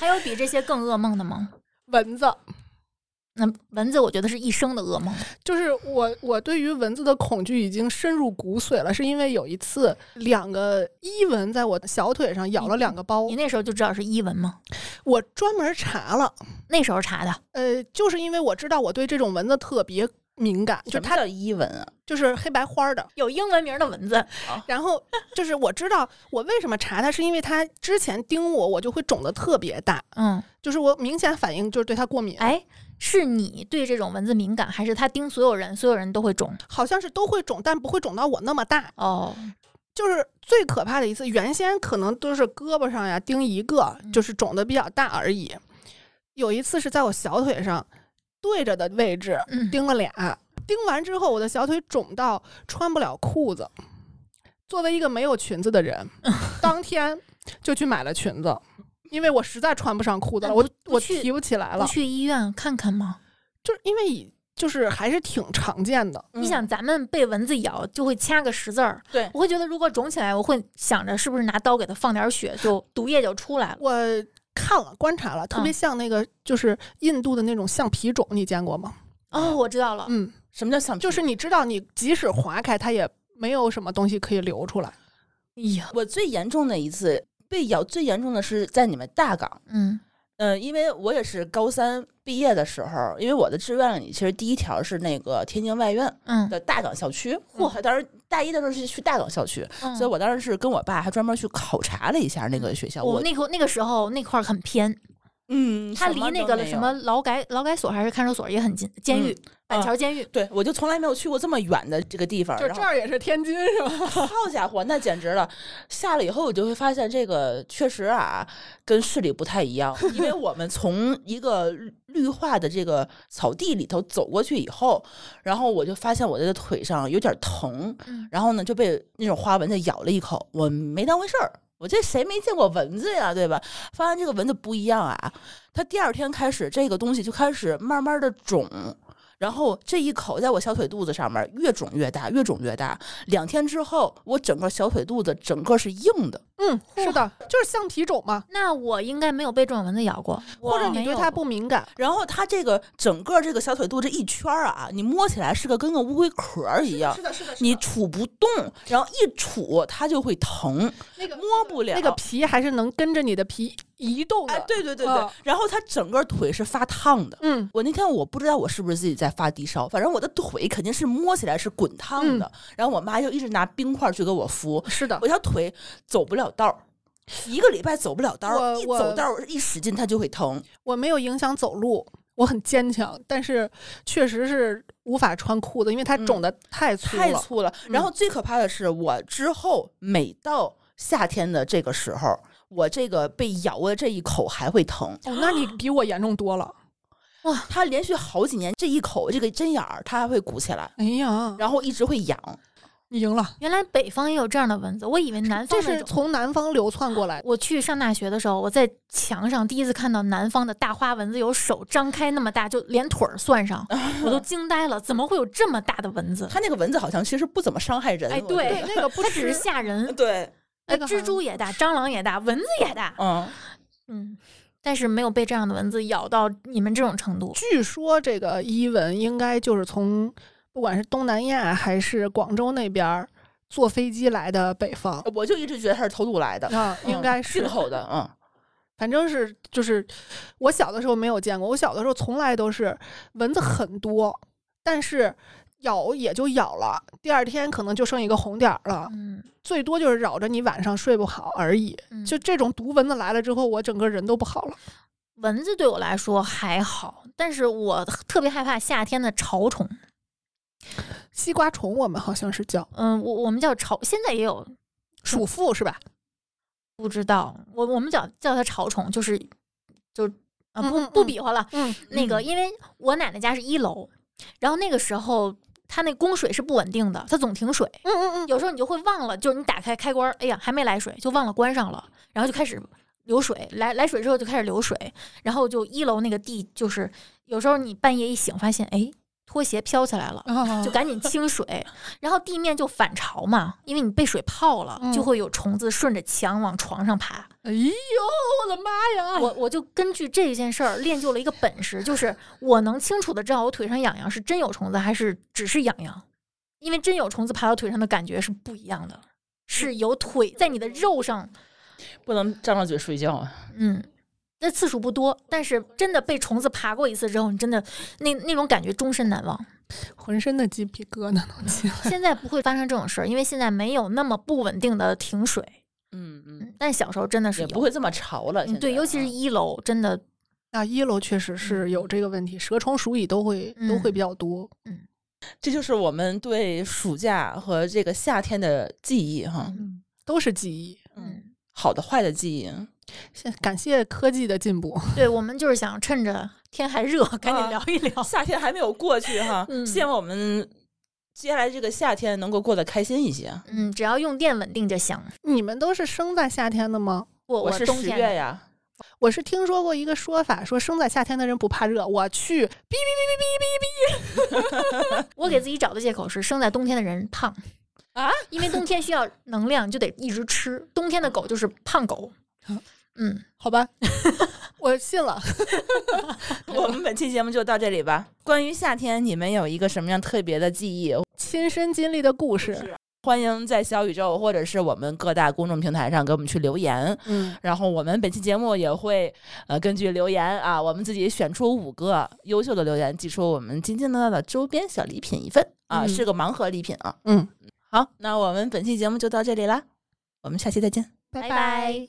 还有比这些更噩梦的吗？
蚊子，
那蚊子，我觉得是一生的噩梦。
就是我，我对于蚊子的恐惧已经深入骨髓了，是因为有一次两个伊蚊在我小腿上咬
嗯
了两个包
你，那时候就知道是伊蚊吗？
我专门查了，
那时候查的，
呃，就是因为我知道我对这种蚊子特别敏感，就
什么
它
叫伊蚊啊？
就是黑白花儿的，
有英文名的蚊子。
然后就是我知道我为什么查它，是因为它之前叮我，我就会肿得特别大，
嗯，
就是我明显反应就是对它过敏，
哎，是你对这种蚊子敏感，还是它叮所有人，所有人都会肿？
好像是都会肿，但不会肿到我那么大。
哦，
就是最可怕的一次，原先可能都是胳膊上呀钉一个，
嗯
就是肿的比较大而已。有一次是在我小腿上对着的位置
嗯
钉了俩，钉完之后我的小腿肿到穿不了裤子。作为一个没有裙子的人，
嗯
当天就去买了裙子，因为我实在穿不上裤子了，
那
我
不不
我
去
提不起来
不
了，
去医院看看吗？
就是因为以就是还是挺常见的。
你想，咱们被蚊子咬就会掐个十字儿，
嗯对
我会觉得如果肿起来，我会想着是不是拿刀给它放点儿血，就毒液就出来了。
我看了观察了，特别
嗯
像那个、就是印度的那种橡皮肿，你见过吗？
哦，我知道了，
嗯，
什么叫想？
就是你知道，你即使划开，它也没有什么东西可以流出来。
哎呀，
我最严重的一次被咬，最严重的是在你们大港。
嗯
嗯，因为我也是高三毕业的时候，因为我的志愿里其实第一条是那个天津外院
嗯，
的大港校区。嚯、当时大一的时候是去大港校区，
嗯
所以我当时是跟我爸还专门去考察了一下那个学校。
我
我
那个那个时候那块儿很偏，
嗯，
它
什
离
么
那
都
个
没
什
有
么劳改劳改所还是看守所也很近，监狱、板
啊
桥监狱。
对，我就从来没有去过这么远的这个地方。
就
然
这
后，
儿也是天津是吧？
好家伙，那简直了！下了以后，我就会发现这个确实啊，跟市里不太一样，因为我们从一个绿绿化的这个草地里头走过去以后，然后我就发现我这个腿上有点疼，
嗯
然后呢就被那种花蚊子咬了一口，我没当回事儿。我这谁没见过蚊子呀，对吧？发现这个蚊子不一样啊，它第二天开始，这个东西就开始慢慢的肿，然后这一口在我小腿肚子上面越肿越大，越肿越大。两天之后，我整个小腿肚子整个是硬的，
嗯，是的，就是橡皮肿嘛，
那我应该没有被这种蚊子咬过，
或者你
没
对
有
它不
过
敏感。
然后它这个整个这个小腿肚这一圈儿啊，你摸起来是个跟个乌龟壳儿一样，
的，是的
你杵不动，然后一杵它就会疼，
那个
摸不了。
那个皮还是能跟着你的皮移动的。
哎，对对对对，
哦
然后它整个腿是发烫的。
嗯，
我那天我不知道我是不是自己在发低烧，反正我的腿肯定是摸起来是滚烫的。
嗯
然后我妈就一直拿冰块去给我敷，
是的
我。条腿走不了道儿，一个礼拜走不了道儿，
我
一
我
走道儿一使劲它就会疼。
我没有影响走路，我很坚强，但是确实是无法穿裤子，因为它肿的嗯太粗了。
太粗了。
嗯
然后最可怕的是，我之后每到夏天的这个时候，我这个被咬的这一口还会疼。
哦，那你比我严重多了。
它连续好几年，这一口这个针眼儿它还会鼓起来，
哎呀，
然后一直会痒。
你赢了。
原来北方也有这样的蚊子，我以为南方
这
那
是
种
从南方流窜过来的。
我去上大学的时候，我在墙上第一次看到南方的大花蚊子，有手张开那么大，就连腿儿算上，我都惊呆了，怎么会有这么大的蚊子？
它那个蚊子好像其实不怎么伤害人。
哎
我
对
觉
对，那个不
它只是吓
得
人，
对，
那
呃
个好
蜘蛛也大，蟑螂也大，蚊子也大，
嗯，
嗯，但是没有被这样的蚊子咬到你们这种程度。
据说这个伊蚊应该就是从不管是东南亚还是广州那边儿坐飞机来的北方
我就一直觉得它是偷渡来
嗯
的，嗯
啊，应该是
进，口 的。嗯，
反正是就是我小的时候没有见过，我小的时候从来都是蚊子很多，但是咬也就咬了，第二天可能就剩一个红点儿了，
嗯，
最多就是扰着你晚上睡不好而已。
嗯
就这种毒蚊子来了之后，我整个人都不好了。
蚊子对我来说还好，但是我特别害怕夏天的潮虫。
西瓜虫我们好像是叫
嗯，我我们叫潮，现在也有
鼠妇是吧？
不知道，我我们叫叫它潮虫，就是就啊
嗯
不
嗯
不
嗯
比划了。
嗯
那个，因为我奶奶家是一楼，然后那个时候它那供水是不稳定的，它总停水，
嗯嗯嗯，
有时候你就会忘了，就是你打开开关，哎呀还没来水，就忘了关上了，然后就开始流水，来来水之后就开始流水，然后就一楼那个地就是有时候你半夜一醒发现，哎拖鞋飘起来了。
啊
就赶紧清水，然后地面就反潮嘛，因为你被水泡了，
嗯
就会有虫子顺着墙往床上爬。
哎呦，我的妈
哎
呀！
我我就根据这件事儿练就了一个本事，就是我能清楚的知道我腿上痒痒是真有虫子还是只是痒痒，因为真有虫子爬到腿上的感觉是不一样的，是
嗯
有腿在你的肉上，
不能张着嘴睡觉啊。
嗯，那次数不多，但是真的被虫子爬过一次之后，你真的那那种感觉终身 难忘。
浑身的鸡皮疙瘩都起来 了。
现在不会发生这种事儿，因为现在没有那么不稳定的停水，
嗯嗯，
嗯但小时候真的是
也
有，
不会这么潮了。现
嗯，
在
对，尤其是
嗯
一楼，真的
嗯啊，一楼确实是有这个问题，蛇虫鼠蚁都会、都会比较多。
这就是我们对暑假和这个夏天的记忆哈。
嗯，都是记忆。
嗯，
好的坏的记忆，
现感谢科技的进步，
嗯对，我们就是想趁着天还热，赶紧
啊
聊一 聊。
夏天还没有过去哈，
嗯
希望我们接下来这个夏天能够过得开心一些。
嗯，只要用电稳定就行。
你们都是生在夏天的吗？
我
我是
冬
十
天
月呀，
我是听说过一个说法，说生在夏天的人不怕热。我去，哔哔哔哔哔
我给自己找的借口是生在冬天的人胖
啊，
因为冬天需要能量，就得一直吃。冬天的狗就是胖狗。
啊
嗯，
哔，好 吧，我信了。
我们本期节目就到这里吧。关于夏天，你们有一个什么样特别的记忆？
亲身经历的故事，
欢迎在小宇宙或者是我们各大公众平台上给我们去留言。
嗯，
然后我们本期节目也会呃根据留言啊，我们自己选出五个优秀的留言，寄出我们津津乐道的周边小礼品一份啊，
嗯
是个盲盒礼品啊。
嗯，
好，那我们本期节目就到这里啦，我们下期再见。
拜
拜拜